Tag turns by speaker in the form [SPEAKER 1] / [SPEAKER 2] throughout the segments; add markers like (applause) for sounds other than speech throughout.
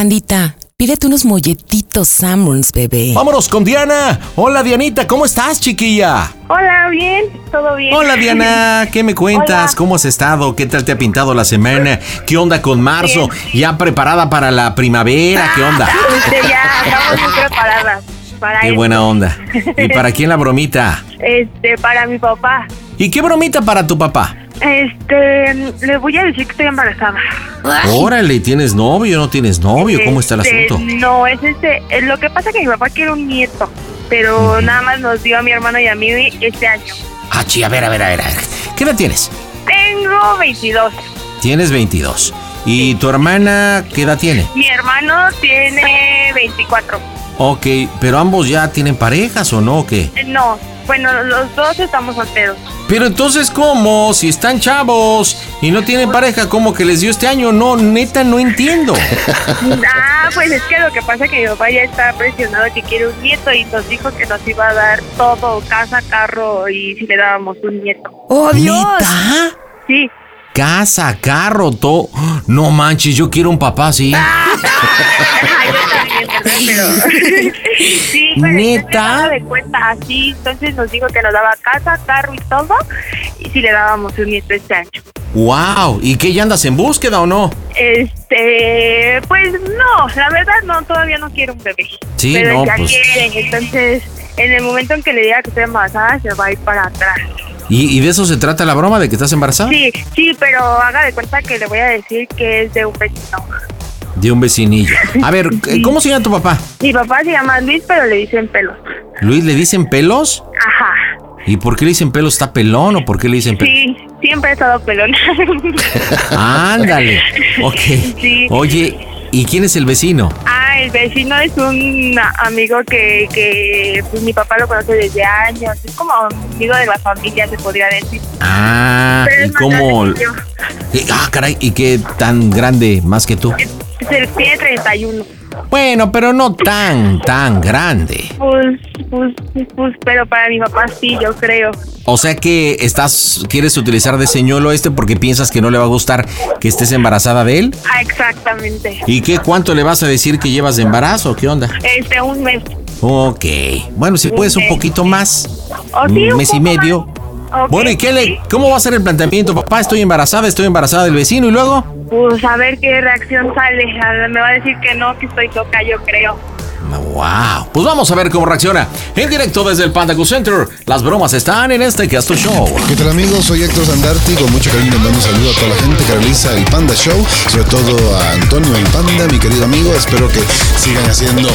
[SPEAKER 1] Pandita, pídete unos molletitos Samuels, bebé.
[SPEAKER 2] Vámonos con Diana. Hola, Dianita, ¿cómo estás, chiquilla?
[SPEAKER 3] Hola, bien, todo bien.
[SPEAKER 2] Hola, Diana, ¿qué me cuentas?
[SPEAKER 3] Hola.
[SPEAKER 2] ¿Cómo has estado? ¿Qué tal te ha pintado la semana? ¿Qué onda con marzo? ¿Ya preparada para la primavera? ¿Qué onda?
[SPEAKER 3] (laughs) Este, ya estamos muy preparadas para
[SPEAKER 2] Qué
[SPEAKER 3] esto.
[SPEAKER 2] buena onda. ¿Y para quién la bromita?
[SPEAKER 3] Este, para mi papá.
[SPEAKER 2] ¿Y qué bromita para tu papá?
[SPEAKER 3] Este, le voy a decir que estoy embarazada.
[SPEAKER 2] Órale, ¿tienes novio? ¿No tienes novio? ¿Cómo está el
[SPEAKER 3] Este,
[SPEAKER 2] asunto?
[SPEAKER 3] No, es este, eh, lo que pasa que mi papá quiere un nieto, pero nada más nos dio a mi hermano y a mí este año.
[SPEAKER 2] Ah, chi, a ver, a ver, a ver, a ver. ¿Qué edad tienes?
[SPEAKER 3] Tengo 22.
[SPEAKER 2] Tienes 22. ¿Y tu hermana qué edad tiene?
[SPEAKER 3] Mi hermano tiene 24.
[SPEAKER 2] Ok, pero ambos ya tienen parejas o no, ¿o qué?
[SPEAKER 3] Eh, No, bueno, los dos estamos solteros.
[SPEAKER 2] Pero entonces, ¿cómo? Si están chavos y no tienen pareja, ¿cómo que les dio este año? No, neta, no entiendo.
[SPEAKER 3] Ah, pues es que lo que pasa es que mi papá ya está presionado que quiere un nieto y nos dijo que nos iba a dar todo, casa, carro y si le dábamos un nieto.
[SPEAKER 1] (laughs) ¡Oh, Dios!
[SPEAKER 2] ¿Neta?
[SPEAKER 3] Sí,
[SPEAKER 2] Casa, carro, todo. No manches, yo quiero un papá
[SPEAKER 3] (laughs)
[SPEAKER 2] así.
[SPEAKER 3] sí, pero
[SPEAKER 2] ¿Neta?
[SPEAKER 3] entonces daba de cuenta así, entonces nos dijo que nos daba casa, carro y todo y si le dábamos un nieto este año.
[SPEAKER 2] ¡Wow! ¿Y qué? ¿Ya andas en búsqueda o no?
[SPEAKER 3] Este, pues no, la verdad no, todavía no quiero un bebé.
[SPEAKER 2] Sí,
[SPEAKER 3] pero
[SPEAKER 2] no,
[SPEAKER 3] ya
[SPEAKER 2] pues.
[SPEAKER 3] quieren, entonces en el momento en que le diga que estoy embarazada se va a ir para atrás.
[SPEAKER 2] ¿Y, y de eso se trata la broma de que estás embarazada?
[SPEAKER 3] Sí, sí, pero haga de cuenta que le voy a decir que es de un vecino.
[SPEAKER 2] De un vecinillo. A ver, ¿cómo se llama tu papá?
[SPEAKER 3] Mi papá se llama Luis, pero le dicen pelos.
[SPEAKER 2] ¿Luis le dicen pelos?
[SPEAKER 3] Ajá.
[SPEAKER 2] ¿Y por qué le dicen pelos? ¿Está pelón o por qué le dicen pelos?
[SPEAKER 3] Sí, siempre he estado
[SPEAKER 2] (laughs)
[SPEAKER 3] pelón.
[SPEAKER 2] Ándale. Ok.
[SPEAKER 3] Sí.
[SPEAKER 2] Oye, ¿y quién es el vecino?
[SPEAKER 3] ah, el vecino es un amigo que, que pues, mi papá lo conoce desde años. Es como amigo de la familia, se podría decir.
[SPEAKER 2] Ah,
[SPEAKER 3] Pero
[SPEAKER 2] ¿y
[SPEAKER 3] es más
[SPEAKER 2] cómo?
[SPEAKER 3] grande que yo.
[SPEAKER 2] Eh, Ah, caray, ¿y qué tan grande más que tú?
[SPEAKER 3] Se- Tiene 31.
[SPEAKER 2] Bueno, pero no tan, tan grande.
[SPEAKER 3] Pues, pues, pues, pero para mi papá sí, yo creo.
[SPEAKER 2] O sea que estás, quieres utilizar de señuelo este porque piensas que no le va a gustar que estés embarazada de él.
[SPEAKER 3] Ah, exactamente.
[SPEAKER 2] ¿Y qué cuánto le vas a decir que llevas de embarazo? ¿Qué onda?
[SPEAKER 3] Este, un mes.
[SPEAKER 2] Ok. Bueno, si puedes un poquito más.
[SPEAKER 3] ¿O Oh, sí,
[SPEAKER 2] un
[SPEAKER 3] un
[SPEAKER 2] mes y
[SPEAKER 3] poco
[SPEAKER 2] medio.
[SPEAKER 3] más? Ok,
[SPEAKER 2] Bueno, ¿y qué le,
[SPEAKER 3] sí.
[SPEAKER 2] cómo va a ser el planteamiento? Papá, estoy embarazada, estoy embarazada del vecino y luego.
[SPEAKER 3] Pues a ver qué reacción sale. A ver, Me va a decir que no, que estoy loca, yo creo.
[SPEAKER 2] Wow. Pues vamos a ver cómo reacciona. En directo desde el Panda Cool Center. Las bromas están en este Casto Show.
[SPEAKER 4] ¿Qué tal amigos? Soy Héctor Sandarti, con mucho cariño mando un saludo a toda la gente que realiza el Panda Show, sobre todo a Antonio el Panda, mi querido amigo, espero que sigan haciendo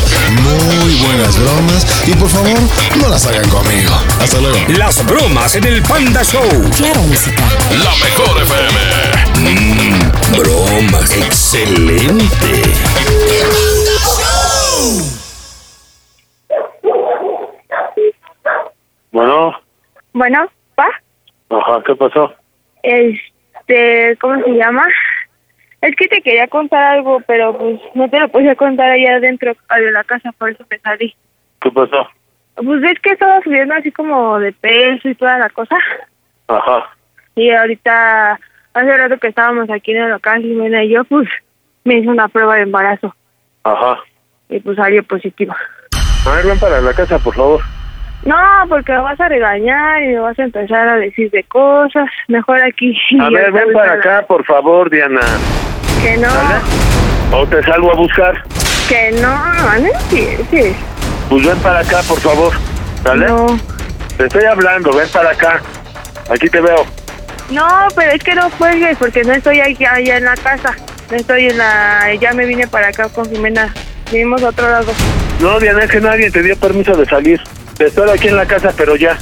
[SPEAKER 4] muy buenas bromas y por favor no las hagan conmigo. Hasta luego.
[SPEAKER 5] Las bromas en el Panda Show.
[SPEAKER 1] Claro Música.
[SPEAKER 5] La mejor FM. bromas. Excelente.
[SPEAKER 6] Bueno,
[SPEAKER 3] Bueno, pa,
[SPEAKER 6] ajá, ¿qué pasó?
[SPEAKER 3] este, ¿cómo se llama? Es que te quería contar algo, pero pues no te lo podía contar allá adentro de la casa, por eso me salí.
[SPEAKER 6] ¿Qué pasó?
[SPEAKER 3] Pues ves que estaba subiendo así como de peso y toda la cosa.
[SPEAKER 6] Ajá,
[SPEAKER 3] Y ahorita, hace rato que estábamos aquí en el local, Jimena y yo, pues me hizo una prueba de embarazo
[SPEAKER 6] ajá.
[SPEAKER 3] y pues salió positivo.
[SPEAKER 6] A ver, ven para la casa, por favor.
[SPEAKER 3] No, porque me vas a regañar y me vas a empezar a decir de cosas. Mejor aquí. (laughs)
[SPEAKER 6] A ver, ven para acá, por favor, Diana.
[SPEAKER 3] Que no.
[SPEAKER 6] ¿Sale? O te salgo a buscar.
[SPEAKER 3] Que no, ah, no empieces.
[SPEAKER 6] Pues ven para acá, por favor. ¿Sale?
[SPEAKER 3] No.
[SPEAKER 6] Te estoy hablando, ven para acá. Aquí te veo.
[SPEAKER 3] No, pero es que no cuelgues porque no estoy aquí- allá en la casa. No estoy en la... Ya me vine para acá con Jimena. Vivimos a otro lado.
[SPEAKER 6] No, Diana, es que nadie te dio permiso de salir. Te estoy aquí en la casa, pero ya.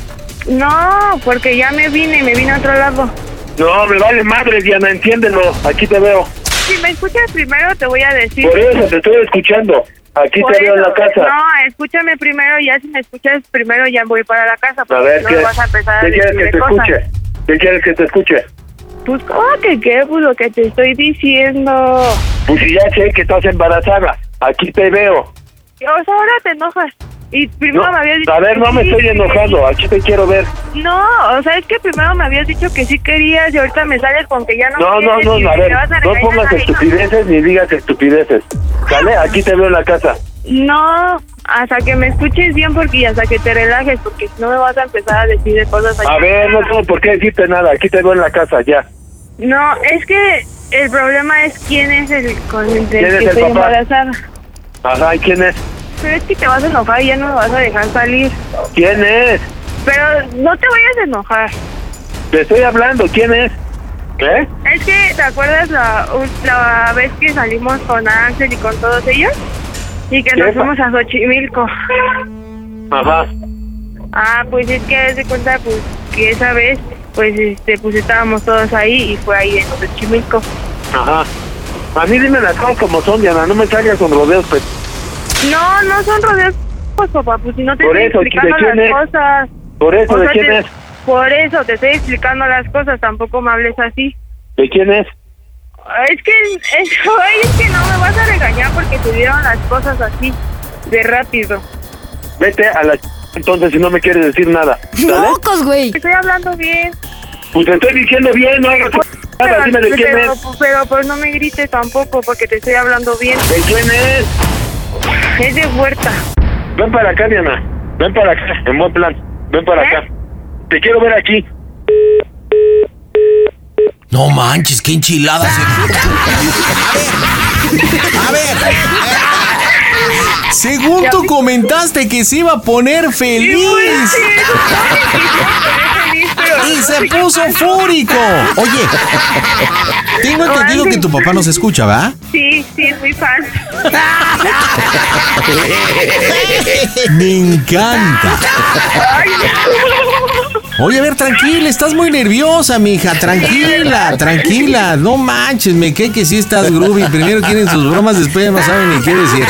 [SPEAKER 3] No, porque ya me vine, me vine a otro lado.
[SPEAKER 6] No, me vale madre, Diana, entiéndelo. Aquí te veo.
[SPEAKER 3] Si me escuchas primero te voy a decir.
[SPEAKER 6] Por eso te estoy escuchando. Aquí
[SPEAKER 3] Por
[SPEAKER 6] te veo en
[SPEAKER 3] eso,
[SPEAKER 6] la casa.
[SPEAKER 3] No, escúchame primero, ya si me escuchas primero ya voy para la casa.
[SPEAKER 6] a
[SPEAKER 3] porque
[SPEAKER 6] ver,
[SPEAKER 3] no
[SPEAKER 6] ¿qué,
[SPEAKER 3] me vas a empezar a
[SPEAKER 6] ¿qué quieres que
[SPEAKER 3] decirme
[SPEAKER 6] te
[SPEAKER 3] cosas.
[SPEAKER 6] escuche? ¿Qué quieres que te escuche?
[SPEAKER 3] Pues, ¿cómo que qué? Pues lo que te estoy diciendo.
[SPEAKER 6] Pues si ya sé que estás embarazada. Aquí te veo.
[SPEAKER 3] O sea, ahora te enojas. Y primero
[SPEAKER 6] No,
[SPEAKER 3] me habías dicho.
[SPEAKER 6] a ver,
[SPEAKER 3] que
[SPEAKER 6] no me
[SPEAKER 3] sí.
[SPEAKER 6] estoy enojando. Aquí te quiero ver.
[SPEAKER 3] No, o sea, es que primero me habías dicho que sí querías y ahorita me sales con que ya no
[SPEAKER 6] No, no,
[SPEAKER 3] quieres
[SPEAKER 6] no,
[SPEAKER 3] y
[SPEAKER 6] no, a
[SPEAKER 3] me
[SPEAKER 6] ver,
[SPEAKER 3] vas a
[SPEAKER 6] no
[SPEAKER 3] regañar.
[SPEAKER 6] pongas
[SPEAKER 3] Ay, no.
[SPEAKER 6] estupideces ni digas estupideces. ¿Sale? Aquí te veo en la casa.
[SPEAKER 3] No, hasta que me escuches bien porque y hasta que te relajes, porque si no me vas a empezar a decir de cosas
[SPEAKER 6] A
[SPEAKER 3] allá.
[SPEAKER 6] ver, no tengo por qué decirte nada. Aquí te veo en la casa, ya.
[SPEAKER 3] No, es que el problema es quién es el con el del
[SPEAKER 6] ¿Quién es
[SPEAKER 3] que
[SPEAKER 6] el
[SPEAKER 3] estoy
[SPEAKER 6] papá?
[SPEAKER 3] embarazada.
[SPEAKER 6] Ajá, ¿y quién es?
[SPEAKER 3] Pero es que te vas a enojar y ya no me vas a dejar salir.
[SPEAKER 6] ¿Quién es?
[SPEAKER 3] Pero no te vayas a enojar.
[SPEAKER 6] Te estoy hablando, ¿quién es? ¿Eh?
[SPEAKER 3] Es que, ¿te acuerdas la, ul- la vez que salimos con Ángel y con todos ellos? Y que nos
[SPEAKER 6] Epa.
[SPEAKER 3] fuimos a Xochimilco.
[SPEAKER 6] Ajá.
[SPEAKER 3] Ah, pues es que haz de cuenta pues que esa vez pues este pues estábamos todos ahí y fue ahí en Xochimilco.
[SPEAKER 6] Ajá. A mí dime las cosas como son, Diana, no me salgas con rodeos, pues.
[SPEAKER 3] No, no son rodeos, pues, papá, pues si no te
[SPEAKER 6] Por
[SPEAKER 3] estoy
[SPEAKER 6] eso, ¿de
[SPEAKER 3] explicando
[SPEAKER 6] quién
[SPEAKER 3] las
[SPEAKER 6] es?
[SPEAKER 3] cosas.
[SPEAKER 6] Por eso,
[SPEAKER 3] O
[SPEAKER 6] ¿de
[SPEAKER 3] sea,
[SPEAKER 6] quién
[SPEAKER 3] te-
[SPEAKER 6] es?
[SPEAKER 3] Por eso te estoy explicando las cosas, tampoco me hables así.
[SPEAKER 6] ¿De quién es?
[SPEAKER 3] Es que, (laughs) es, ay, es que no me vas a regañar porque te dieron las cosas así, de rápido.
[SPEAKER 6] Vete a la ch- entonces si no me quieres decir nada. (laughs) ¿Sale?
[SPEAKER 1] ¡Mocos, güey!
[SPEAKER 3] Estoy hablando bien.
[SPEAKER 6] Pues te estoy diciendo bien, no hagas nada, Ah, dime de quién
[SPEAKER 3] pero,
[SPEAKER 6] es.
[SPEAKER 3] pero, pues no me grites tampoco porque te estoy hablando bien.
[SPEAKER 6] ¿De quién es?
[SPEAKER 3] Es de huerta. pues-
[SPEAKER 6] Ven para acá, Diana. Ven para acá, en buen plan. Ven para
[SPEAKER 3] ¿Eh?
[SPEAKER 6] acá. Te quiero ver aquí.
[SPEAKER 2] No manches, qué enchilada.
[SPEAKER 3] (laughs)
[SPEAKER 2] se- A ver, a ver. Según tú comentaste que se iba a poner feliz y se puso fúrico. Oye, tengo entendido que tu papá nos escucha, ¿va?
[SPEAKER 3] Sí, sí, es
[SPEAKER 6] (laughs)
[SPEAKER 3] muy fan.
[SPEAKER 2] Me encanta. Oye, a ver, tranquila, estás muy nerviosa, mija. Tranquila, tranquila. No manches, me cae que sí estás groovy. Primero quieren sus bromas, después ya no saben ni qué decir.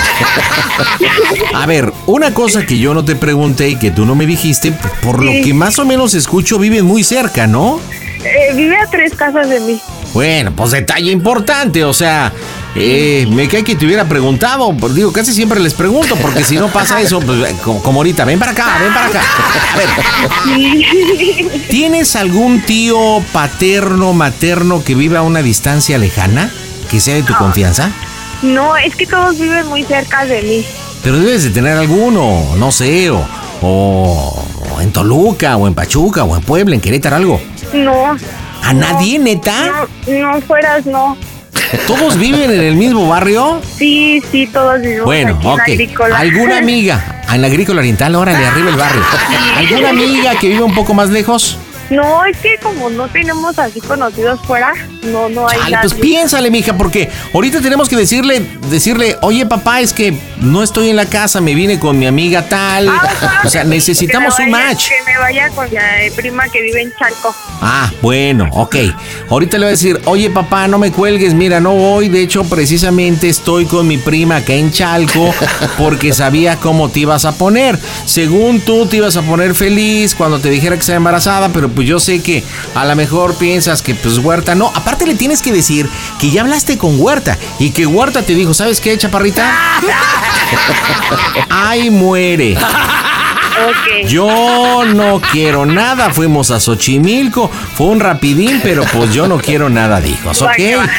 [SPEAKER 2] A ver, una cosa que yo no te pregunté y que tú no me dijiste, por lo
[SPEAKER 3] Sí.
[SPEAKER 2] que más o menos escucho, viven muy cerca, ¿no?
[SPEAKER 3] (laughs) Eh, vive a tres casas de mí.
[SPEAKER 2] Bueno, pues detalle importante, o sea, eh, me cae que te hubiera preguntado, pues, digo, casi siempre les pregunto, porque si no pasa eso, pues eh, como, como ahorita, ven para acá, ven para acá. A ver, ¿tienes algún tío paterno, materno que viva a una distancia lejana, que sea de tu confianza?
[SPEAKER 3] No, es que todos viven muy cerca de mí.
[SPEAKER 2] Pero debes de tener alguno, no sé, o, o- o en Toluca, o en Pachuca, o en Puebla, en Querétaro, algo.
[SPEAKER 3] No.
[SPEAKER 2] ¿A nadie, neta?
[SPEAKER 3] No, no fueras, no.
[SPEAKER 2] ¿Todos viven en el mismo barrio?
[SPEAKER 3] Sí, sí, todos vivimos
[SPEAKER 2] Bueno,
[SPEAKER 3] aquí en
[SPEAKER 2] ok.
[SPEAKER 7] (laughs)
[SPEAKER 3] Agrícola. (laughs)
[SPEAKER 2] ¿Alguna amiga? Ah, En la agrícola oriental, órale, arriba el barrio. ¿Alguna amiga que viva un poco más lejos?
[SPEAKER 3] No, es que como no tenemos así conocidos fuera, no, no hay
[SPEAKER 2] Chale,
[SPEAKER 3] nadie.
[SPEAKER 2] pues piénsale, mija, porque ahorita tenemos que decirle, decirle, oye papá, es que no estoy en la casa, me vine con mi amiga tal.
[SPEAKER 3] Ah,
[SPEAKER 2] O sea, necesitamos
[SPEAKER 3] Que
[SPEAKER 2] un
[SPEAKER 3] me vaya-
[SPEAKER 2] match.
[SPEAKER 3] Que me vaya con la eh, prima que vive en Chalco.
[SPEAKER 2] Ah, bueno, ok. Ahorita le voy a decir, oye papá, no me cuelgues, mira, no voy. De hecho, precisamente estoy con mi prima acá en Chalco porque sabía cómo te ibas a poner. Según tú te ibas a poner feliz cuando te dijera que estaba embarazada, pero pues yo sé que a lo mejor piensas que pues Huerta no. Aparte le tienes que decir que ya hablaste con Huerta y que Huerta te dijo, ¿sabes qué, chaparrita? Ay, muere.
[SPEAKER 3] Ok.
[SPEAKER 2] Yo no quiero nada. Fuimos a Xochimilco. Fue un rapidín, pero pues yo no quiero nada, dijo.
[SPEAKER 3] Va que
[SPEAKER 2] ¿Ok?
[SPEAKER 3] va.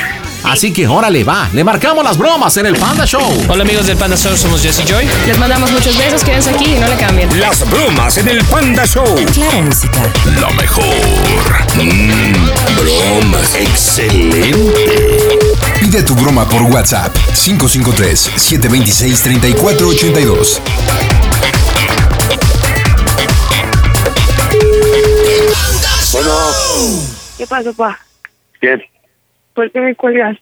[SPEAKER 2] Así que órale, va. Le marcamos las bromas en el Panda Show.
[SPEAKER 8] Hola amigos del Panda Show, somos Jesse Joy.
[SPEAKER 9] Les mandamos muchos besos, quédense aquí y no le cambien.
[SPEAKER 5] Las bromas en el Panda Show.
[SPEAKER 1] Claro, música.
[SPEAKER 5] Lo mejor. Mm, bromas. Excelente.
[SPEAKER 10] Y Pide tu broma por WhatsApp 553-726-3482.
[SPEAKER 6] Bueno,
[SPEAKER 3] ¿Qué pasó, pa?
[SPEAKER 6] bien.
[SPEAKER 3] ¿Por qué me cuelgas?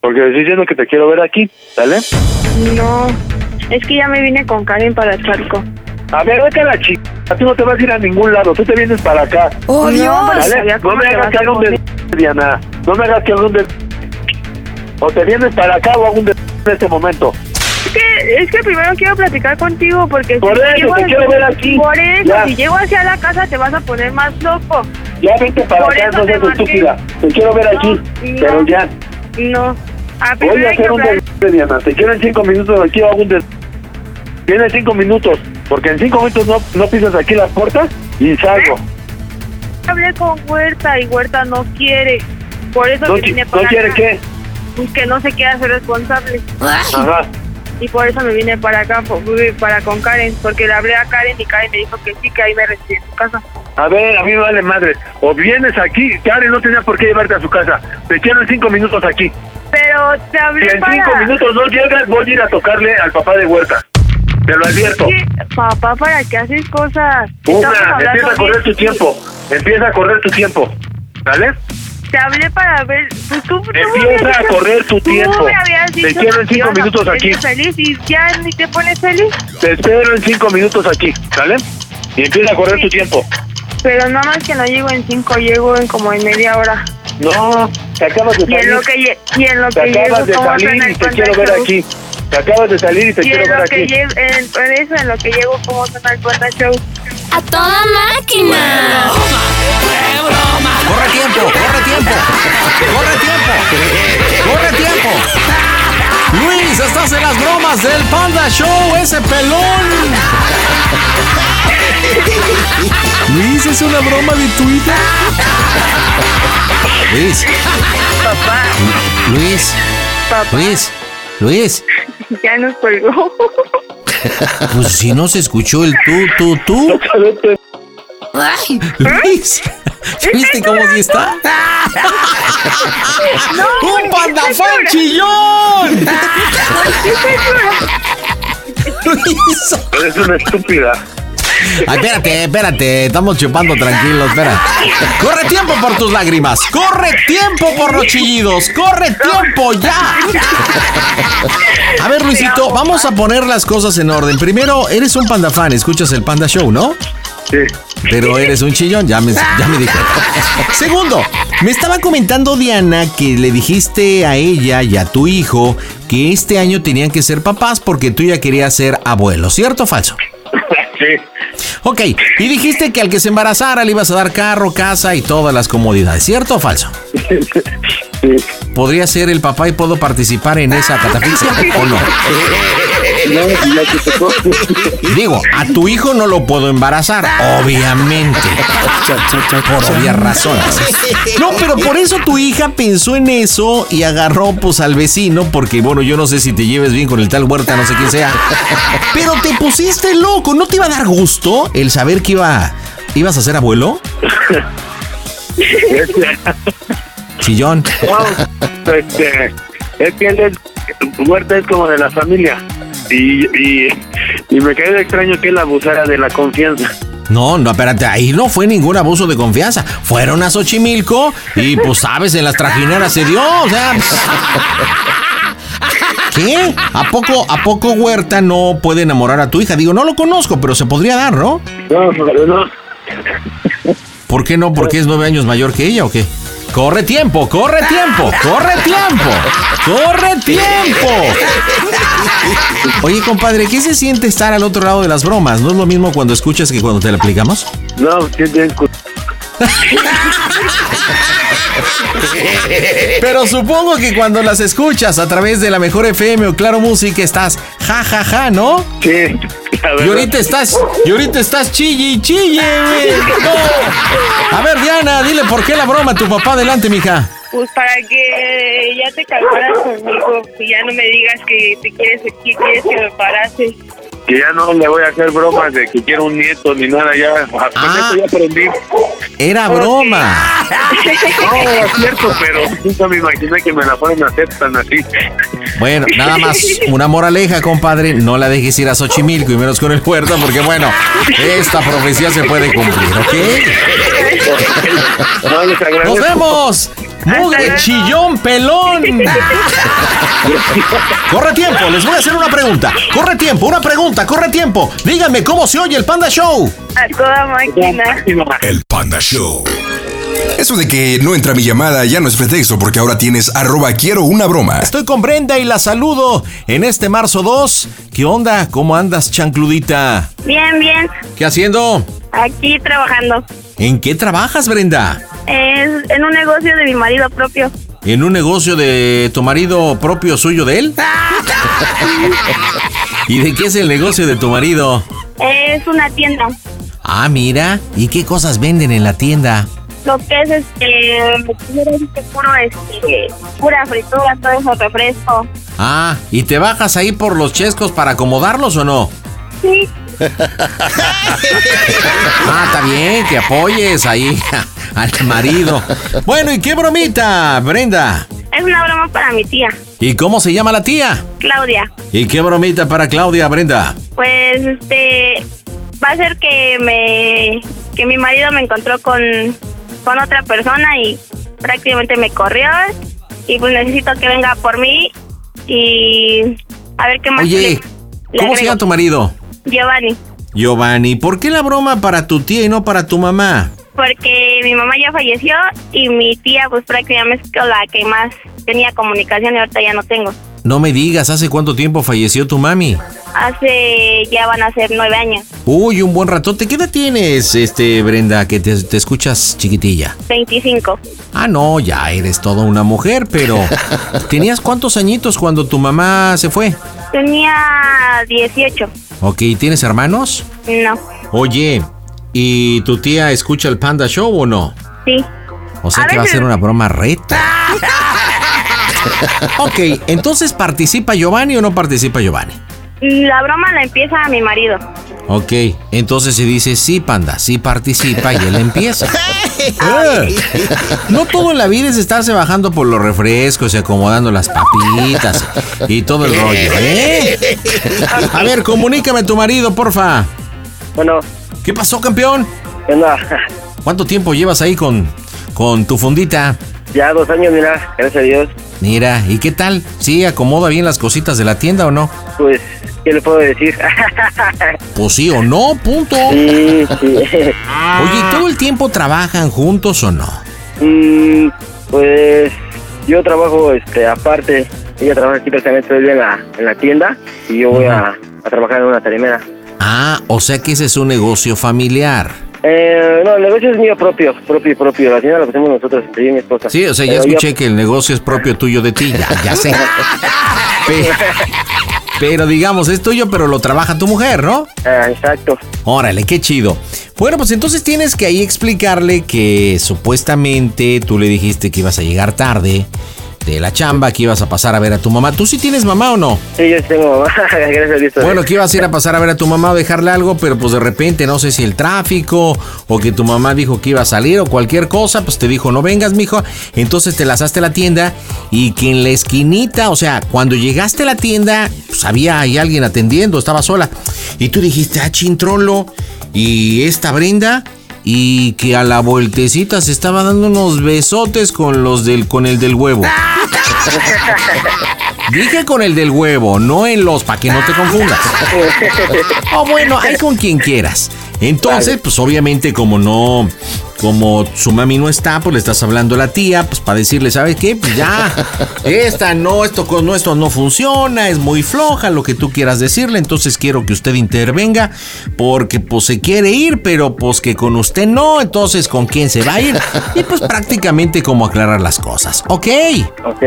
[SPEAKER 6] Porque estoy diciendo que te quiero ver aquí, ¿sale?
[SPEAKER 3] No, es que ya me vine con Karen para Charco.
[SPEAKER 6] A ver, vete a la chica. Tú no te vas a ir a ningún lado. Tú te vienes para acá.
[SPEAKER 1] ¡Oh,
[SPEAKER 3] No,
[SPEAKER 1] Dios!
[SPEAKER 3] pero
[SPEAKER 6] ¿Vale?
[SPEAKER 3] sabía
[SPEAKER 6] No
[SPEAKER 3] cómo
[SPEAKER 6] me
[SPEAKER 3] te
[SPEAKER 6] hagas
[SPEAKER 3] vas
[SPEAKER 6] que
[SPEAKER 3] a
[SPEAKER 6] haga un
[SPEAKER 3] poner.
[SPEAKER 6] des... Diana. No me hagas que haga un des... O te vienes para acá o hago un des... en este momento.
[SPEAKER 3] Es que, es que primero quiero platicar contigo porque
[SPEAKER 6] Por eso,
[SPEAKER 3] llego
[SPEAKER 6] te
[SPEAKER 3] al-
[SPEAKER 6] quiero ver aquí.
[SPEAKER 3] Por eso,
[SPEAKER 6] Ya.
[SPEAKER 3] si llego hacia la casa te vas a poner más loco.
[SPEAKER 6] Ya vete para
[SPEAKER 3] Por
[SPEAKER 6] acá,
[SPEAKER 3] eso
[SPEAKER 6] no
[SPEAKER 3] te
[SPEAKER 6] seas
[SPEAKER 3] marqué.
[SPEAKER 6] estúpida. Te quiero ver aquí.
[SPEAKER 3] No,
[SPEAKER 6] Pero
[SPEAKER 3] no.
[SPEAKER 6] ya.
[SPEAKER 3] No. A
[SPEAKER 6] Voy
[SPEAKER 3] primero
[SPEAKER 6] a
[SPEAKER 3] hay que
[SPEAKER 6] hacer un
[SPEAKER 3] hablar.
[SPEAKER 6] desastre, Diana. Te quiero en cinco minutos. Aquí hago un desastre. Viene en cinco minutos. Porque en cinco minutos no, no pisas aquí la puerta y salgo.
[SPEAKER 3] Hablé con Huerta y Huerta no quiere. Por eso
[SPEAKER 6] ¿No,
[SPEAKER 3] me
[SPEAKER 6] qui-
[SPEAKER 3] vine
[SPEAKER 6] no
[SPEAKER 3] para
[SPEAKER 6] quiere
[SPEAKER 3] acá.
[SPEAKER 6] qué?
[SPEAKER 3] Pues que no se quiera hacer responsable.
[SPEAKER 6] Ajá.
[SPEAKER 3] Y por eso me vine para acá, po- para con Karen. Porque le hablé a Karen y Karen me dijo que sí, que ahí me recibí en su casa.
[SPEAKER 6] A ver, a mí me vale madre. O vienes aquí. Karen no tenía por qué llevarte a su casa. Te quiero en cinco minutos aquí.
[SPEAKER 3] Pero te
[SPEAKER 6] Si
[SPEAKER 3] hablé
[SPEAKER 6] en
[SPEAKER 3] para...
[SPEAKER 6] cinco minutos no llegas, voy a ir a tocarle al papá de Huerta. Te lo advierto.
[SPEAKER 3] Sí, Papá, ¿para qué haces cosas? Estamos
[SPEAKER 6] Una,
[SPEAKER 3] hablando
[SPEAKER 6] empieza a correr
[SPEAKER 3] bien.
[SPEAKER 6] tu tiempo. Empieza a correr tu tiempo. ¿Vale?
[SPEAKER 3] Te hablé para ver. Pues tú, tú me
[SPEAKER 6] Empieza
[SPEAKER 3] habías
[SPEAKER 6] a
[SPEAKER 3] dicho-
[SPEAKER 6] correr tu
[SPEAKER 3] tú
[SPEAKER 6] tiempo.
[SPEAKER 3] me habías
[SPEAKER 6] Te
[SPEAKER 3] dicho
[SPEAKER 6] quiero en
[SPEAKER 3] que
[SPEAKER 6] cinco
[SPEAKER 3] ibas a
[SPEAKER 6] minutos
[SPEAKER 3] ponerte
[SPEAKER 6] aquí.
[SPEAKER 3] feliz y ya ni te pones feliz.
[SPEAKER 6] Te espero en cinco minutos aquí. ¿Sale? Y empieza a correr tu tiempo.
[SPEAKER 3] Pero nada más que no llego en cinco, llego en como en media hora.
[SPEAKER 6] No, te acabas de
[SPEAKER 3] Y en
[SPEAKER 6] salir.
[SPEAKER 3] lo que, lle- y en lo
[SPEAKER 6] Te
[SPEAKER 3] que llego,
[SPEAKER 6] acabas de
[SPEAKER 3] ¿cómo suena
[SPEAKER 6] salir y
[SPEAKER 3] el
[SPEAKER 6] te quiero
[SPEAKER 3] Panda
[SPEAKER 6] ver
[SPEAKER 3] Show?
[SPEAKER 6] aquí. Te acabas de salir y te
[SPEAKER 3] Y
[SPEAKER 6] quiero
[SPEAKER 3] en
[SPEAKER 6] ver
[SPEAKER 3] lo que
[SPEAKER 6] aquí.
[SPEAKER 3] llego, en, por eso, en lo que llego, ¿cómo suena el Panda Show?
[SPEAKER 11] ¡A toda máquina!
[SPEAKER 2] ¡Corre tiempo! ¡Corre tiempo! ¡Corre tiempo! ¡Corre tiempo! Luis, estás en las bromas del Panda Show, ese pelón. Luis, es una broma de Twitter. Luis. Luis.
[SPEAKER 3] Papá,
[SPEAKER 2] Luis. Luis.
[SPEAKER 3] (laughs)
[SPEAKER 2] (laughs)
[SPEAKER 3] ya nos colgó.
[SPEAKER 2] Pues si no se escuchó el tú, tú, tú.
[SPEAKER 1] Ay,
[SPEAKER 2] Luis. ¿Viste cómo sí está? (laughs) ¡Un pandafón chillón!
[SPEAKER 3] (laughs)
[SPEAKER 2] Luis.
[SPEAKER 6] Eres una estúpida.
[SPEAKER 5] (laughs)
[SPEAKER 2] Ay, espérate, espérate, estamos chupando tranquilos, espera. Corre tiempo por tus lágrimas, corre tiempo por los chillidos, corre tiempo ya. A ver, Luisito, vamos a poner las cosas en orden. Primero, eres un panda fan, escuchas el Panda Show, ¿no?
[SPEAKER 6] Sí.
[SPEAKER 2] Pero eres un chillón, ya me, ya me dije. Segundo, me estaba comentando Diana que le dijiste a ella y a tu hijo que este año tenían que ser papás porque tú ya querías ser abuelo, ¿cierto o falso?
[SPEAKER 6] Sí.
[SPEAKER 2] Ok, y dijiste que al que se embarazara le ibas a dar carro, casa y todas las comodidades, ¿cierto o falso?
[SPEAKER 6] Sí.
[SPEAKER 2] ¿Podría ser el papá y puedo participar en esa catafixia o no?
[SPEAKER 6] No, ya que te cojo.
[SPEAKER 2] Digo, a tu hijo no lo puedo embarazar, obviamente. Por obvias razones. No, pero por eso tu hija pensó en eso y agarró pues al vecino, porque bueno, yo no sé si te lleves bien con el tal Huerta, no sé quién sea. Pero te pusiste loco, ¿no te iba a dar gusto el saber que iba, ibas a ser abuelo? Chillón.
[SPEAKER 6] No, este, es que él es, Huerta es como de la familia. Y, y, y me cae de extraño que él abusara de la confianza.
[SPEAKER 2] No, no, espérate, ahí no fue ningún abuso de confianza. Fueron a Xochimilco y pues sabes, en las trajineras se dio, o sea. (laughs) ¿Qué? ¿A poco, ¿A poco Huerta no puede enamorar a tu hija? Digo, no lo conozco, pero se podría dar, ¿no?
[SPEAKER 6] No, pero no.
[SPEAKER 2] ¿Por qué no? ¿Porque es nueve años mayor que ella o qué? ¡Corre tiempo! ¡Corre tiempo! ¡Corre tiempo! ¡Corre tiempo! Oye, compadre, ¿qué se siente estar al otro lado de las bromas? ¿No es lo mismo cuando escuchas que cuando te la aplicamos?
[SPEAKER 6] No, sí, bien cu- (laughs)
[SPEAKER 2] Pero supongo que cuando las escuchas a través de la mejor FM o Claro Música estás ja ja ja, ¿no?
[SPEAKER 6] Sí, la verdad.
[SPEAKER 2] Y ahorita estás, y ahorita estás chille
[SPEAKER 6] (laughs)
[SPEAKER 2] y chille, güey. No. A ver, Diana, dile por qué la broma a tu papá adelante, mija.
[SPEAKER 3] Pues para que ya te calmaras conmigo y ya no me digas que te quieres que quieres que me parase.
[SPEAKER 12] que ya no le voy a hacer bromas de que quiero un nieto ni nada, ya con
[SPEAKER 2] Ah.
[SPEAKER 12] eso ya aprendí.
[SPEAKER 2] Era broma.
[SPEAKER 12] No, es cierto, pero nunca me imaginé que me la fueran a hacer tan así.
[SPEAKER 2] Bueno, nada más una moraleja, compadre. No la dejes ir a Xochimilco y menos con el puerto, porque bueno, esta profecía se puede cumplir, ¿ok?
[SPEAKER 12] No, les agradezco.
[SPEAKER 2] ¡Nos vemos! ¡Mugre chillón pelón! ¡Corre tiempo! Les voy a hacer una pregunta. ¡Corre tiempo! ¡Una pregunta! ¡Corre tiempo! Díganme cómo se oye el Panda Show.
[SPEAKER 13] A toda máquina.
[SPEAKER 4] El Panda Show. Eso de que no entra mi llamada ya no es pretexto porque ahora tienes arroba quiero una broma.
[SPEAKER 2] Estoy con Brenda y la saludo en este marzo 2. ¿Qué onda? ¿Cómo andas, chancludita?
[SPEAKER 13] Bien, bien.
[SPEAKER 2] ¿Qué haciendo?
[SPEAKER 13] Aquí trabajando.
[SPEAKER 2] ¿En qué trabajas, Brenda?
[SPEAKER 13] Es en un negocio de mi marido propio.
[SPEAKER 2] ¿En un negocio de tu marido propio suyo de él? (laughs) ¿Y de qué es el negocio de tu marido?
[SPEAKER 13] Es una tienda.
[SPEAKER 2] Ah, mira. ¿Y qué cosas venden en la tienda?
[SPEAKER 13] Lo que es este. Era este puro, este. Pura fritura, todo eso, refresco.
[SPEAKER 2] Ah, ¿y te bajas ahí por los chescos para acomodarlos o no?
[SPEAKER 13] Sí.
[SPEAKER 2] Ah, está bien, que apoyes ahí (laughs) al marido. Bueno, ¿y qué bromita, Brenda?
[SPEAKER 13] Es una broma para mi tía,
[SPEAKER 2] ¿Y cómo se llama la tía?
[SPEAKER 13] Claudia.
[SPEAKER 2] ¿Y qué bromita para Claudia, Brenda?
[SPEAKER 13] Pues este. Va a ser que me. Que mi marido me encontró con. Con otra persona y prácticamente me corrió. Y pues necesito que venga por mí. Y. A ver qué más.
[SPEAKER 2] Oye,
[SPEAKER 13] le- le
[SPEAKER 2] ¿cómo se
[SPEAKER 13] agrego.
[SPEAKER 2] llama tu marido?
[SPEAKER 13] Giovanni.
[SPEAKER 2] Giovanni, ¿por qué la broma para tu tía y no para tu mamá?
[SPEAKER 13] porque mi mamá ya falleció y mi tía pues prácticamente es con la que más tenía comunicación y ahorita ya no tengo.
[SPEAKER 2] No me digas, ¿hace cuánto tiempo falleció tu mami?
[SPEAKER 13] Hace ya van a ser nueve años,
[SPEAKER 2] Uy, un buen ratote. ¿Qué edad tienes, este, Brenda, que te, te escuchas chiquitilla?
[SPEAKER 13] 25.
[SPEAKER 2] Ah, no, ya eres toda una mujer, pero... ¿Tenías cuántos añitos cuando tu mamá se fue?
[SPEAKER 13] Tenía 18.
[SPEAKER 2] Ok, ¿tienes hermanos?
[SPEAKER 13] No,
[SPEAKER 2] Oye, ¿y tu tía escucha el Panda Show o no?
[SPEAKER 13] sí.
[SPEAKER 2] O sea
[SPEAKER 13] A
[SPEAKER 2] que va a
[SPEAKER 13] veces.
[SPEAKER 2] ser una broma reta. ok, entonces ¿participa Giovanni o no participa Giovanni?
[SPEAKER 13] La broma la empieza mi marido.
[SPEAKER 2] Ok, entonces si dice sí, Panda, sí participa y él empieza. Eh, No todo en la vida es estarse bajando por los refrescos y acomodando las papitas y todo el rollo, ¿eh? A ver, comunícame a tu marido, porfa.
[SPEAKER 14] Bueno,
[SPEAKER 2] ¿Qué pasó, campeón?
[SPEAKER 14] ¿qué onda? (laughs)
[SPEAKER 2] ¿Cuánto tiempo llevas ahí con, con tu fundita?
[SPEAKER 14] Ya dos años, mira, gracias a Dios.
[SPEAKER 2] Mira, ¿y qué tal? ¿Sí acomoda bien las cositas de la tienda o no?
[SPEAKER 14] Pues, ¿qué le puedo decir? (laughs)
[SPEAKER 2] Pues sí o no, punto.
[SPEAKER 14] Sí,
[SPEAKER 2] (laughs)
[SPEAKER 14] sí.
[SPEAKER 2] Oye, ¿y todo el tiempo trabajan juntos o no?
[SPEAKER 14] Mm, pues, yo trabajo este, aparte. Ella trabaja aquí prácticamente todo el día en la, en la tienda y yo voy a, a trabajar en una tarimera.
[SPEAKER 2] Ah, o sea que ese es un negocio familiar.
[SPEAKER 14] Eh, no, el negocio es mío propio, propio, propio. La tienda la pusimos nosotros, yo y mi esposa.
[SPEAKER 2] Sí, o sea, ya
[SPEAKER 14] Pero yo-
[SPEAKER 2] escuché que el negocio es propio tuyo de ti, ya, ya
[SPEAKER 14] (laughs)
[SPEAKER 2] sé. Pe- Pero digamos, es tuyo, pero lo trabaja tu mujer, ¿no?
[SPEAKER 14] Ah, exacto.
[SPEAKER 2] Órale, qué chido. Bueno, pues entonces tienes que ahí explicarle que supuestamente tú le dijiste que ibas a llegar tarde de la chamba, que ibas a pasar a ver a tu mamá. ¿Tú sí tienes mamá o no?
[SPEAKER 14] Sí, yo sí tengo mamá, (laughs) gracias a Dios.
[SPEAKER 2] Bueno, que ibas a ir a pasar a ver a tu mamá o dejarle algo, pero pues de repente no sé si el tráfico o que tu mamá dijo que iba a salir o cualquier cosa, pues te dijo no vengas, mijo. Entonces te lanzaste a la tienda y que en la esquinita, o sea, cuando llegaste a la tienda, pues había ahí alguien atendiendo, estaba sola. Y tú dijiste, ah, chintrolo, y esta Brenda. Y que a la vueltecita se estaba dando unos besotes con los del con el del huevo. Dije con el del huevo, no en los, para que no te confundas. (laughs) O Oh, bueno, hay con quien quieras. Entonces, pues obviamente como no, como su mami no está, pues le estás hablando a la tía, pues para decirle, ¿sabes qué? Pues ya, esta no, esto con no, esto no funciona, es muy floja, lo que tú quieras decirle, entonces quiero que usted intervenga, porque pues se quiere ir, pero pues que con usted no, entonces con quién se va a ir. Y pues prácticamente como aclarar las cosas, ¿ok?
[SPEAKER 14] Ok.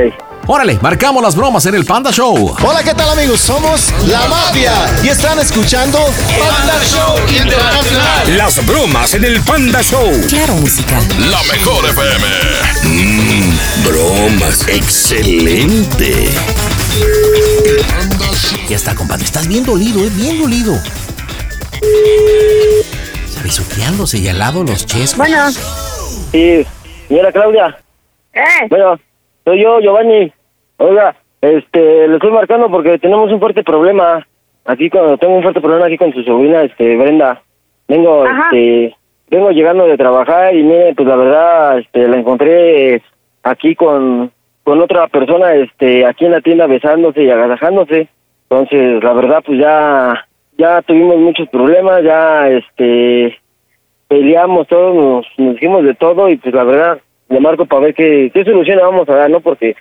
[SPEAKER 2] Órale, marcamos las bromas en el Panda Show.
[SPEAKER 5] Hola, ¿qué tal amigos? Somos La Mafia y están escuchando Panda Show Internacional.
[SPEAKER 15] Las bromas en el Panda Show.
[SPEAKER 16] Claro, música.
[SPEAKER 17] La mejor FM. bromas, excelente.
[SPEAKER 2] Ya está, compadre. Estás bien dolido, es bien dolido. Besuqueándose y al lado los chescos.
[SPEAKER 13] Bueno.
[SPEAKER 14] Sí, señora Claudia.
[SPEAKER 13] ¿Eh?
[SPEAKER 14] Bueno, soy yo, Giovanni. Oiga, este, le estoy marcando porque tenemos un fuerte problema. Aquí con, tengo un fuerte problema aquí con su sobrina, este, Brenda. Vengo,
[SPEAKER 13] Ajá.
[SPEAKER 14] este, vengo llegando de trabajar y mire, pues la verdad, este, la encontré aquí con, con otra persona, este, aquí en la tienda besándose y agasajándose. Entonces, la verdad, pues ya, ya tuvimos muchos problemas, ya, este, peleamos todos, nos, nos dijimos de todo y pues la verdad, le marco para ver qué, qué solución le vamos a dar, ¿no? Porque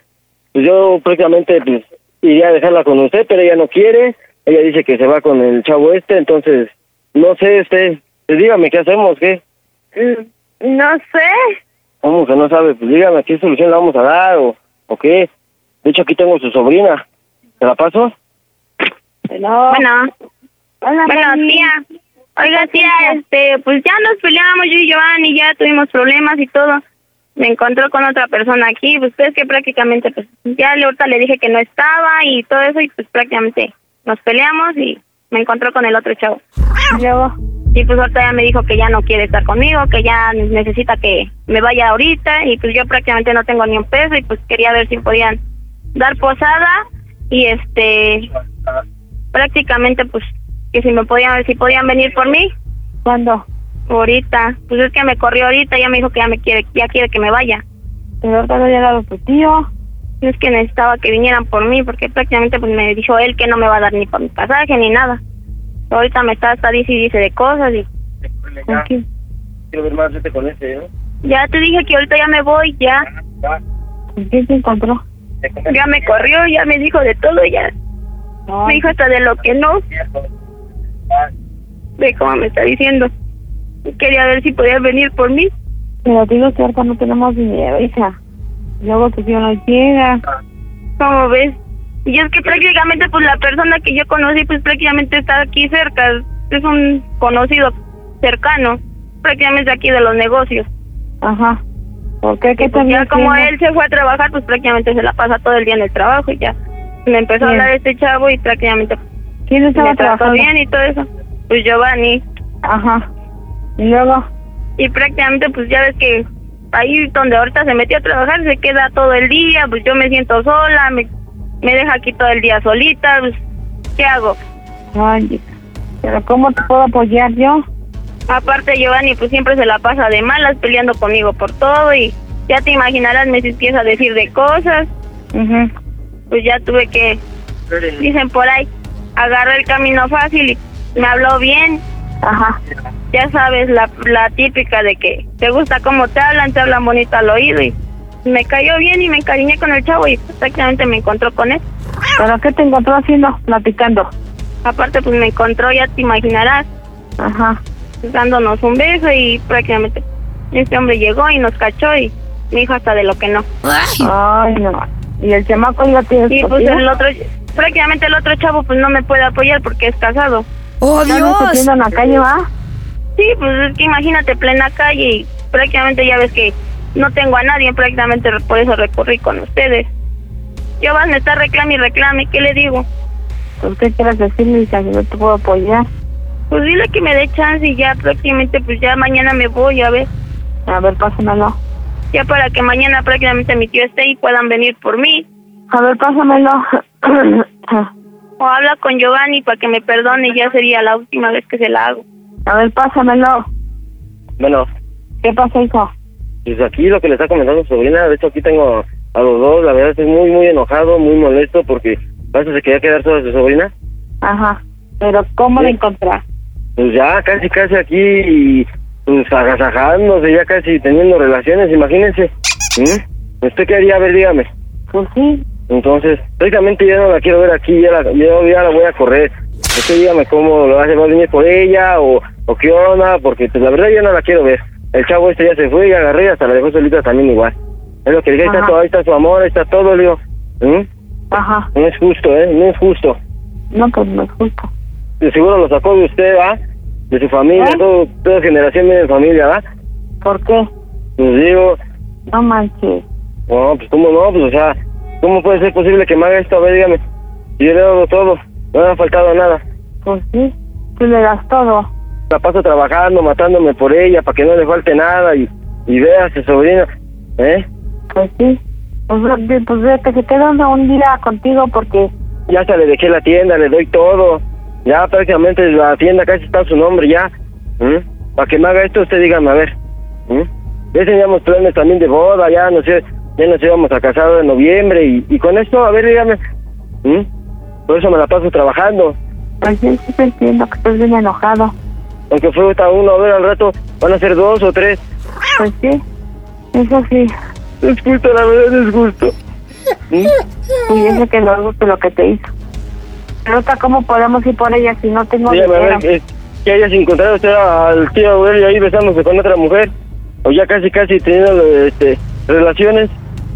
[SPEAKER 14] pues yo prácticamente pues, iría a dejarla con usted, pero ella no quiere, ella dice que se va con el chavo este, entonces no sé, este, pues dígame qué hacemos, qué,
[SPEAKER 13] Mm, No sé.
[SPEAKER 14] cómo que no sabe, pues dígame qué solución le vamos a dar o, o qué. De hecho aquí tengo su sobrina, ¿te la paso?
[SPEAKER 13] Bueno. bueno, tía. Oiga, tía, este, pues ya nos peleamos yo y Giovanni, ya tuvimos problemas y todo. Me encontró con otra persona aquí, pues es que prácticamente, pues ya le ahorita le dije que no estaba y todo eso y pues prácticamente nos peleamos y me encontró con el otro chavo. Y pues ahorita ya me dijo que ya no quiere estar conmigo, que ya necesita que me vaya ahorita y pues yo prácticamente no tengo ni un peso y pues quería ver si podían dar posada y este prácticamente pues que si me podían si podían venir por mí
[SPEAKER 7] ¿Cuándo?
[SPEAKER 13] ahorita pues es que me corrió ahorita ya me dijo que ya me quiere ya quiere que me vaya
[SPEAKER 7] Pero ahorita no ha llegado tu tío.
[SPEAKER 13] es que necesitaba que vinieran por mí porque prácticamente pues me dijo él que no me va a dar ni por mi pasaje ni nada ahorita me está hasta dice y dice de cosas y
[SPEAKER 14] ¿Con quién? Quiero ver más gente con este, ¿no?
[SPEAKER 13] ya te dije que ahorita ya me voy ya
[SPEAKER 7] ¿Con quién te encontró?
[SPEAKER 13] ya me corrió ya me dijo de todo ya
[SPEAKER 7] Ah.
[SPEAKER 13] me dijo hasta de lo que no de cómo me está diciendo quería ver si podías venir por mí
[SPEAKER 7] Pero te digo que ahorita no tenemos dinero, hija. Luego tu tío no llega.
[SPEAKER 13] ¿Cómo ves? Y es que prácticamente, pues la persona que yo conocí, pues prácticamente está aquí cerca. Es un conocido cercano, prácticamente aquí de los negocios.
[SPEAKER 7] Ajá. ¿Por qué? ¿Qué
[SPEAKER 13] Y, pues,
[SPEAKER 7] también
[SPEAKER 13] ya como
[SPEAKER 7] tiene?
[SPEAKER 13] él se fue a trabajar, pues prácticamente se la pasa todo el día en el trabajo y ya. Me empezó
[SPEAKER 7] Bien.
[SPEAKER 13] a hablar este chavo y prácticamente pues,
[SPEAKER 7] ¿Quién estaba
[SPEAKER 13] me trató
[SPEAKER 7] trabajando?
[SPEAKER 13] bien y todo eso. Pues Giovanni.
[SPEAKER 7] Ajá. Y luego,
[SPEAKER 13] Y prácticamente, pues ya ves que ahí donde ahorita se metió a trabajar, se queda todo el día, pues yo me siento sola, me, me deja aquí todo el día solita, pues ¿qué hago?
[SPEAKER 7] ay, hija. ¿Pero cómo te puedo apoyar yo?
[SPEAKER 13] Aparte Giovanni pues siempre se la pasa de malas peleando conmigo por todo y ya te imaginarás me empieza a decir de cosas,
[SPEAKER 7] Ujú.
[SPEAKER 13] pues ya tuve que, dicen por ahí, agarré el camino fácil y me habló bien.
[SPEAKER 7] Ajá.
[SPEAKER 13] Ya sabes, la, la típica de que te gusta cómo te hablan, te hablan bonito al oído y me cayó bien y me encariñé con el chavo y prácticamente me encontró con él.
[SPEAKER 7] ¿Pero qué te encontró haciendo? Platicando.
[SPEAKER 13] Aparte pues me encontró, ya te imaginarás,
[SPEAKER 7] Ajá.
[SPEAKER 13] dándonos un beso y prácticamente este hombre llegó y nos cachó y me dijo hasta de lo que no.
[SPEAKER 7] Ay, no. ¿Y el chamaco ya tiene
[SPEAKER 13] Y
[SPEAKER 7] tu
[SPEAKER 13] pues
[SPEAKER 7] tío?
[SPEAKER 13] el otro, prácticamente el otro chavo pues no me puede apoyar porque es casado.
[SPEAKER 7] ¡Oh, Tal vez Dios! te tienda en la calle, ¿va?
[SPEAKER 13] Sí, pues es que imagínate, plena calle y prácticamente ya ves que no tengo a nadie, prácticamente por eso recurrí con ustedes. Yo van a estar reclame y reclame, ¿qué le digo?
[SPEAKER 7] Pues, ¿Qué quieres decirme, hija? Que no te puedo apoyar.
[SPEAKER 13] Pues dile que me dé chance y ya prácticamente pues ya mañana me voy, a ver,
[SPEAKER 7] A ver, pásamelo.
[SPEAKER 13] ya para que mañana prácticamente mi tío esté y puedan venir por mí.
[SPEAKER 7] A ver, pásamelo. (coughs)
[SPEAKER 13] O habla con Giovanni para que me perdone, ya sería la última vez que se la hago.
[SPEAKER 7] A ver, pásamelo.
[SPEAKER 14] Bueno,
[SPEAKER 7] ¿Qué pasa, hijo?
[SPEAKER 14] pues aquí lo que le está comentando su sobrina, de hecho aquí tengo a los dos, la verdad estoy muy, muy enojado, muy molesto porque parece que se quería quedar sola su sobrina.
[SPEAKER 7] Ajá. Pero ¿cómo
[SPEAKER 14] Sí.
[SPEAKER 7] lo encontrar?
[SPEAKER 14] Pues ya casi, casi aquí, y, pues agasajándose, ya casi teniendo relaciones, imagínense. ¿Mm? ¿Usted qué haría? A ver, dígame.
[SPEAKER 7] Pues sí.
[SPEAKER 14] Entonces, prácticamente ya no la quiero ver aquí, ya la, yo ya la voy a correr. Usted dígame cómo lo hace, va a venir por ella o, o qué onda, porque pues la verdad ya no la quiero ver. El chavo este ya se fue y agarré y hasta la dejó solita también igual. Es lo que dije, ahí está,
[SPEAKER 7] Ajá.
[SPEAKER 14] todo, ahí está su amor, ahí está todo, le digo. ¿Mm?
[SPEAKER 7] Ajá.
[SPEAKER 14] No es justo, ¿eh? No es justo.
[SPEAKER 7] No, pues no es justo.
[SPEAKER 14] De seguro lo sacó de usted, ¿va? De su familia,
[SPEAKER 7] ¿Eh?
[SPEAKER 14] todo, toda generación viene de familia, ¿va?
[SPEAKER 7] ¿Por qué?
[SPEAKER 14] Pues digo,
[SPEAKER 7] No manches.
[SPEAKER 14] no, pues cómo no, pues o sea, ¿cómo puede ser posible que me haga esto? A ver, dígame. Yo le hago todo. No me ha faltado nada.
[SPEAKER 7] Pues sí, tú le das todo.
[SPEAKER 14] La paso trabajando, matándome por ella, para que no le falte nada y, y vea a su sobrina. ¿Eh?
[SPEAKER 7] Pues sí. Pues, ve- pues vete, que te dando un día contigo porque
[SPEAKER 14] Ya hasta le dejé la tienda, le doy todo. Ya prácticamente la tienda casi está a su nombre ya. ¿Mm? Para que me haga esto, usted dígame, a ver. ¿Mm? Ya teníamos planes también de boda, ya nos, sé, ya nos íbamos a casar ahora en noviembre y, y con esto, a ver, dígame. ¿Mm? Por eso me la paso trabajando.
[SPEAKER 7] pues sí, sí te entiendo que estás bien enojado.
[SPEAKER 14] Aunque fue hasta uno, a ver, al rato van a ser dos o tres.
[SPEAKER 7] Pues sí, eso sí.
[SPEAKER 14] Es justo, la verdad es justo.
[SPEAKER 7] Y eso que no gusta lo que te hizo. Pero ahorita, ¿cómo podemos ir por ella si no tengo
[SPEAKER 14] Dígame, a
[SPEAKER 7] dinero?
[SPEAKER 14] ver, eh, que hayas encontrado usted al tío Aurelio ahí besándose con otra mujer, o ya casi, casi teniendo este, relaciones.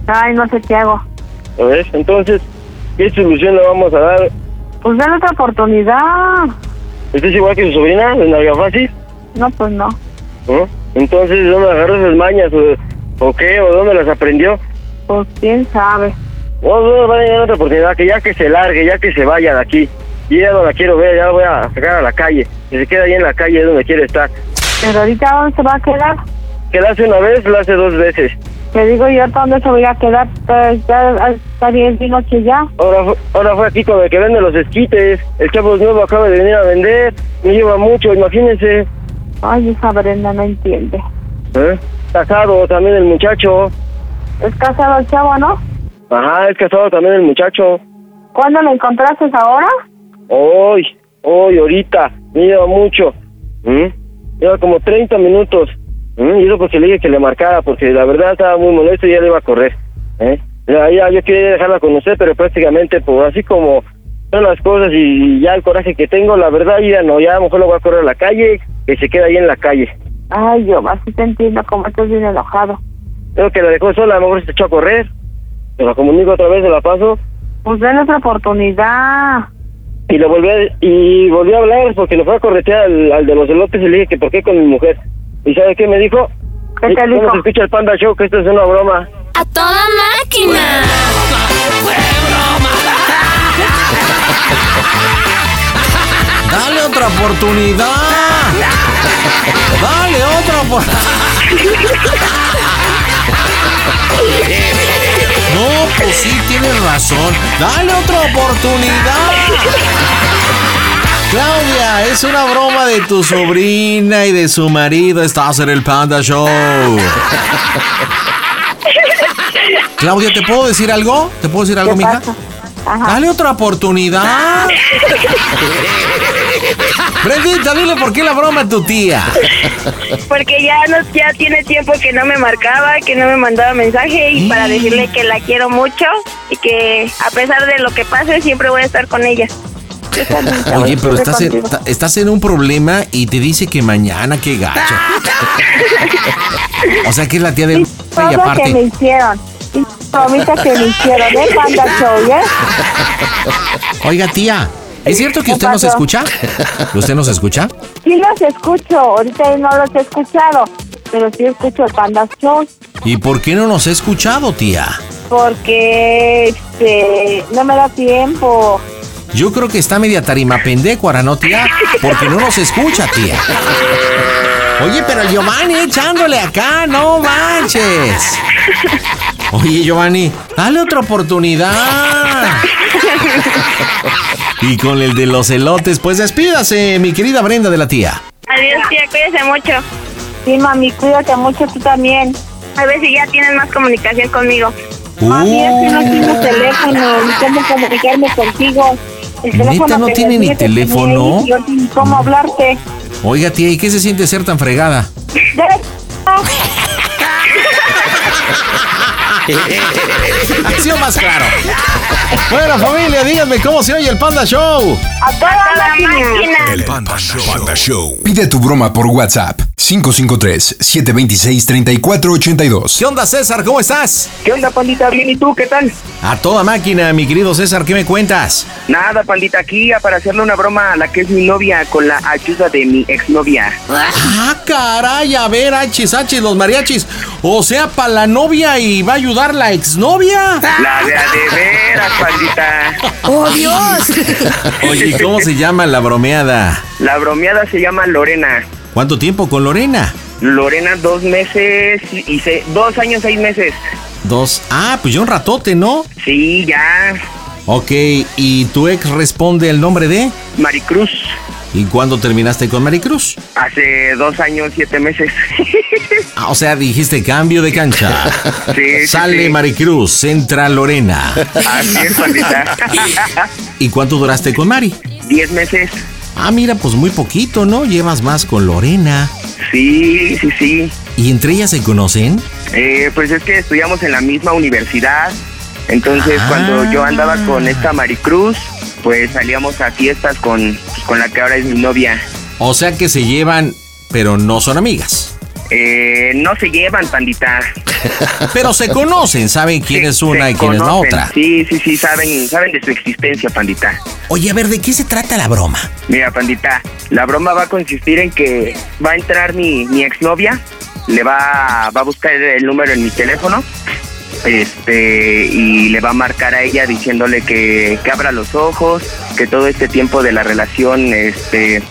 [SPEAKER 7] Ay, no sé qué hago.
[SPEAKER 14] A ver, entonces, ¿qué solución le vamos a dar?
[SPEAKER 7] Pues dale otra oportunidad.
[SPEAKER 14] ¿Usted es igual que su sobrina, de Navidad Fácil?
[SPEAKER 7] No, pues no.
[SPEAKER 14] ¿no? Entonces, ¿dónde agarró esas mañas? ¿O, o qué? ¿O dónde las aprendió?
[SPEAKER 7] Pues quién sabe.
[SPEAKER 14] No, no, va a llegar otra oportunidad, que ya que se largue, ya que se vaya de aquí. Y ya no la quiero ver, ya la voy a sacar a la calle. Si se queda ahí en la calle es donde quiere estar.
[SPEAKER 7] Pero ahorita, ¿dónde se va a quedar?
[SPEAKER 14] Que la hace una vez, la hace dos veces.
[SPEAKER 7] Te digo yo, ¿ahorita ¿dónde se va a ir a quedar? Pues ya ah, está bien, es noche ya.
[SPEAKER 14] Ahora, fu- ahora fue aquí con el que vende los esquites. El chavo es nuevo acaba de venir a vender. Me lleva mucho, imagínense.
[SPEAKER 7] Ay, esa Brenda no entiende.
[SPEAKER 14] ¿Eh? Casado también el muchacho.
[SPEAKER 7] Es casado el chavo, ¿no?
[SPEAKER 14] Ajá, es casado también el muchacho.
[SPEAKER 7] ¿Cuándo lo encontraste ahora?
[SPEAKER 14] Hoy, hoy, ahorita. Me lleva mucho. ¿Mm? Lleva como 30 minutos. ¿Mm? Y eso porque le dije que le marcara, porque la verdad estaba muy molesto y ya le iba a correr. ¿eh? Ya, ya, yo quería dejarla con usted, pero prácticamente, pues así como son las cosas y ya el coraje que tengo, la verdad, ya no, ya a lo mejor lo voy a correr a la calle, que se queda ahí en la calle.
[SPEAKER 7] Ay, yo, así te entiendo como estás bien enojado.
[SPEAKER 14] Creo que la dejó sola, a lo mejor se echó a correr. Se la comunico otra vez, se la paso
[SPEAKER 7] Pues dale otra oportunidad.
[SPEAKER 14] y le volví a, y volví a hablar porque lo fue a corretear al, al de los elotes y le dije que por qué con mi mujer. ¿Y sabes qué me dijo?
[SPEAKER 7] ¿Qué te
[SPEAKER 14] ¿Cómo
[SPEAKER 7] dijo?
[SPEAKER 14] se escucha el Panda Show que esto es una broma.
[SPEAKER 11] ¡A toda máquina!
[SPEAKER 2] Dale otra oportunidad. Dale otra oportunidad. No, pues sí, tienes razón. Dale otra oportunidad. Claudia, es una broma de tu sobrina y de su marido. Estás en el Panda Show. Claudia, ¿te puedo decir algo? ¿Te puedo decir algo, mija? Dale otra oportunidad. Brendita, dile por qué la broma a tu tía.
[SPEAKER 3] Porque ya no, ya tiene tiempo que no me marcaba, que no me mandaba mensaje y
[SPEAKER 2] Mm.
[SPEAKER 3] para decirle que la quiero mucho y que a pesar de lo que pase siempre voy a estar con ella.
[SPEAKER 2] Oye, pero estás en, ta- estás en un problema y te dice que mañana, qué gacho. O sea, que es la tía del... Y
[SPEAKER 7] Cosa que me
[SPEAKER 2] aparte...
[SPEAKER 7] hicieron. Y promita que me hicieron, ¿eh? Panda Show, ¿eh?
[SPEAKER 2] Oiga, tía, ¿es cierto que usted nos
[SPEAKER 7] pasó?
[SPEAKER 2] escucha? ¿Usted nos escucha?
[SPEAKER 7] Sí los escucho, ahorita no los he escuchado, pero sí escucho el Panda Show
[SPEAKER 2] ¿Y por qué no nos ha escuchado, tía?
[SPEAKER 7] porque este, no me da tiempo.
[SPEAKER 2] Yo creo que está media tarima pendecuara, ¿no, tía? Porque no nos escucha, tía. Oye, pero el Giovanni echándole acá, no manches. Oye, Giovanni, dale otra oportunidad. Y con el de los elotes, pues despídase, mi querida Brenda de la tía.
[SPEAKER 3] Adiós tía, cuídese mucho.
[SPEAKER 7] Sí, mami, cuídate mucho tú también.
[SPEAKER 3] A ver si ya tienen más comunicación conmigo.
[SPEAKER 7] Mami, es que no tengo
[SPEAKER 3] Uh.
[SPEAKER 7] teléfono, ni cómo comunicarme contigo. El teléfono
[SPEAKER 2] ¿Neta no
[SPEAKER 7] que
[SPEAKER 2] tiene ni
[SPEAKER 7] decía que tenía
[SPEAKER 2] teléfono?
[SPEAKER 7] ahí, yo ni cómo hablarte.
[SPEAKER 2] Oiga, tía, ¿y qué se siente ser tan fregada? Ha sido más claro. Bueno, familia, díganme cómo se oye el Panda Show.
[SPEAKER 7] A toda
[SPEAKER 3] máquina.
[SPEAKER 18] El Panda Show.
[SPEAKER 10] Pide tu broma por WhatsApp 553-726-3482.
[SPEAKER 2] ¿Qué onda, César? ¿Cómo estás?
[SPEAKER 17] ¿Qué onda, pandita? Bien, ¿y tú? ¿Qué tal?
[SPEAKER 2] A toda máquina, mi querido César, ¿qué me cuentas?
[SPEAKER 17] Nada, pandita, aquí para hacerle una broma a la que es mi novia con la ayuda de mi exnovia.
[SPEAKER 2] Ah, caray, a ver, hachis, hachis, los mariachis. O sea, para la novia y va a ayudar la exnovia.
[SPEAKER 17] La de a de veras, pandita.
[SPEAKER 1] ¡Oh, Dios!
[SPEAKER 2] Oye, ¿y ¿cómo se llama la bromeada?
[SPEAKER 17] La bromeada se llama Lorena.
[SPEAKER 2] ¿Cuánto tiempo con Lorena?
[SPEAKER 17] Lorena, dos meses y se- dos años, seis meses.
[SPEAKER 2] Dos. Ah, pues ya un ratote, ¿no?
[SPEAKER 17] Sí, ya.
[SPEAKER 2] Ok, ¿y tu ex responde el nombre de?
[SPEAKER 17] Maricruz.
[SPEAKER 2] ¿Y cuándo terminaste con Maricruz?
[SPEAKER 17] Hace dos años, siete meses.
[SPEAKER 2] Ah, o sea, dijiste cambio de cancha.
[SPEAKER 17] Sí, sí,
[SPEAKER 2] Sale
[SPEAKER 17] sí.
[SPEAKER 2] Maricruz, entra Lorena.
[SPEAKER 17] Así
[SPEAKER 1] (laughs)
[SPEAKER 17] es, pandita.
[SPEAKER 2] ¿Y cuánto duraste con Mari?
[SPEAKER 17] Diez meses.
[SPEAKER 2] Ah, mira, pues muy poquito, ¿no? Llevas más con Lorena.
[SPEAKER 17] Sí, sí, sí.
[SPEAKER 2] ¿Y entre ellas se conocen?
[SPEAKER 17] Eh, pues es que estudiamos en la misma universidad. Entonces,
[SPEAKER 2] Ah.
[SPEAKER 17] cuando yo andaba con esta Maricruz, pues salíamos a fiestas con, pues, con la que ahora es mi novia.
[SPEAKER 2] O sea que se llevan, pero no son
[SPEAKER 17] (laughs)
[SPEAKER 2] amigas.
[SPEAKER 17] Eh, no se llevan, pandita.
[SPEAKER 2] Pero se conocen, saben quién es una y quién es la
[SPEAKER 17] Conocen.
[SPEAKER 2] otra.
[SPEAKER 17] Sí, sí, sí, saben, saben de su existencia, pandita.
[SPEAKER 19] Oye, a ver, ¿de qué se trata la broma?
[SPEAKER 17] Mira, pandita, la broma va a consistir en que va a entrar mi, mi exnovia, le va, a- va a buscar el número en mi teléfono este y le va a marcar a ella diciéndole que, que abra los ojos, que todo este tiempo de la relación este,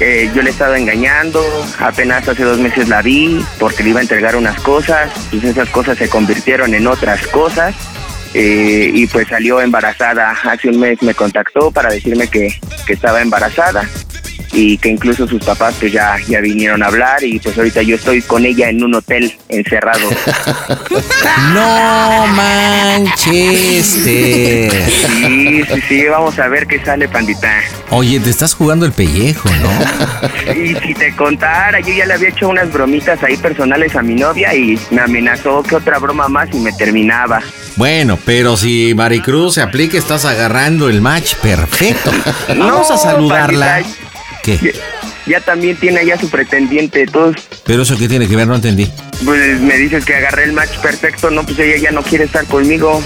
[SPEAKER 17] eh, yo le he estado engañando, apenas hace dos meses la vi porque le iba a entregar unas cosas, pues esas cosas se convirtieron en otras cosas. eh, y pues salió embarazada. Hace un mes me contactó para decirme que, que estaba embarazada y que incluso sus papás pues ya, ya vinieron a hablar y pues ahorita yo estoy con ella en un hotel encerrado.
[SPEAKER 2] No manches. te.
[SPEAKER 17] Sí, sí, sí, vamos a ver qué sale, pandita.
[SPEAKER 2] Oye, te estás jugando el pellejo, ¿no?
[SPEAKER 17] Y si te contara, yo ya le había hecho unas bromitas ahí personales a mi novia y me amenazó que otra broma más y me terminaba.
[SPEAKER 2] Bueno, pero si Maricruz se aplica, estás agarrando el match perfecto. Vamos
[SPEAKER 17] No,
[SPEAKER 2] a saludarla.
[SPEAKER 17] pandita,
[SPEAKER 2] ¿Qué?
[SPEAKER 17] Ya también tiene ya su pretendiente, todos
[SPEAKER 2] Pero eso qué tiene que ver, no entendí.
[SPEAKER 17] pues me dices que agarré el match perfecto, no, pues ella ya no quiere estar conmigo.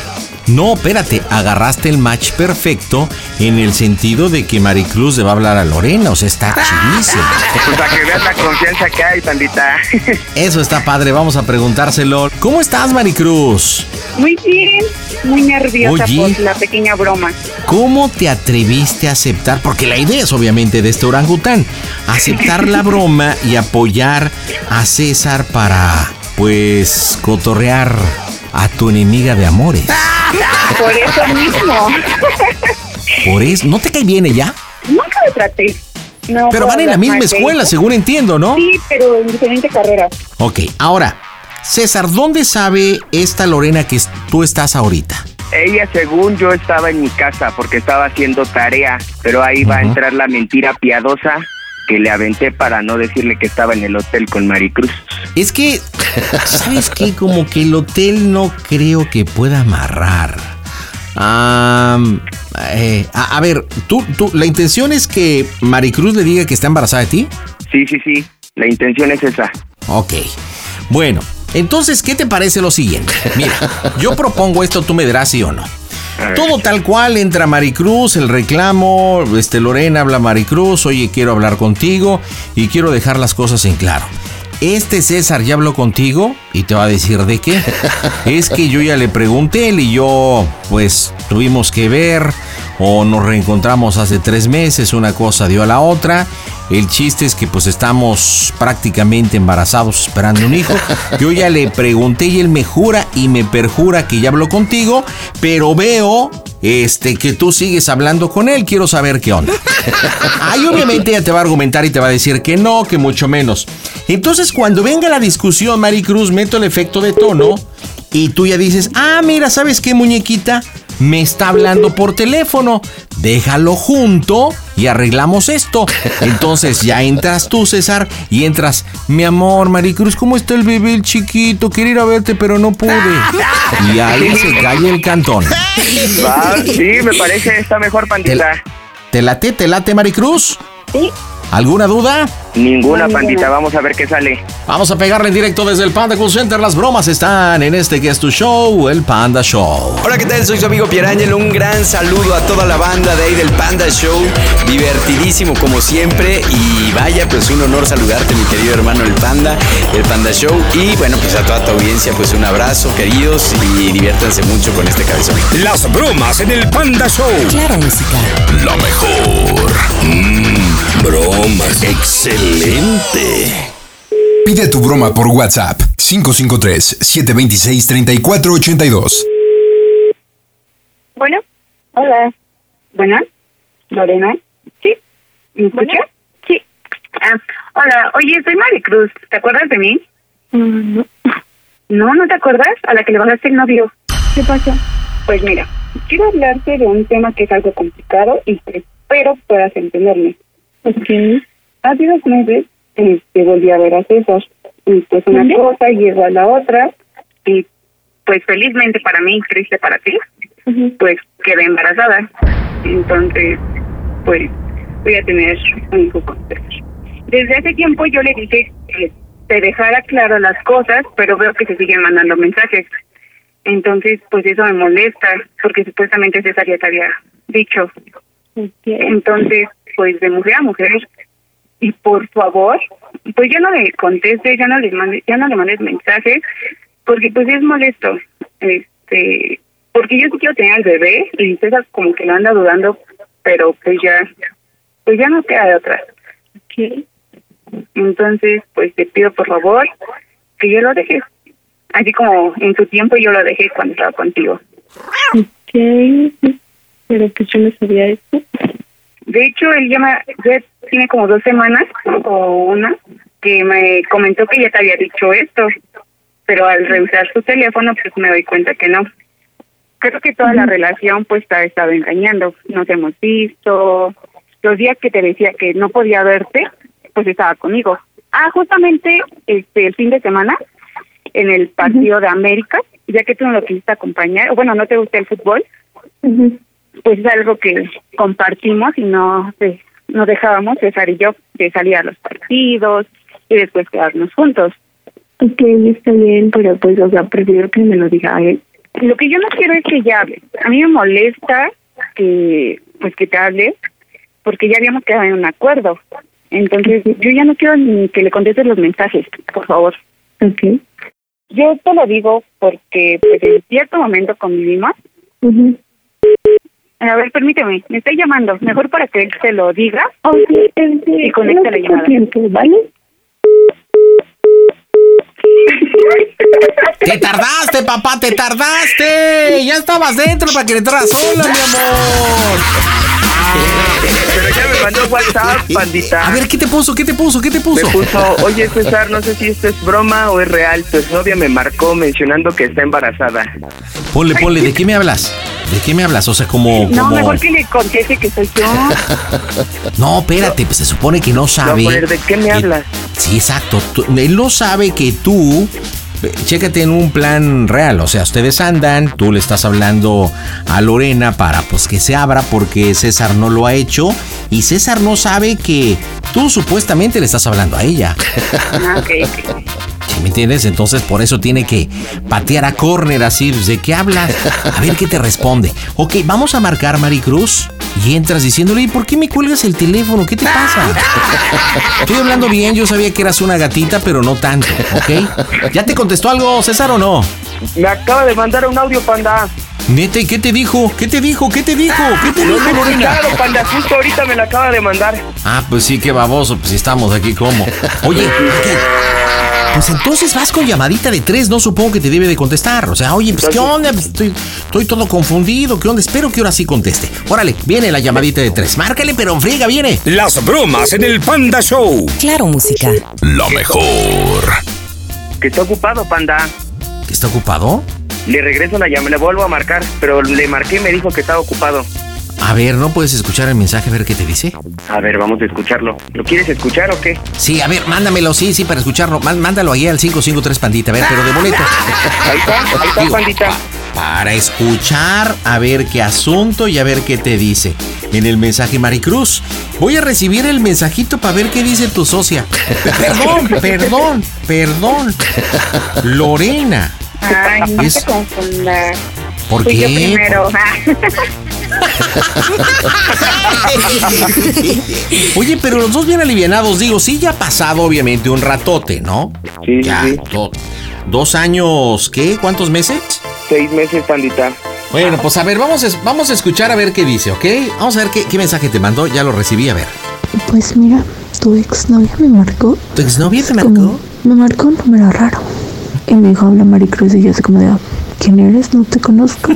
[SPEAKER 2] No, espérate, agarraste el match perfecto en el sentido de que Maricruz le va a hablar a Lorena, o sea, está chidísimo.
[SPEAKER 17] Pues para que veas la confianza que hay, pandita.
[SPEAKER 2] Eso está padre, vamos a preguntárselo. ¿Cómo estás, Maricruz?
[SPEAKER 20] Muy bien, muy nerviosa
[SPEAKER 2] Oye.
[SPEAKER 20] por la pequeña broma.
[SPEAKER 2] ¿Cómo te atreviste a aceptar? Porque la idea es obviamente de este orangután, aceptar la broma y apoyar a César para, pues, cotorrear a tu enemiga de amores.
[SPEAKER 20] Por eso mismo.
[SPEAKER 2] Por eso, ¿no te cae bien ella?
[SPEAKER 20] Nunca lo traté. No
[SPEAKER 2] Pero
[SPEAKER 20] puedo
[SPEAKER 2] van en la
[SPEAKER 20] hablar
[SPEAKER 2] misma
[SPEAKER 20] mal de
[SPEAKER 2] escuela,
[SPEAKER 20] eso.
[SPEAKER 2] según entiendo, ¿no?
[SPEAKER 20] Sí, pero en diferente carrera.
[SPEAKER 2] Ok, ahora, César, ¿dónde sabe esta Lorena que es- tú estás ahorita?
[SPEAKER 17] Ella, según yo, estaba en mi casa porque estaba haciendo tarea, pero ahí va a entrar la mentira piadosa que le aventé para no decirle que estaba en el hotel con Maricruz.
[SPEAKER 2] Es que, ¿sabes qué? Como que el hotel no creo que pueda amarrar. Am, eh, a, a ver, tú, tú, la intención es que Maricruz le diga que está embarazada de ti.
[SPEAKER 17] Sí, sí, sí, la intención es esa.
[SPEAKER 2] Ok. Bueno, entonces, ¿qué te parece lo siguiente? Mira, yo propongo esto, tú me dirás sí o no. Todo tal cual, entra Maricruz, el reclamo, este Lorena habla a Maricruz, oye, quiero hablar contigo y quiero dejar las cosas en claro. Este César ya habló contigo y te va a decir de qué. Es que yo ya le pregunté, él y yo, pues, tuvimos que ver o nos reencontramos hace tres meses, una cosa dio a la otra. El chiste es que pues estamos prácticamente embarazados esperando un hijo. Yo ya le pregunté y él me jura y me perjura que ya habló contigo, pero veo este que tú sigues hablando con él, quiero saber qué onda. Ahí obviamente ella te va a argumentar y te va a decir que no, que mucho menos. Entonces cuando venga la discusión, Maricruz, meto el efecto de tono y tú ya dices, ah, mira, ¿sabes qué, muñequita? Me está hablando por teléfono. Déjalo junto y arreglamos esto. Entonces ya entras tú, César, y entras, mi amor, Maricruz, ¿cómo está el bebé, el chiquito? Quería ir a verte, pero no pude. Y ahí se calla el cantón.
[SPEAKER 17] Ah, Va, sí, me parece, está mejor, pandita.
[SPEAKER 2] ¿Te late, te late, Maricruz?
[SPEAKER 20] Sí,
[SPEAKER 2] ¿Alguna duda?
[SPEAKER 17] Ninguna, pandita. Vamos a ver qué sale.
[SPEAKER 2] Vamos a pegarle en directo desde el Panda Cool Center. Las bromas están en este que es tu show, el Panda Show.
[SPEAKER 4] Hola, ¿qué tal? Soy su amigo Pierángel. Un gran saludo a toda la banda de ahí del Panda Show. Divertidísimo como siempre. Y vaya, pues un honor saludarte, mi querido hermano el Panda, el Panda Show. Y bueno, pues a toda tu audiencia, pues un abrazo, queridos. Y diviértanse mucho con este cabezón.
[SPEAKER 21] Las bromas en el Panda Show.
[SPEAKER 22] Claro, música.
[SPEAKER 5] La mejor. Mm, bromas. Excelente.
[SPEAKER 23] Pide tu broma por WhatsApp 553-726-3482.
[SPEAKER 7] Bueno, hola. ¿Buena? ¿Lorena? Sí. ¿Me escuchas? Sí. Ah, hola, oye, soy Maricruz. ¿Te acuerdas de mí? Mm,
[SPEAKER 3] No.
[SPEAKER 7] No, ¿no te acuerdas? A la que le bajaste el novio. ¿Qué pasó? Pues mira, quiero hablarte de un tema que es algo complicado y que espero puedas entenderme.
[SPEAKER 3] Ok.
[SPEAKER 7] Hace dos meses este, volví a ver a César. Y pues una
[SPEAKER 3] Ujú.
[SPEAKER 7] cosa llegó a la otra. Y pues felizmente para mí, triste para ti, pues quedé embarazada. Entonces, pues voy a tener un hijo con César. Desde hace tiempo yo le dije que te dejara claro las cosas, pero veo que se siguen mandando mensajes. Entonces, pues eso me molesta, porque supuestamente César ya te había dicho. Entonces, pues de mujer a mujer, y por favor, pues ya no le conteste, ya no le mande, ya no le mandes mensajes, porque pues es molesto, este, porque yo sí quiero tener al bebé, y César como que lo anda dudando, pero pues ya, pues ya no queda de otra. Entonces, pues te pido por favor que yo lo deje, así como en su tiempo yo lo dejé cuando estaba contigo.
[SPEAKER 3] Ok. Pero pues yo no sabía esto.
[SPEAKER 7] De hecho, él ya, me- ya tiene como dos semanas o una que me comentó que ya te había dicho esto, pero al revisar su teléfono pues me doy cuenta que no. Creo que toda la relación pues te ha estado engañando, nos hemos visto, los días que te decía que no podía verte, pues estaba conmigo. Ah, justamente este el fin de semana en el partido de América, ya que tú no lo quisiste acompañar, o bueno, no te gusta el fútbol, pues es algo que compartimos y no pues, no dejábamos César y yo de salir a los partidos y después quedarnos juntos.
[SPEAKER 3] Ok, está bien, pero pues, o sea, prefiero que me lo diga a él.
[SPEAKER 7] Lo que yo no quiero es que ya hable. A mí me molesta que pues que te hable porque ya habíamos quedado en un acuerdo. Entonces, yo ya no quiero ni que le contestes los mensajes, por favor.
[SPEAKER 3] Ok.
[SPEAKER 7] Yo esto lo digo porque pues, en cierto momento convivimos.
[SPEAKER 3] Ujú.
[SPEAKER 7] A ver, permíteme, me está llamando. Mejor para que él se lo diga
[SPEAKER 3] Ok, este,
[SPEAKER 7] y conecta la
[SPEAKER 3] no tengo
[SPEAKER 7] llamada.
[SPEAKER 3] tiempo, ¿vale?
[SPEAKER 2] ¡Te tardaste, papá! ¡Te tardaste! ¡Ya estabas dentro para que le entraras sola, mi amor!
[SPEAKER 17] Pero ya me mandó WhatsApp, pandita.
[SPEAKER 2] A ver, ¿qué te puso? ¿Qué te puso? ¿Qué te puso?
[SPEAKER 17] Me puso,
[SPEAKER 2] (laughs)
[SPEAKER 17] oye César, no sé si esto es broma o es real. Tu novia me marcó mencionando que está embarazada.
[SPEAKER 2] Ponle, ponle, ¿de qué me hablas? ¿De qué me hablas? O sea, como...
[SPEAKER 7] No,
[SPEAKER 2] como-
[SPEAKER 7] mejor que le conteste que soy yo.
[SPEAKER 20] Ah,
[SPEAKER 2] (laughs) No, espérate, pues se supone que no sabe.
[SPEAKER 17] poner, pues, ¿de qué me
[SPEAKER 2] que-
[SPEAKER 17] hablas?
[SPEAKER 2] Sí, exacto. Tú- él no sabe que tú. eh, Chécate en un plan real, o sea, ustedes andan, tú le estás hablando a Lorena para pues que se abra porque César no lo ha hecho y César no sabe que tú supuestamente le estás hablando a
[SPEAKER 17] (laughs)
[SPEAKER 2] ella.
[SPEAKER 7] Ah, ok, ok.
[SPEAKER 2] ¿Sí ¿Me entiendes? Entonces por eso tiene que patear a córner así. pues, ¿De qué hablas? A ver qué te responde. Ok, vamos a marcar Maricruz y entras diciéndole, ¿y por qué me cuelgas el teléfono? ¿Qué te pasa? Estoy hablando bien, yo sabía que eras una gatita, pero no tanto, ¿ok? ¿Ya te contestó algo, César, o no?
[SPEAKER 17] Me acaba de mandar un audio, panda.
[SPEAKER 2] Neta, ¿y qué te dijo? ¿Qué te dijo? ¿Qué te dijo? ¿Qué te dijo, Lorena?
[SPEAKER 17] Claro, panda, justo ahorita me la acaba de mandar.
[SPEAKER 2] Ah, pues sí, qué baboso, pues si estamos aquí, ¿cómo? Oye, ok, pues entonces vas con llamadita de tres, no supongo que te debe de contestar. O sea, oye, pues ¿qué onda? Pues, estoy, estoy todo confundido, ¿qué onda? Espero que ahora sí conteste. Órale, viene la llamadita de tres, márcale, pero friega, viene.
[SPEAKER 21] Las bromas en el Panda Show.
[SPEAKER 22] Claro, música.
[SPEAKER 5] La mejor.
[SPEAKER 17] Que está ocupado, panda.
[SPEAKER 2] ¿Que ¿Está ocupado?
[SPEAKER 17] Le regreso la llamada, le vuelvo a marcar, pero le marqué y me dijo que estaba ocupado.
[SPEAKER 2] A ver, ¿no puedes escuchar el mensaje, a ver qué te dice?
[SPEAKER 17] A ver, vamos a escucharlo. ¿Lo quieres escuchar o qué?
[SPEAKER 2] Sí, a ver, mándamelo, sí, sí, para escucharlo. Má- Mándalo ahí al 553 Pandita, a ver, pero de boleto.
[SPEAKER 17] (laughs) Ahí está, ahí está,
[SPEAKER 2] Digo,
[SPEAKER 17] pandita.
[SPEAKER 2] pa- para escuchar, a ver qué asunto y a ver qué te dice. En el mensaje Maricruz, voy a recibir el mensajito para ver qué dice tu
[SPEAKER 17] (laughs)
[SPEAKER 2] socia. Perdón, perdón, perdón.
[SPEAKER 17] (laughs)
[SPEAKER 2] Lorena.
[SPEAKER 20] Ay, no
[SPEAKER 2] Es-
[SPEAKER 20] te confundas.
[SPEAKER 2] ¿Por
[SPEAKER 20] Fui yo
[SPEAKER 2] qué?
[SPEAKER 20] primero.
[SPEAKER 7] Ah.
[SPEAKER 2] Oye, pero los dos bien alivianados, digo, sí ya ha pasado obviamente un ratote, ¿no? Sí, dos años, ¿qué? ¿Cuántos meses?
[SPEAKER 17] Seis meses, pandita.
[SPEAKER 2] Bueno, pues a ver, vamos a, es- vamos a escuchar a ver qué dice, ¿ok? Vamos a ver qué, qué mensaje te mandó, ya lo recibí, a ver.
[SPEAKER 24] (laughs) Pues mira, tu exnovia me marcó.
[SPEAKER 2] ¿Tu exnovia te marcó?
[SPEAKER 24] Como- me marcó un número raro. Y me dijo, habla Maricruz. Y yo así como de, "Ah, ¿quién eres? No te
[SPEAKER 2] (laughs)
[SPEAKER 24] conozco.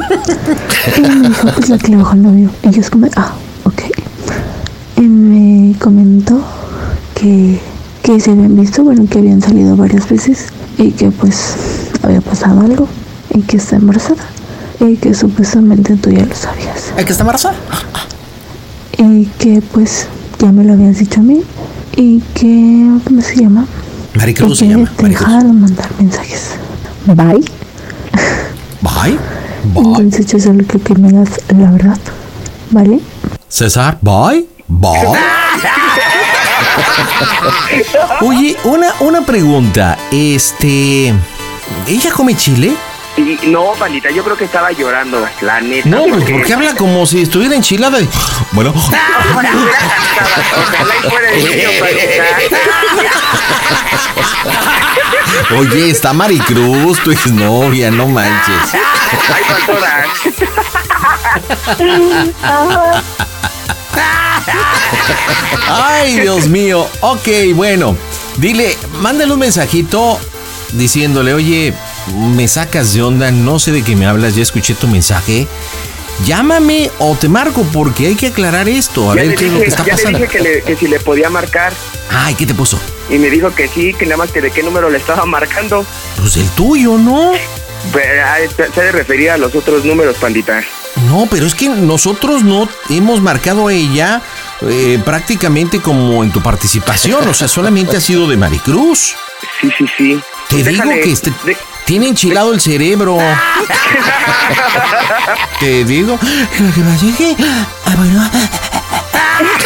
[SPEAKER 24] y me dijo, pues la que le bajó el novio. Y yo así como, de, ah, ok. Y me comentó que, que se habían visto, bueno, que habían salido varias veces. Y que pues había pasado algo. Y que está embarazada. Y que supuestamente tú ya lo sabías.
[SPEAKER 2] ¿El que está embarazada?
[SPEAKER 24] Y que pues ya me lo habías dicho a mí. Y que, ¿cómo se llama?
[SPEAKER 2] Maricruz
[SPEAKER 24] Y
[SPEAKER 2] se
[SPEAKER 24] que
[SPEAKER 2] llama,
[SPEAKER 24] Dejaron mandar mensajes. Bye.
[SPEAKER 2] Bye.
[SPEAKER 24] (laughs) Entonces yo solo creo que me digas la verdad. ¿Vale?
[SPEAKER 2] César, bye. Bye. Oye, una, una pregunta. Este. ¿Ella come chile?
[SPEAKER 17] Y no, pandita, yo creo que estaba llorando, la neta.
[SPEAKER 2] No, pues porque habla como si estuviera enchilada. y- Bueno. Oye, está Maricruz, tu exnovia, no manches.
[SPEAKER 17] Ay, pastora.
[SPEAKER 2] Ay, Dios mío. Ok, bueno. Dile, mándale un mensajito diciéndole, oye, me sacas de onda, no sé de qué me hablas, ya escuché tu mensaje. Llámame o te marco porque hay que aclarar esto, a
[SPEAKER 17] Ya
[SPEAKER 2] ver
[SPEAKER 17] le
[SPEAKER 2] qué es lo
[SPEAKER 17] dije-
[SPEAKER 2] que está
[SPEAKER 17] ya
[SPEAKER 2] pasando.
[SPEAKER 17] le dije que, le- que si le podía marcar
[SPEAKER 2] Ay, ¿qué te puso?
[SPEAKER 17] y me dijo que sí, que nada más que de qué número le estaba marcando.
[SPEAKER 2] Pues el tuyo, ¿no?
[SPEAKER 17] Pero, ah, se se ha de referir a los otros números, pandita.
[SPEAKER 2] No, pero es que nosotros no hemos marcado a ella eh, prácticamente como en tu participación, o sea, solamente ha sido de Maricruz.
[SPEAKER 17] Sí, sí, sí. Pues
[SPEAKER 2] Te
[SPEAKER 17] Déjale,
[SPEAKER 2] digo que este- tiene enchilado el
[SPEAKER 17] (laughs)
[SPEAKER 2] cerebro. Te digo. Lo que pasa es que. ah, bueno,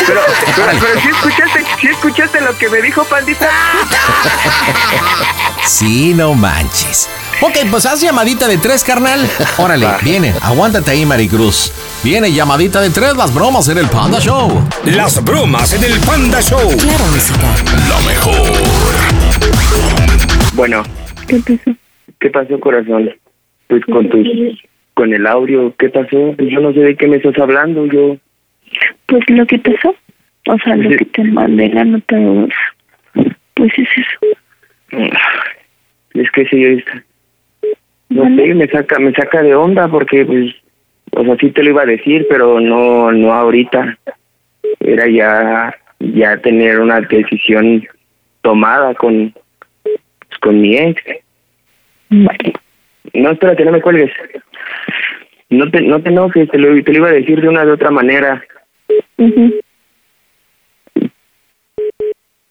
[SPEAKER 17] Pero, pero, pero sí escuchaste, sí escuchaste lo que me dijo, pandita.
[SPEAKER 2] Sí, no manches. Ok, pues haz llamadita de tres, carnal. Órale, viene, aguántate ahí, Maricruz. Viene llamadita de tres, las bromas en el Panda Show.
[SPEAKER 5] Las bromas en el Panda Show. Claro, música. Lo mejor.
[SPEAKER 17] Bueno. ¿Qué pasó? ¿Qué pasó, corazón? Pues con tus, con el audio, ¿qué pasó? Pues yo no sé de qué me estás hablando, yo.
[SPEAKER 7] (laughs) Pues lo que pasó, o sea, lo que te mandé en la nota de voz, pues es eso.
[SPEAKER 17] mm, Es que señorita, no sé, me saca, me saca de onda porque, pues, o sea, sí te lo iba a decir, pero no, no ahorita. Era ya, ya tener una decisión tomada con, pues, con mi ex. No, espérate, no me cuelgues. No te, no te enojes, te lo, te lo iba a decir de una de otra manera.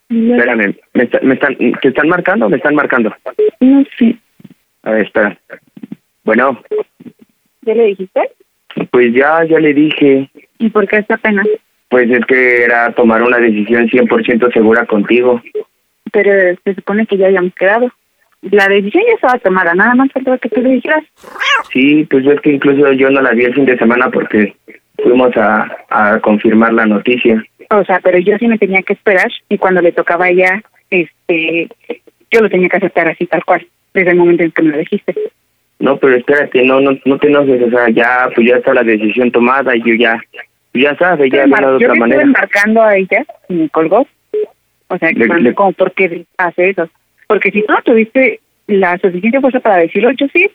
[SPEAKER 17] Espérame, me, está- me están, ¿te están marcando o me están marcando?
[SPEAKER 7] No sé,
[SPEAKER 17] A ver, espera. Bueno,
[SPEAKER 20] ¿Ya le dijiste?
[SPEAKER 17] pues ya, ya le dije,
[SPEAKER 20] ¿Y por qué esta pena?
[SPEAKER 17] pues es que era tomar una decisión 100% segura contigo.
[SPEAKER 20] Pero se supone que ya habíamos quedado. La decisión ya estaba tomada, nada más faltaba que tú le dijeras.
[SPEAKER 17] Sí, pues es que incluso yo no la vi el fin de semana porque fuimos a, a confirmar la noticia.
[SPEAKER 20] O sea, pero yo sí me tenía que esperar y cuando le tocaba ya, este, yo lo tenía que aceptar así tal cual, desde el momento en que me lo dijiste.
[SPEAKER 17] No, pero espérate, no, no, no te enojes, o sea, ya, pues ya está la decisión tomada y yo ya, pues ya sabes, ya de una de
[SPEAKER 20] yo
[SPEAKER 17] otra
[SPEAKER 20] le estuve
[SPEAKER 17] manera.
[SPEAKER 20] marcando a ella y me colgó. O sea,
[SPEAKER 17] Le-
[SPEAKER 20] cuando-
[SPEAKER 17] le-
[SPEAKER 20] como, ¿por qué hace eso? Porque si tú no tuviste la suficiente fuerza para decirlo, yo sí,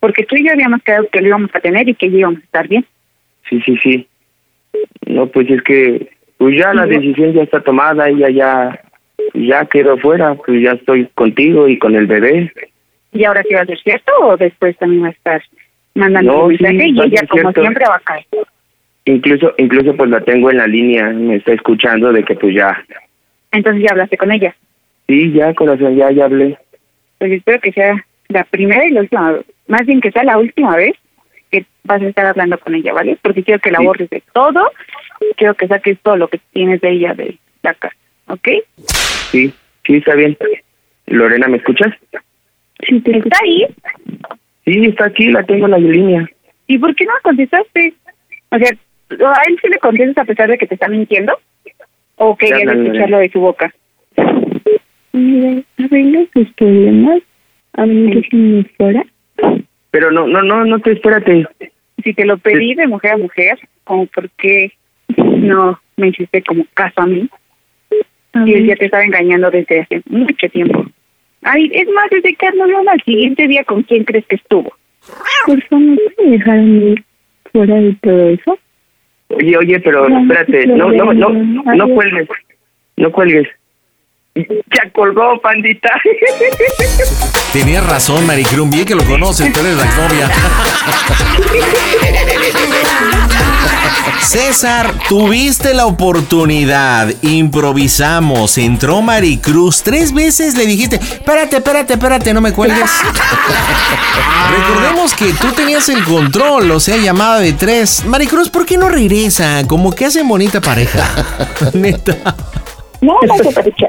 [SPEAKER 20] porque tú y yo habíamos quedado que lo íbamos a tener y que ya íbamos a estar bien.
[SPEAKER 17] Sí, sí, sí. No, pues es que, pues ya la decisión ya está tomada, ella ya, ya quedó fuera, pues ya estoy contigo y con el bebé.
[SPEAKER 20] ¿Y ahora sí va a ser cierto o después también va a estar mandando
[SPEAKER 17] No,
[SPEAKER 20] un
[SPEAKER 17] sí,
[SPEAKER 20] mensaje y
[SPEAKER 17] va a
[SPEAKER 20] ella,
[SPEAKER 17] ser
[SPEAKER 20] como
[SPEAKER 17] cierto.
[SPEAKER 20] siempre, va a caer?
[SPEAKER 17] Incluso, incluso pues la tengo en la línea, me está escuchando de que pues ya,
[SPEAKER 20] Entonces ya hablaste con ella.
[SPEAKER 17] sí, ya corazón, ya, ya hablé.
[SPEAKER 20] Pues espero que sea la primera y la última, más bien que sea la última vez que vas a estar hablando con ella, ¿vale? Porque quiero que la borres de todo, y quiero que saques todo lo que tienes de ella de la casa, ¿ok?
[SPEAKER 17] Sí, sí, está bien. Lorena, ¿me escuchas?
[SPEAKER 20] Sí, ¿Está ahí?
[SPEAKER 17] Sí, está aquí, la tengo en la línea.
[SPEAKER 20] ¿Y por qué no contestaste? O sea, ¿a él sí le contestas a pesar de que te está mintiendo? ¿O
[SPEAKER 17] Ya,
[SPEAKER 20] querías
[SPEAKER 17] no, no, no.
[SPEAKER 20] escucharlo de su boca?
[SPEAKER 24] Mira, arregla sus problemas, a menos que me fuera.
[SPEAKER 17] Pero no, no, no, no te espérate.
[SPEAKER 20] Si te lo pedí de mujer a mujer, como por qué no me hiciste como caso a mí. Y él ya te estaba engañando desde hace mucho tiempo. Ay, es más, desde que no hablaba al siguiente día con quién crees que estuvo.
[SPEAKER 24] Por favor, ¿me Pues, dejaron ir fuera de todo eso?
[SPEAKER 17] Oye, oye, pero espérate, no, no, no, no, no cuelgues, no cuelgues. Ya colgó, pandita. (laughs)
[SPEAKER 2] Tenías razón, Maricrún, bien que lo conoces, tú eres la
[SPEAKER 20] (laughs)
[SPEAKER 2] novia. César, tuviste la oportunidad, improvisamos, entró Maricruz, tres veces le dijiste, espérate, espérate, espérate, no me
[SPEAKER 20] (laughs)
[SPEAKER 14] Pues
[SPEAKER 2] cuelgues. Recordemos que tú tenías el control, o sea, llamada de tres. Maricruz, ¿por qué no regresa? Como que hacen
[SPEAKER 20] (laughs)
[SPEAKER 2] bonita pareja. Neta.
[SPEAKER 20] No, no te pareció.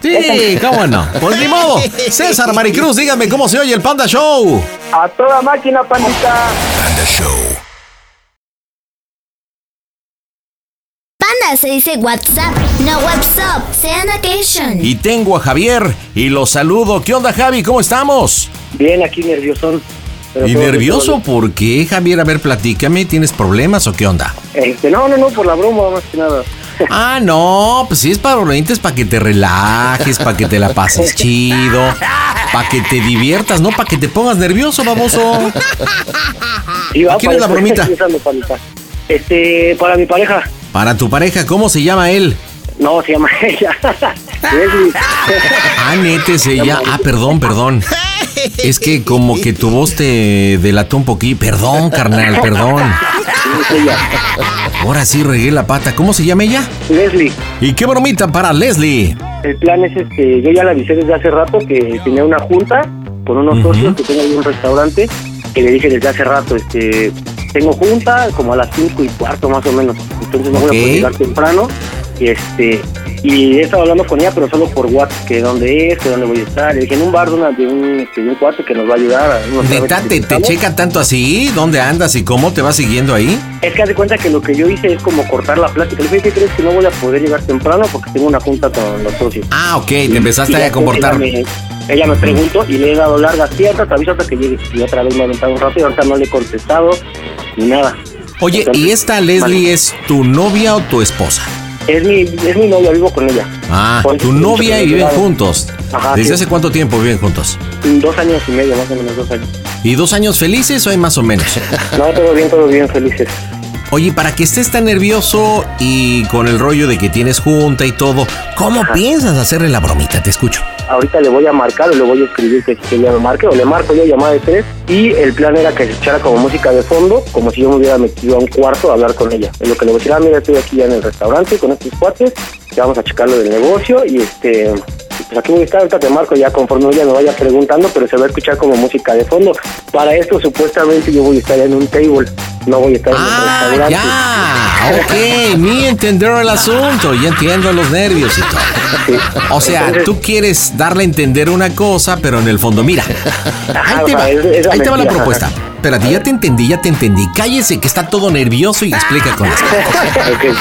[SPEAKER 2] Sí, cómo no. Pues ni
[SPEAKER 20] (laughs)
[SPEAKER 2] modo. César Maricruz, dígame cómo se oye el Panda Show.
[SPEAKER 17] A toda máquina, pandita.
[SPEAKER 6] Ah.
[SPEAKER 18] Panda Show.
[SPEAKER 11] Panda se dice WhatsApp, no WhatsApp. Sean occasion.
[SPEAKER 2] Y tengo a Javier y lo saludo. ¿Qué onda, Javi? ¿Cómo estamos?
[SPEAKER 12] Bien, aquí nervioso.
[SPEAKER 2] ¿Y nervioso por qué, Javier? A ver, platícame. ¿Tienes problemas o qué onda?
[SPEAKER 12] Este, no, no, no, por la broma, más que nada.
[SPEAKER 2] Ah, no, pues sí es para es para que te relajes, para que te la pases chido, para que te diviertas, no para que te pongas nervioso, baboso.
[SPEAKER 12] Y va
[SPEAKER 2] ¿A quién es la
[SPEAKER 12] para-
[SPEAKER 2] bromita?
[SPEAKER 12] empezando, pandita. Este, para mi pareja.
[SPEAKER 2] Para tu pareja, ¿cómo se llama él?
[SPEAKER 12] No, se llama (laughs) ella. Es mi-
[SPEAKER 2] Ah, nete, se llama. Ah, perdón, perdón. Es que como que tu voz te delató un poquito. Perdón, carnal, perdón. (laughs) Ahora sí regué la pata. ¿Cómo se llama ella?
[SPEAKER 12] Leslie.
[SPEAKER 2] ¿Y qué bromita para Leslie?
[SPEAKER 12] El plan es este, yo ya la avisé desde hace rato que tenía una junta con unos socios que tengo ahí un restaurante, que le dije desde hace rato, este, tengo junta como a las cinco y cuarto más o menos, entonces no voy a
[SPEAKER 2] Ok.
[SPEAKER 12] poder llegar temprano, y este, y he estado hablando con ella pero solo por WhatsApp, que dónde es, que dónde voy a estar, le dije en un bar de, una- de un, este, de un cuarto que nos va a ayudar a unos
[SPEAKER 2] Neta,
[SPEAKER 12] trámites que
[SPEAKER 2] ¿te, te
[SPEAKER 12] necesitamos.
[SPEAKER 2] checa tanto así? ¿Dónde andas y cómo te va siguiendo ahí?
[SPEAKER 12] Es que haz de cuenta que lo que yo hice es como cortar la plática. Le dije, ¿qué crees que no voy a poder llegar temprano porque tengo una junta con los socios?
[SPEAKER 2] Ah, ok, te empezaste
[SPEAKER 12] Y
[SPEAKER 2] ahí a
[SPEAKER 12] después
[SPEAKER 2] comportar.
[SPEAKER 12] Ella me, ella me preguntó y le he dado largas ciertas, aviso hasta que llegue. Y otra vez me ha aventado un rato y ahorita no le he contestado ni nada.
[SPEAKER 2] Oye, ¿y esta Leslie es tu novia o tu esposa?
[SPEAKER 12] Es mi, es mi novia, vivo con ella.
[SPEAKER 2] Ah,
[SPEAKER 12] Por
[SPEAKER 2] tu
[SPEAKER 12] eso
[SPEAKER 2] novia
[SPEAKER 12] mucho que
[SPEAKER 2] y viven
[SPEAKER 12] no
[SPEAKER 2] juntos.
[SPEAKER 12] Pues, Ajá,
[SPEAKER 2] ¿Desde
[SPEAKER 12] sí.
[SPEAKER 2] hace cuánto tiempo viven juntos?
[SPEAKER 12] Dos años y medio, más o menos dos años.
[SPEAKER 2] ¿Y dos años felices o hay más o menos?
[SPEAKER 12] No, todo bien, todo bien, felices.
[SPEAKER 2] Oye, para que estés tan nervioso y con el rollo de que tienes junta y todo, ¿cómo piensas hacerle la bromita? Te escucho.
[SPEAKER 12] Ahorita le voy a marcar o le voy a escribir que, que ella me marque o le marco yo llamada de tres. Y el plan era que se echara como música de fondo, como si yo me hubiera metido a un cuarto a hablar con ella. En lo que le voy a decir, ah, mira, estoy aquí ya en el restaurante con estos cuates, ya vamos a checar lo del negocio y este. y Pues aquí voy a estar, ahorita te marco ya conforme ella me vaya preguntando, pero se va a escuchar como música de fondo. Para esto supuestamente yo voy a estar en un table, no voy a estar en el restaurante.
[SPEAKER 2] Ah, ok, mi entender el asunto, ya entiendo los nervios y todo. O sea,
[SPEAKER 12] Entonces-
[SPEAKER 2] tú quieres darle a entender una cosa, pero en el fondo, mira, ahí te va,
[SPEAKER 12] Ajá, Ah, es- es
[SPEAKER 2] ahí te va la
[SPEAKER 12] mentira.
[SPEAKER 2] propuesta. Espérate, ya te entendí, ya te entendí. Cállese que está todo nervioso y explica con las cosas.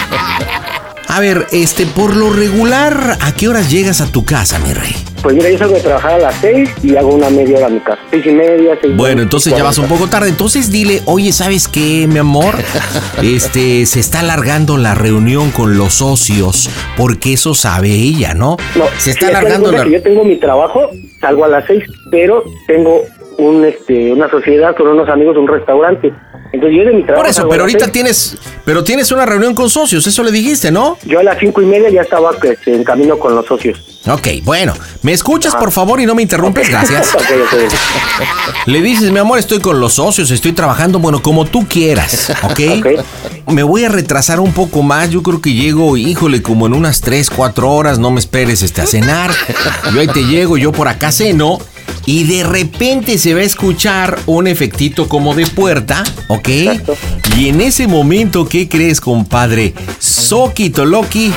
[SPEAKER 2] A ver, este, por lo regular, ¿a qué horas llegas a tu casa, mi rey?
[SPEAKER 12] Pues mira, yo salgo de trabajar a las seis y hago una media hora a mi casa. Seis y media, seis
[SPEAKER 2] Bueno, entonces ya vas un poco tarde. Entonces dile, oye, ¿sabes qué, mi amor? Este, se está alargando la reunión con los socios, porque eso sabe ella, ¿no? se está
[SPEAKER 12] Sí, es que haz de
[SPEAKER 2] alargando
[SPEAKER 12] cuenta
[SPEAKER 2] la...
[SPEAKER 12] que Yo tengo mi trabajo, salgo a las seis, pero tengo un este una sociedad con unos amigos, un restaurante. Entonces yo de mi trabajo.
[SPEAKER 2] Por eso,
[SPEAKER 12] salgo a
[SPEAKER 2] pero
[SPEAKER 12] las
[SPEAKER 2] ahorita
[SPEAKER 12] seis.
[SPEAKER 2] tienes, pero tienes una reunión con socios, eso le dijiste, ¿no?
[SPEAKER 12] Yo a las cinco y media ya estaba este, en camino con los socios.
[SPEAKER 2] Ok, bueno, ¿me escuchas por favor y no me interrumpes? Gracias.
[SPEAKER 12] (laughs) Ok, ok.
[SPEAKER 2] Le dices, mi amor, estoy con los socios, estoy trabajando, bueno, como tú quieras, ¿ok? Me voy a retrasar un poco más, yo creo que llego, híjole, como en unas 3, 4 horas, no me esperes este, a cenar. Yo ahí te llego, yo por acá ceno y de repente se va a escuchar un efectito como de puerta, ¿ok? Y en ese momento, ¿qué crees, compadre? Soki Toloki,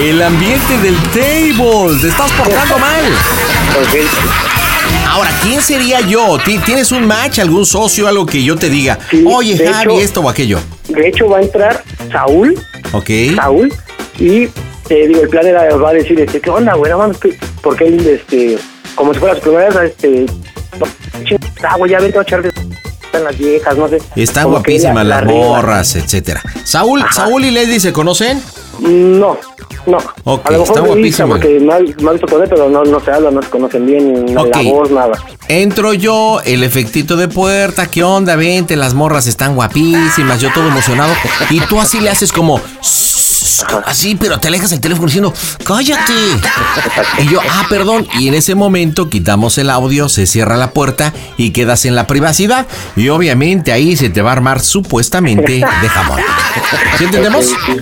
[SPEAKER 2] el ambiente del table, te estás portando mal. Ahora, ¿quién sería yo? ¿Ti- ¿Tienes un match, algún socio, algo que yo te diga? Oye,
[SPEAKER 12] de
[SPEAKER 2] Javi,
[SPEAKER 12] hecho-
[SPEAKER 2] esto o aquello.
[SPEAKER 12] De hecho, va a entrar Saúl,
[SPEAKER 2] ¿Ok?
[SPEAKER 12] Saúl, y eh, digo, el plan era, va a decir, este, ¿qué onda, güey? No mames, ¿qué? porque él, este, como si fuera su primera vez, este, no, ching- ah, güey, ya vente a echar de en las viejas, no sé.
[SPEAKER 2] Están
[SPEAKER 12] Como que
[SPEAKER 2] guapísimas
[SPEAKER 12] la- la
[SPEAKER 2] las
[SPEAKER 12] riega.
[SPEAKER 2] borras, etcétera. Saúl, Saúl y Leslie se conocen.
[SPEAKER 12] No, no.
[SPEAKER 2] Ok,
[SPEAKER 12] a lo mejor
[SPEAKER 2] está
[SPEAKER 12] me guapísimo.
[SPEAKER 2] guapísimo.
[SPEAKER 12] porque me ha, me ha visto con él, pero no, no se habla, no se conocen bien, no
[SPEAKER 2] Ok.
[SPEAKER 12] la voz, nada.
[SPEAKER 2] Entro yo, el efectito de puerta, ¿qué onda? Vente, las morras están guapísimas, yo todo emocionado. Y tú así le haces como... Así, Ah, pero te alejas el teléfono diciendo, cállate. (laughs) Y yo, ah, perdón. Y en ese momento quitamos el audio, se cierra la puerta y quedas en la privacidad. Y obviamente ahí se te va a armar supuestamente de jamón. ¿Sí entendemos?
[SPEAKER 12] Ok, sí,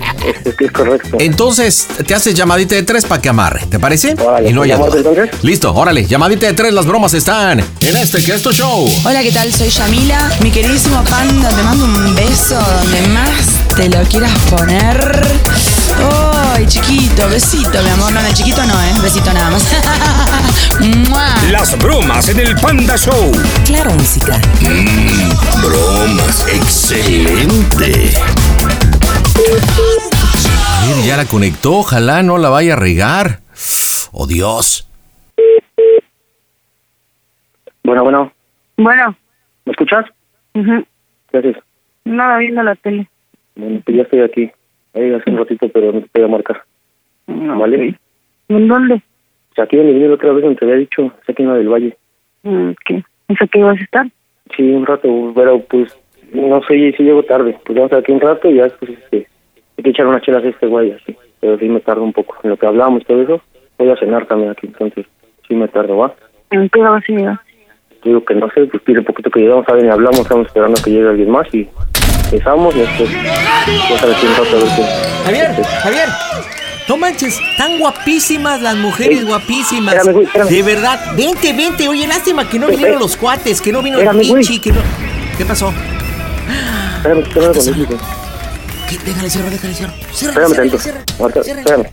[SPEAKER 12] es, es correcto.
[SPEAKER 2] Entonces, te haces llamadita de tres para que amarre, ¿te parece? y no haya
[SPEAKER 12] ¿llamamos
[SPEAKER 2] duda. Listo, órale, llamadita de tres, las bromas están en este que es tu show.
[SPEAKER 3] Hola, ¿qué tal? Soy Yamila. Mi queridísimo panda, te mando un beso donde más te lo quieras poner. ¡Ay, chiquito! Besito, (laughs) mi amor. No, no, chiquito no, ¿eh? Besito nada más. (laughs) ¡Mua!
[SPEAKER 25] Las bromas en el Panda Show.
[SPEAKER 24] Claro, música.
[SPEAKER 5] Mm, bromas, excelente.
[SPEAKER 2] A ver, ya la conectó, ojalá no la vaya a regar. Oh Dios.
[SPEAKER 12] Bueno, bueno,
[SPEAKER 7] Bueno,
[SPEAKER 12] ¿me escuchas?
[SPEAKER 7] ujú,
[SPEAKER 12] Gracias.
[SPEAKER 7] nada viendo la tele.
[SPEAKER 12] Bueno, pues ya estoy aquí. Ahí hace un ratito, pero no te voy a marcar. ¿Vale?
[SPEAKER 7] ¿En dónde?
[SPEAKER 12] O sea, aquí en el video la otra vez donde te había dicho, es aquí en la del Valle.
[SPEAKER 7] Mm, ¿Qué? ¿Es aquí vas a estar?
[SPEAKER 12] Sí, un rato, pero pues, no sé si llego tarde. Pues vamos aquí un rato y ya después este, hay que echar unas chelas a este güey, así. Pero sí me tardo un poco. En lo que hablamos y todo eso, voy a cenar también aquí, entonces sí me tardo, ¿va?
[SPEAKER 7] ¿En qué hora vas a llegar?
[SPEAKER 12] Te Digo que no sé, pues pide un poquito que llegamos, saben, hablamos, estamos esperando que llegue alguien más y empezamos y después, ya sabes, un rato a ver qué.
[SPEAKER 14] Javier, Javier. No manches, tan guapísimas las mujeres, guapísimas. De verdad, vente, vente. Oye, lástima que no
[SPEAKER 12] Espérame.
[SPEAKER 14] vinieron los cuates, que no vino
[SPEAKER 12] Espérame,
[SPEAKER 14] el
[SPEAKER 12] güey.
[SPEAKER 14] pinche, que no. ¿Qué pasó?
[SPEAKER 12] Espérame, espérame, espérame.
[SPEAKER 14] ¿Qué? Déjale cierro, déjale cierro. Cierra,
[SPEAKER 12] Espérame
[SPEAKER 14] cierra,
[SPEAKER 12] tanto.
[SPEAKER 14] cierra.
[SPEAKER 12] Ahorita,
[SPEAKER 14] cierra.
[SPEAKER 12] espérame.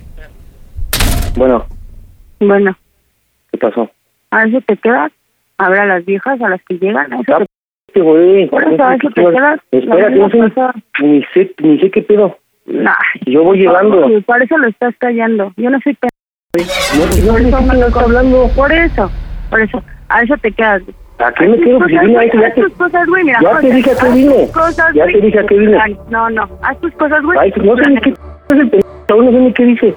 [SPEAKER 12] Bueno,
[SPEAKER 7] Bueno,
[SPEAKER 12] ¿qué pasó?
[SPEAKER 7] ¿a eso te quedas? ¿Habrá las viejas a las que llegan? ¿A eso te-
[SPEAKER 12] Sí, güey.
[SPEAKER 7] Por eso,
[SPEAKER 12] No sé
[SPEAKER 7] a eso
[SPEAKER 12] qué
[SPEAKER 7] te
[SPEAKER 12] ibas-
[SPEAKER 7] quedas.
[SPEAKER 12] Espera,
[SPEAKER 7] La
[SPEAKER 12] no sé,
[SPEAKER 7] misma cosa.
[SPEAKER 12] ni sé, ni sé qué pedo.
[SPEAKER 7] Nah. pues.
[SPEAKER 12] Yo voy llegando.
[SPEAKER 7] Oye, Por eso lo estás callando. Yo no soy pe- Por eso me lo- Por eso, por eso. A eso te quedas. güey.
[SPEAKER 12] ¿A qué me
[SPEAKER 7] Haz
[SPEAKER 12] quedo?
[SPEAKER 7] tus
[SPEAKER 12] Pues
[SPEAKER 7] cosas,
[SPEAKER 12] vine a
[SPEAKER 7] güey,
[SPEAKER 12] eso, ya
[SPEAKER 7] haz
[SPEAKER 12] te-
[SPEAKER 7] tus cosas, güey, mira.
[SPEAKER 12] ya
[SPEAKER 7] cosas,
[SPEAKER 12] te dije a qué
[SPEAKER 7] haz
[SPEAKER 12] vine.
[SPEAKER 7] tus cosas,
[SPEAKER 12] Ya te
[SPEAKER 7] güey.
[SPEAKER 12] dije a qué vine.
[SPEAKER 7] Ay, No, no, haz tus cosas, güey.
[SPEAKER 12] Ay, pues no sé ni qué es el pendejo, no sé ni qué dice.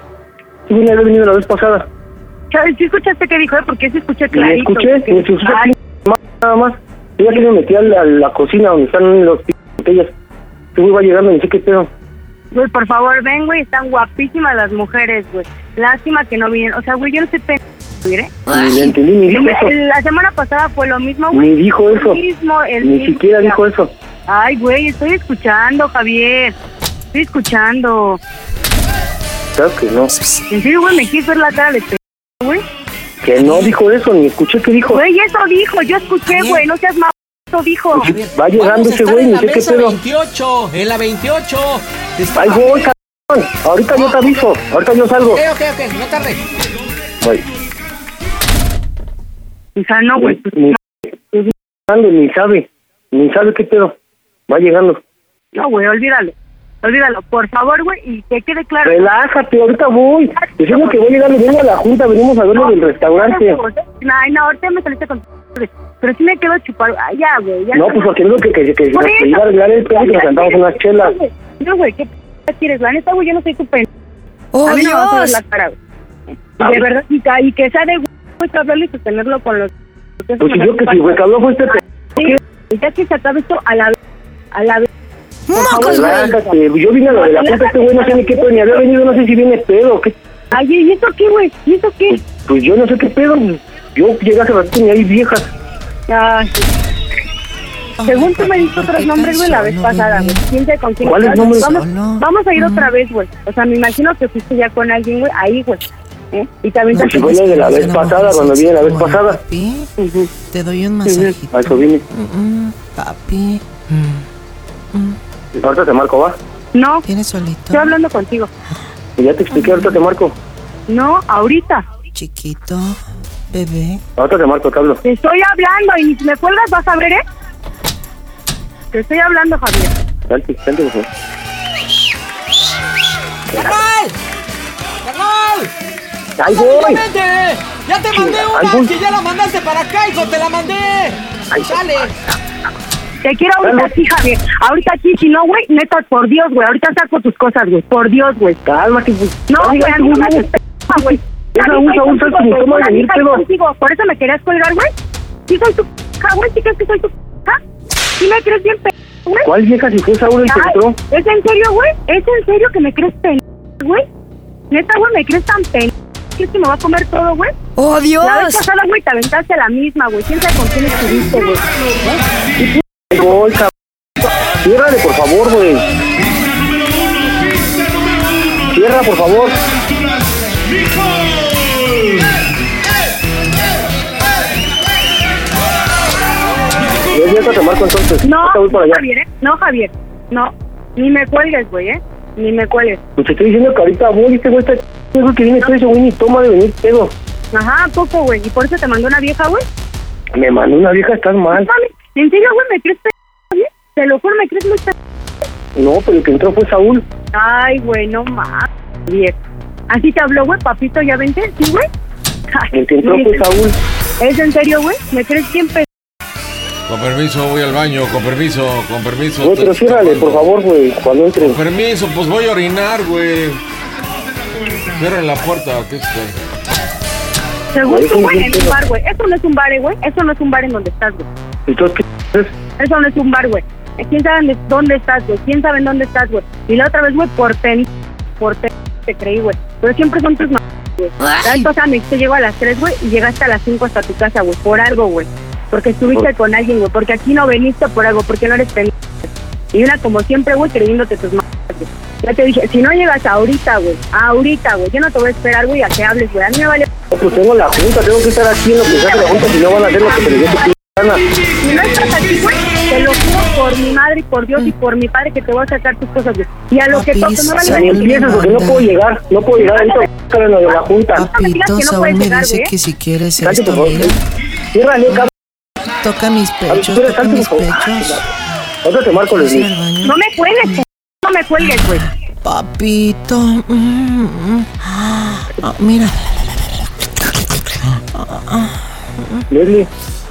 [SPEAKER 12] Sí, vine a haber venido la vez pasada.
[SPEAKER 7] ¿Sabes? ¿Sí escuchaste qué dijo? eh? Porque se escucha
[SPEAKER 12] Y me
[SPEAKER 7] clarito.
[SPEAKER 12] escuché, Pues,
[SPEAKER 7] güey.
[SPEAKER 12] me escuché
[SPEAKER 7] Ay,
[SPEAKER 12] más, nada más. Yo ya que me metí a la, la cocina donde están los p- botellas. Este güey va llegando, ni sé qué pedo.
[SPEAKER 7] Güey, por favor, ven, güey, están guapísimas las mujeres, güey. Lástima que no vienen. O sea, güey, yo no sé pe... mire.
[SPEAKER 12] Ni le entendí, ni dijo eso.
[SPEAKER 7] La semana pasada fue lo mismo, güey.
[SPEAKER 12] Ni dijo eso.
[SPEAKER 7] El mismo, el
[SPEAKER 12] Ni
[SPEAKER 7] mismo.
[SPEAKER 12] siquiera dijo eso.
[SPEAKER 7] Ay, güey, estoy escuchando, Javier. Estoy escuchando.
[SPEAKER 12] Claro que no.
[SPEAKER 7] En serio, güey, me quieres ver la cara de pe... güey.
[SPEAKER 12] Que no dijo eso, ni escuché que dijo.
[SPEAKER 7] Güey, eso dijo, yo escuché, güey, no seas mal... Eso dijo.
[SPEAKER 12] Va llegando ese güey, ni sé qué pedo.
[SPEAKER 14] 28, en la 28.
[SPEAKER 12] Ahí voy, cabrón. Ahorita yo te aviso. Ahorita yo salgo.
[SPEAKER 14] Ok, ok, ok, no tarde.
[SPEAKER 12] Güey.
[SPEAKER 7] O sea, no, güey.
[SPEAKER 12] Ni, ni- ni sabe. Ni sabe qué pedo. Va llegando.
[SPEAKER 7] No, güey, olvídalo. Olvídalo, por favor, güey, y que quede claro.
[SPEAKER 12] Relájate, ahorita voy. Decimos que voy llegando. Vengo a la junta, venimos a verlo del restaurante.
[SPEAKER 7] Ay, no, ahorita me saliste con... Pero sí me quedo chupado. Ay, ya, güey. Ya
[SPEAKER 12] No, pues porque digo que, que, que, que
[SPEAKER 7] Por
[SPEAKER 12] nos
[SPEAKER 7] eso.
[SPEAKER 12] iba a arreglar el pedo y que nos sentamos unas chelas.
[SPEAKER 7] No, güey, ¿qué p quieres? La neta, güey, yo no soy tu pendejo.
[SPEAKER 24] ¡Oh,
[SPEAKER 7] A mí no me vas a ver
[SPEAKER 24] Dios!
[SPEAKER 7] la
[SPEAKER 12] Ah,
[SPEAKER 7] cara, güey.
[SPEAKER 12] pues.
[SPEAKER 7] De verdad, y, ca- y que sea de güey, pues hablarle y sostenerlo con los...
[SPEAKER 12] Pues si yo que si, güey, que habló fue este pe-
[SPEAKER 7] Sí, ya que se acabe esto a la... A la... Por favor,
[SPEAKER 24] pues,
[SPEAKER 12] Relájate. Yo vine a lo de la junta, este güey no sé ni qué pedo, ni había venido, no sé si viene pedo. ¿qué?
[SPEAKER 7] Ay, ¿y eso qué, güey? ¿Y eso qué?
[SPEAKER 12] Pues yo no sé qué pedo. Yo llegué hace ratito y hay viejas.
[SPEAKER 7] Ay. Según tú me diste otros nombres, güey, la vez pasada, güey. ¿Quién sabe con quién?
[SPEAKER 12] ¿Cuáles
[SPEAKER 7] Vamos-
[SPEAKER 12] nombres?
[SPEAKER 7] Vamos, vamos a ir otra vez, güey. O sea, me imagino que fuiste ya con alguien, güey, ahí, güey. ¿eh? Y también
[SPEAKER 12] Pues si fue lo de la vez pasada, cuando vine la vez pasada.
[SPEAKER 7] Ujú.
[SPEAKER 1] Te doy un
[SPEAKER 12] Ujú.
[SPEAKER 1] masajito.
[SPEAKER 12] A eso vine.
[SPEAKER 1] Mm, papi.
[SPEAKER 7] Mm.
[SPEAKER 12] Y Ahorita te marco, va.
[SPEAKER 7] No.
[SPEAKER 1] Tienes solito.
[SPEAKER 7] Estoy hablando contigo.
[SPEAKER 12] Y ya te expliqué, ahorita te marco.
[SPEAKER 7] No, ahorita.
[SPEAKER 1] Chiquito, bebé.
[SPEAKER 12] Ahorita te marco, te hablo.
[SPEAKER 7] Te estoy hablando y ni si me cuelgas vas a ver, ¿eh? Te estoy hablando, Javier.
[SPEAKER 12] Salte, salte, por favor.
[SPEAKER 19] ¡Carnal! ¡Carnal!
[SPEAKER 12] ¡Ahí voy!
[SPEAKER 19] ¡Vente! ¡Ya te mandé
[SPEAKER 12] Chinga, ahí voy.
[SPEAKER 19] una! ¡Que ya la mandaste para acá, hijo! ¡Te la mandé! ¡Sale!
[SPEAKER 7] Te quiero ahorita aquí, Javier. Ahorita aquí, si no, güey, neta, por Dios, güey. Ahorita saco tus cosas, güey. Por Dios, güey.
[SPEAKER 12] Cálmate, güey.
[SPEAKER 7] No, güey,
[SPEAKER 12] Oiga,
[SPEAKER 7] a mí no
[SPEAKER 12] tú,
[SPEAKER 7] me
[SPEAKER 12] pues, no.
[SPEAKER 7] haces p- güey.
[SPEAKER 12] Esa
[SPEAKER 7] También
[SPEAKER 12] usa,
[SPEAKER 7] soy
[SPEAKER 12] usa
[SPEAKER 7] contigo,
[SPEAKER 12] como
[SPEAKER 7] güey,
[SPEAKER 12] toma de venir,
[SPEAKER 7] también soy
[SPEAKER 12] pedo.
[SPEAKER 7] contigo. Por eso me querías colgar, güey. Sí soy tu p***, güey. Sí crees que soy tu p***, Sí me crees bien p***, güey.
[SPEAKER 12] ¿Cuál vieja si fue esa una y te
[SPEAKER 7] Ay,
[SPEAKER 12] entró?
[SPEAKER 7] ¿Es en serio, güey? ¿Es en serio que me crees pen, güey? Neta, güey, me crees tan pen. ¿Crees que me va a comer todo, güey?
[SPEAKER 4] ¡Oh, Dios!
[SPEAKER 7] La vez pasada, güey, te aventaste a la misma, güey. ¿Quién sabe con quién estuviste, güey?
[SPEAKER 12] Ahí voy, cabrón. Ciérrale, por favor, güey. Cierra, por favor. Yo voy a te marco entonces.
[SPEAKER 7] No,
[SPEAKER 12] Ahorita voy para
[SPEAKER 7] no,
[SPEAKER 12] allá.
[SPEAKER 7] Javier, ¿eh? No, Javier. No. Ni me cuelgues, güey, ¿eh? Ni me cuelgues.
[SPEAKER 12] Pues te estoy diciendo que ahorita voy, este güey está ch- güey, que viene todo ese güey ni toma de venir pedo.
[SPEAKER 7] Ajá, ¿a poco, güey. ¿Y por eso te mandó una vieja, güey?
[SPEAKER 12] Me mandó una vieja, estás mal.
[SPEAKER 7] Mami, ¿en serio, güey, me crees p***, güey? Te lo juro, me crees muy p***.
[SPEAKER 12] No, pero el que entró fue Saúl.
[SPEAKER 7] Ay, güey, no más. Bien. Así te habló, güey, papito, ya vente, ¿sí, güey? Ay,
[SPEAKER 12] El que entró fue
[SPEAKER 7] bien.
[SPEAKER 12] Saúl.
[SPEAKER 7] ¿Es en serio, güey? ¿Me crees bien p***?
[SPEAKER 2] Con permiso, voy al baño, con permiso, con permiso.
[SPEAKER 12] Güey, pero ciérrale, por favor, güey, cuando entre.
[SPEAKER 2] Con permiso, pues voy a orinar, güey. Cierra la puerta, ¿qué es esto?
[SPEAKER 7] Según
[SPEAKER 12] Güey,
[SPEAKER 7] tú,
[SPEAKER 12] ¿cómo
[SPEAKER 7] güey,
[SPEAKER 12] crees
[SPEAKER 7] en
[SPEAKER 12] que
[SPEAKER 7] un
[SPEAKER 12] no?
[SPEAKER 7] bar, güey. Eso no es un bar, eh, güey. Eso no es un bar en donde estás, güey.
[SPEAKER 12] Entonces, ¿qué haces?
[SPEAKER 7] Eso no es un bar, güey. ¿Quién sabe dónde- dónde estás, güey? ¿Quién sabe en dónde estás, güey? Y la otra vez, güey, por ten, por ten, te creí, güey. Pero siempre son tus mamás, güey. La vez pasada me dijiste, llego a las 3, güey, y llegaste a las 5 hasta tu casa, güey, por algo, güey. Porque estuviste con alguien, güey. Porque aquí no veniste por algo, porque no eres pendejo. Y una, como siempre, güey, creyéndote tus mamás, güey. Ya te dije, si no llegas ahorita, güey, ahorita, güey, yo no te voy a esperar, güey, a que hables, güey. A mí me vale.
[SPEAKER 12] No, pues tengo la junta, tengo que estar aquí en lo que se hace la junta, si no van a hacer lo que se les dé su p- gana.
[SPEAKER 7] Si no estás aquí, güey, te lo juro por mi madre y por Dios y por mi padre que te voy a sacar tus cosas, güey. Y a lo que toque, no vale
[SPEAKER 12] Ya ni empiezas porque no puedo llegar, no puedo llegar ahorita p- en lo de la junta.
[SPEAKER 1] Papito,
[SPEAKER 7] que no
[SPEAKER 1] Saúl
[SPEAKER 7] puedes
[SPEAKER 1] me
[SPEAKER 7] llegar,
[SPEAKER 1] dice
[SPEAKER 7] güey.
[SPEAKER 1] que si quieres
[SPEAKER 12] Salte,
[SPEAKER 1] esto,
[SPEAKER 12] por favor.
[SPEAKER 1] mira.
[SPEAKER 12] Ciérrale, cabrón.
[SPEAKER 1] Toca mis pechos,
[SPEAKER 12] Espera,
[SPEAKER 1] toca
[SPEAKER 12] salte,
[SPEAKER 1] mis
[SPEAKER 12] por favor. Ah,
[SPEAKER 1] pechos.
[SPEAKER 12] Ahorita te marco, les digo.
[SPEAKER 7] No me cuelgues, p- no me cuelgues, güey.
[SPEAKER 1] Papito. mm, mm. Ah, mira.
[SPEAKER 12] Leslie,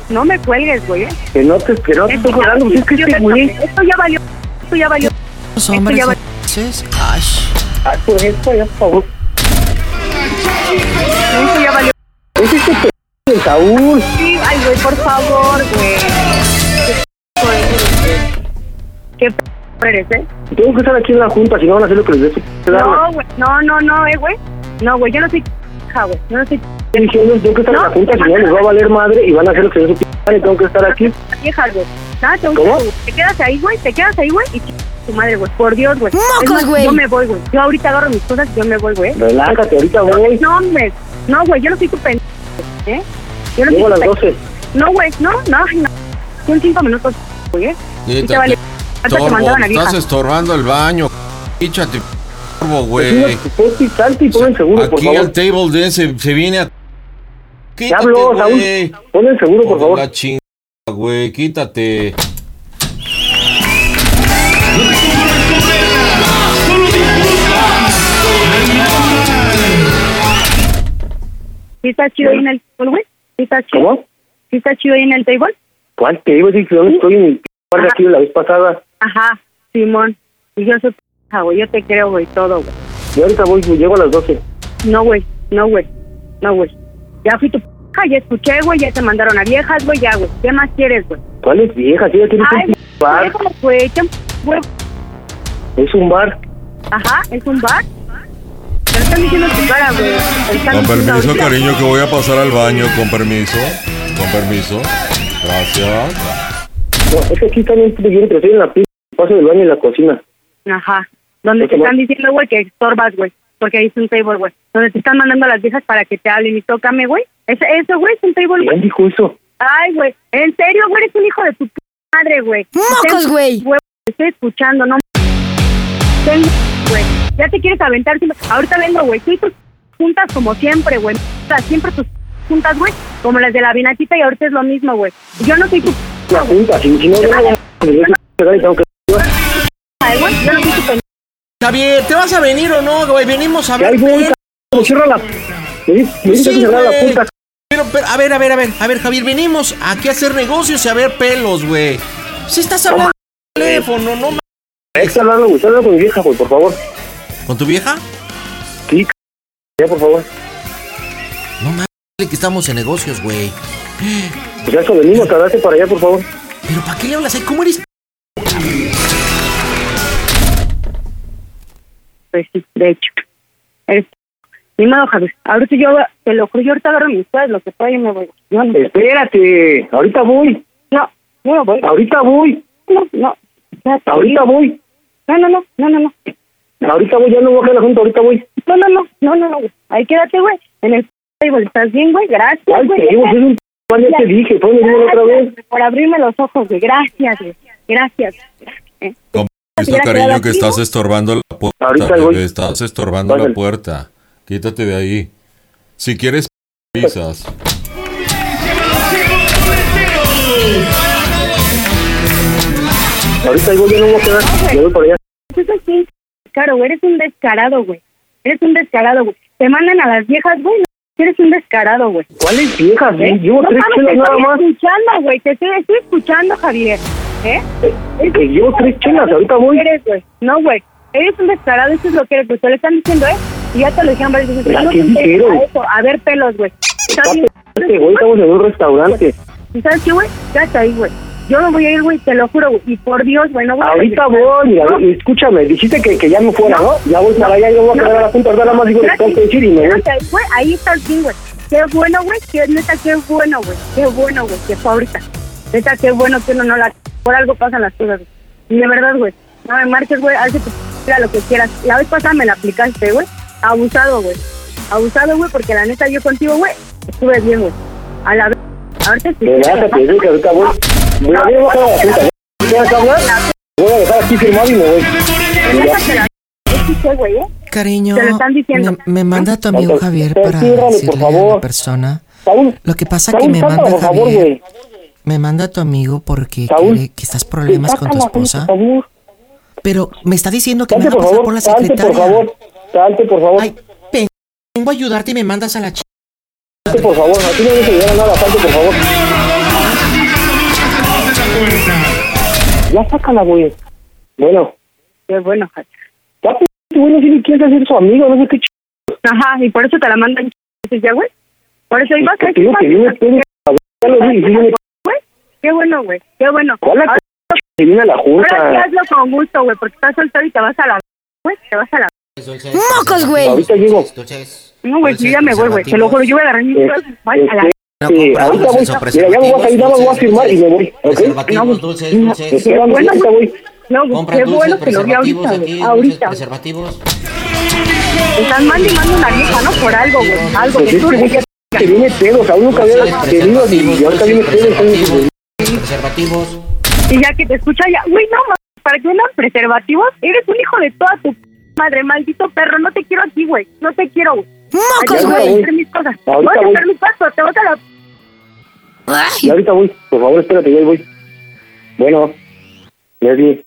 [SPEAKER 7] No me cuelgues, güey. eh.
[SPEAKER 12] que no te, que no te estoy
[SPEAKER 7] Esto Eh, ya-
[SPEAKER 12] jugando, pues es que
[SPEAKER 7] yo
[SPEAKER 12] este
[SPEAKER 7] te-
[SPEAKER 12] güey.
[SPEAKER 7] Esto ya valió. Esto ya valió.
[SPEAKER 1] Los
[SPEAKER 7] Esto
[SPEAKER 1] hombres
[SPEAKER 7] ya valió.
[SPEAKER 1] entonces, ay,
[SPEAKER 12] Ay, pues esto ya, por favor.
[SPEAKER 7] Esto ya valió.
[SPEAKER 12] Es este p- de Saúl.
[SPEAKER 7] Sí, ay, güey, por favor, güey. Qué p eres, ¿eh?
[SPEAKER 12] Tengo que estar aquí en la junta, si no van a hacer lo que les dé su p- gana.
[SPEAKER 7] No, güey. No, no, no, eh, güey. No, güey, yo no soy c***a, güey. Yo no soy c***a,
[SPEAKER 12] Estoy diciendo, tengo que estar en la junta, si no les va a valer madre y van a hacer lo que les dé su p- gana y tengo que estar aquí.
[SPEAKER 7] vieja, güey. Nada, te,
[SPEAKER 12] ¿Cómo?
[SPEAKER 7] te quedas ahí, güey. Te quedas ahí, güey. Y ch- tu madre, güey. Por Dios, güey.
[SPEAKER 4] ¡Mocos,
[SPEAKER 7] Es más,
[SPEAKER 4] güey!
[SPEAKER 7] Yo me voy, güey. Yo ahorita agarro mis cosas y yo me voy, güey.
[SPEAKER 12] Relájate, ahorita voy.
[SPEAKER 7] No, hombre. No, güey, yo no soy tu pendejo, ¿eh? Yo no
[SPEAKER 12] Llego a
[SPEAKER 7] soy
[SPEAKER 12] las
[SPEAKER 7] tu pen-
[SPEAKER 12] 12.
[SPEAKER 7] No, güey, no, no, ay, no. Son cinco minutos, güey, ¿eh?
[SPEAKER 2] Sí,
[SPEAKER 7] Y te
[SPEAKER 2] te-
[SPEAKER 7] vale. Hasta te
[SPEAKER 2] Estorbo,
[SPEAKER 7] mandaron a vieja.
[SPEAKER 2] estás estorbando el baño, píchate, estorbo,
[SPEAKER 12] Pues
[SPEAKER 2] güey.
[SPEAKER 12] Ponte y salte y pon el seguro, por
[SPEAKER 2] Pues, Aquí
[SPEAKER 12] favor.
[SPEAKER 2] el table de ese se viene a...
[SPEAKER 12] Te hablo, Saúl. Pon el seguro, por favor.
[SPEAKER 2] La chinga, güey, quítate.
[SPEAKER 7] ¿Sí está chido ahí en el table, güey? ¿Sí está chido?
[SPEAKER 12] ¿Cómo?
[SPEAKER 7] ¿Sí está chido ahí en el table?
[SPEAKER 12] ¿Cuál te digo? Si yo no estoy en el par de aquí la vez pasada.
[SPEAKER 7] Ajá, Simón. Y yo soy pendeja, güey, yo te creo, güey, todo, güey.
[SPEAKER 12] Yo ahorita voy, llego a las 12.
[SPEAKER 7] No, güey, no, güey, no, güey. Ya fui tu pendeja, ya escuché, güey, ya te mandaron a viejas, güey, ya, güey. ¿Qué más quieres, güey?
[SPEAKER 12] ¿Cuál es vieja? Si ella tiene
[SPEAKER 7] Ay,
[SPEAKER 12] un p- bar.
[SPEAKER 7] Déjalo, güey, qué güey.
[SPEAKER 12] Es un bar.
[SPEAKER 7] Ajá, es un bar. Pero están diciendo tu cara, güey.
[SPEAKER 26] Con
[SPEAKER 7] Están diciendo
[SPEAKER 26] permiso,
[SPEAKER 7] ahorita.
[SPEAKER 26] cariño, que voy a pasar al baño. Con permiso. Con permiso. Gracias.
[SPEAKER 12] No, es que aquí también estoy bien, pero estoy en la p- paso del baño y la cocina.
[SPEAKER 7] Ajá. Donde te
[SPEAKER 12] Eso no-
[SPEAKER 7] están diciendo, güey, que estorbas, güey. porque ahí es un table, güey. Donde te están mandando a las viejas para que te hablen y tócame, güey. Ese- Eso, güey, es un table, güey.
[SPEAKER 12] ¿Quién dijo eso?
[SPEAKER 7] Ay, güey. En serio, güey, eres un hijo de tu p- madre, güey.
[SPEAKER 4] ¡Mocos,
[SPEAKER 7] güey! Te estoy escuchando, no. m- Tengo, güey. Ya te quieres aventar. siempre- Ahorita vengo, güey. Tú y tus juntas como siempre, güey. m- Siempre tus juntas, güey. Como las de la vinatita y ahorita es lo mismo, güey. Yo no soy tu. p-
[SPEAKER 12] Una junta, si, si no, yo no voy a- yo soy- tengo que-
[SPEAKER 7] Ay, güey. Yo no soy tu p-
[SPEAKER 19] Javier, ¿te vas a venir o no, güey? Venimos a ver.
[SPEAKER 12] cierra la.
[SPEAKER 19] Sí,
[SPEAKER 12] que cerrar la
[SPEAKER 19] güey.
[SPEAKER 12] puta.
[SPEAKER 19] Pero, pero, a ver, a ver, a ver, a ver, Javier, venimos aquí a hacer negocios y a ver pelos, güey. Si estás hablando por teléfono, no ma-
[SPEAKER 12] Está hablando, güey, está hablando con mi vieja, güey, por favor.
[SPEAKER 19] ¿Con tu vieja?
[SPEAKER 12] Sí, c- ya, por favor.
[SPEAKER 19] No mames, que estamos en negocios, güey.
[SPEAKER 12] Pues a eso venimos, tardate para allá, por favor.
[SPEAKER 19] Pero ¿para qué le hablas ahí? ¿Cómo eres?
[SPEAKER 7] Pues sí, de hecho. Eres... Ni modo, Javier. Ahorita yo, te lo juro, yo ahorita agarro mis cosas, lo que pueda y me voy. Yo no te-
[SPEAKER 12] Espérate, ahorita voy.
[SPEAKER 7] No, no pues. voy.
[SPEAKER 12] Ahorita voy.
[SPEAKER 7] No, no. Ya te
[SPEAKER 12] Ahorita
[SPEAKER 7] digo.
[SPEAKER 12] voy.
[SPEAKER 7] No, no, no, no, no, no.
[SPEAKER 12] Ahorita voy, ya no voy a hacer la junta, ahorita voy.
[SPEAKER 7] No, no, no, no, no, no, güey. Ahí quédate, güey. En el table. ¿Estás bien, güey? Gracias,
[SPEAKER 12] Ay,
[SPEAKER 7] güey.
[SPEAKER 12] te digo, es un p- ya te dije, ponme bien otra vez.
[SPEAKER 7] Gracias Por abrirme los ojos, güey. Gracias, güey. Gracias.
[SPEAKER 26] Esto, cariño, que estás estorbando la puerta.
[SPEAKER 12] Ahorita
[SPEAKER 26] bebé,
[SPEAKER 12] voy.
[SPEAKER 26] Estás estorbando
[SPEAKER 12] Pásale.
[SPEAKER 26] la puerta. Quítate de ahí. Si quieres, pisas.
[SPEAKER 12] Ahorita voy, ya no voy a quedar. Ya voy para allá.
[SPEAKER 7] Eso Pues es un descaro, güey. Eres un descarado, güey. Eres un descarado, güey. Te mandan a las viejas, güey. No, Eres un descarado, güey.
[SPEAKER 12] ¿Cuáles viejas, güey? Llevo
[SPEAKER 7] no
[SPEAKER 12] tres
[SPEAKER 7] mames,
[SPEAKER 12] chelas
[SPEAKER 7] te
[SPEAKER 12] nada más.
[SPEAKER 7] estoy escuchando, güey. Te estoy, estoy escuchando, Javier. ¿Eh?
[SPEAKER 12] que llevo tres chelas, ahorita voy.
[SPEAKER 7] Eres, güey. No, güey. Eres un descarado, eso es lo que eres, güey. Te lo están diciendo, ¿eh? Y ya te lo dijeron varias veces.
[SPEAKER 12] ¿Pero
[SPEAKER 7] no
[SPEAKER 12] qué
[SPEAKER 7] te interesa
[SPEAKER 12] dijeron?
[SPEAKER 7] eso. A ver, pelos, güey. Está bien.
[SPEAKER 12] Espérate, güey, estamos en un restaurante.
[SPEAKER 7] ¿Y sabes qué, güey? Ya está ahí, güey. Yo no voy a ir, güey, te lo juro, güey. Y por Dios, güey, no voy a
[SPEAKER 12] Ahorita voy, mira, escúchame, dijiste que, que ya no fuera, ¿no? Ya voy para allá, yo voy a quedar a la punta, ahorita nada más digo, que tengo que decir y me voy.
[SPEAKER 7] Ok, güey, ahí está el fin, güey. Qué bueno, güey, qué neta, qué bueno, güey. Qué bueno, güey, que fue ahorita. Neta, qué bueno que uno no la... Por algo pasan las cosas, güey. Y de verdad, güey, no me marques, güey, haz de tu p- lo que quieras. La vez pasada me la aplicaste, güey. Abusado, güey. Abusado, güey, porque la neta yo contigo, güey, estuve bien, güey. A la vez... Ahorita sí.
[SPEAKER 12] Relájate, te digo que ahorita voy. Voy a voy a bajar a la punta, ¿no? ¿Qué ¿Quieres hablar? Voy a dejar aquí firmado y me voy. Mira.
[SPEAKER 7] güey, ¿eh?
[SPEAKER 4] Cariño,
[SPEAKER 7] Te lo están diciendo.
[SPEAKER 4] me, me manda tu amigo
[SPEAKER 12] Entonces,
[SPEAKER 4] Javier
[SPEAKER 12] te-
[SPEAKER 4] para
[SPEAKER 12] ciérrale, por
[SPEAKER 4] decirle a la
[SPEAKER 12] favor.
[SPEAKER 4] persona.
[SPEAKER 12] Saúl,
[SPEAKER 4] Lo que pasa
[SPEAKER 12] Saúl,
[SPEAKER 4] que me
[SPEAKER 12] sácala,
[SPEAKER 4] manda
[SPEAKER 12] por favor,
[SPEAKER 4] Javier,
[SPEAKER 12] güey.
[SPEAKER 4] me manda tu amigo porque
[SPEAKER 12] Saúl,
[SPEAKER 4] quiere que estás problemas con tu
[SPEAKER 12] sácala, por
[SPEAKER 4] esposa.
[SPEAKER 12] favor.
[SPEAKER 4] Pero me está diciendo que me
[SPEAKER 12] Salte,
[SPEAKER 4] va a
[SPEAKER 12] por
[SPEAKER 4] pasar por
[SPEAKER 12] favor,
[SPEAKER 4] la
[SPEAKER 12] salte, por
[SPEAKER 4] secretaria.
[SPEAKER 12] favor. Salte, por favor.
[SPEAKER 4] Ven, Vengo a ayudarte y me mandas a la chica.
[SPEAKER 12] Salte, por favor. A ti no me llegaron nada, salte, por favor. Ya sácala, güey. Bueno.
[SPEAKER 7] Qué bueno, Javier.
[SPEAKER 12] Ya, p- güey, no sé ni quién es hacer su amigo, no sé qué ch...
[SPEAKER 7] Ajá, y por eso te la mandan dices ya, güey. Por eso iba a
[SPEAKER 12] Te digo que viene este, cabrón, ya lo vi, y viene
[SPEAKER 7] Qué bueno, güey. Qué bueno.
[SPEAKER 12] ¿Cuál la
[SPEAKER 7] Ahora-
[SPEAKER 12] c- que viene a la
[SPEAKER 7] Ahora sí
[SPEAKER 12] junta?
[SPEAKER 7] hazlo con gusto, güey, porque estás soltero y te vas a la... Güey, te vas a la...
[SPEAKER 4] ¡Mocos,
[SPEAKER 7] güey!
[SPEAKER 12] Ahorita llego.
[SPEAKER 7] No, güey, Pues yo ya me voy, güey. Te lo juro, yo voy a agarrar mis
[SPEAKER 12] Eh,
[SPEAKER 7] cosas. Voy a la...
[SPEAKER 12] este, eh, ahorita voy, mira, ya me voy a salir, nada más voy a firmar y me voy, ¿ok?
[SPEAKER 7] No, güey. No,
[SPEAKER 12] Te estoy
[SPEAKER 7] qué
[SPEAKER 12] hablando,
[SPEAKER 7] bueno,
[SPEAKER 12] ahorita
[SPEAKER 7] güey.
[SPEAKER 12] voy.
[SPEAKER 7] No, güey, qué bueno que lo vi ahorita, güey. Ahorita.
[SPEAKER 19] Preservativos.
[SPEAKER 7] Están mandando una vieja, ¿no? Por algo, güey. Algo
[SPEAKER 12] Pues
[SPEAKER 7] que
[SPEAKER 12] es
[SPEAKER 7] tú...
[SPEAKER 12] que, güey, que- que viene pedo, o sea, uno nunca había tenido así, y ahorita viene pedo, entonces,
[SPEAKER 19] Preservativos.
[SPEAKER 7] Y ya que te escucha ya, güey, no, ma- para que vendan preservativos, eres un hijo de toda tu p- madre, maldito perro, no te quiero aquí, güey, no te quiero, güey.
[SPEAKER 12] ¡Mocos, güey!
[SPEAKER 7] Ay, Voy a hacer mis cosas, voy
[SPEAKER 12] Ahorita
[SPEAKER 7] a
[SPEAKER 12] voy.
[SPEAKER 7] hacer mis cosas, te vas a la...
[SPEAKER 12] y ahorita voy, por favor, espérate, ya voy. Bueno, Leslie.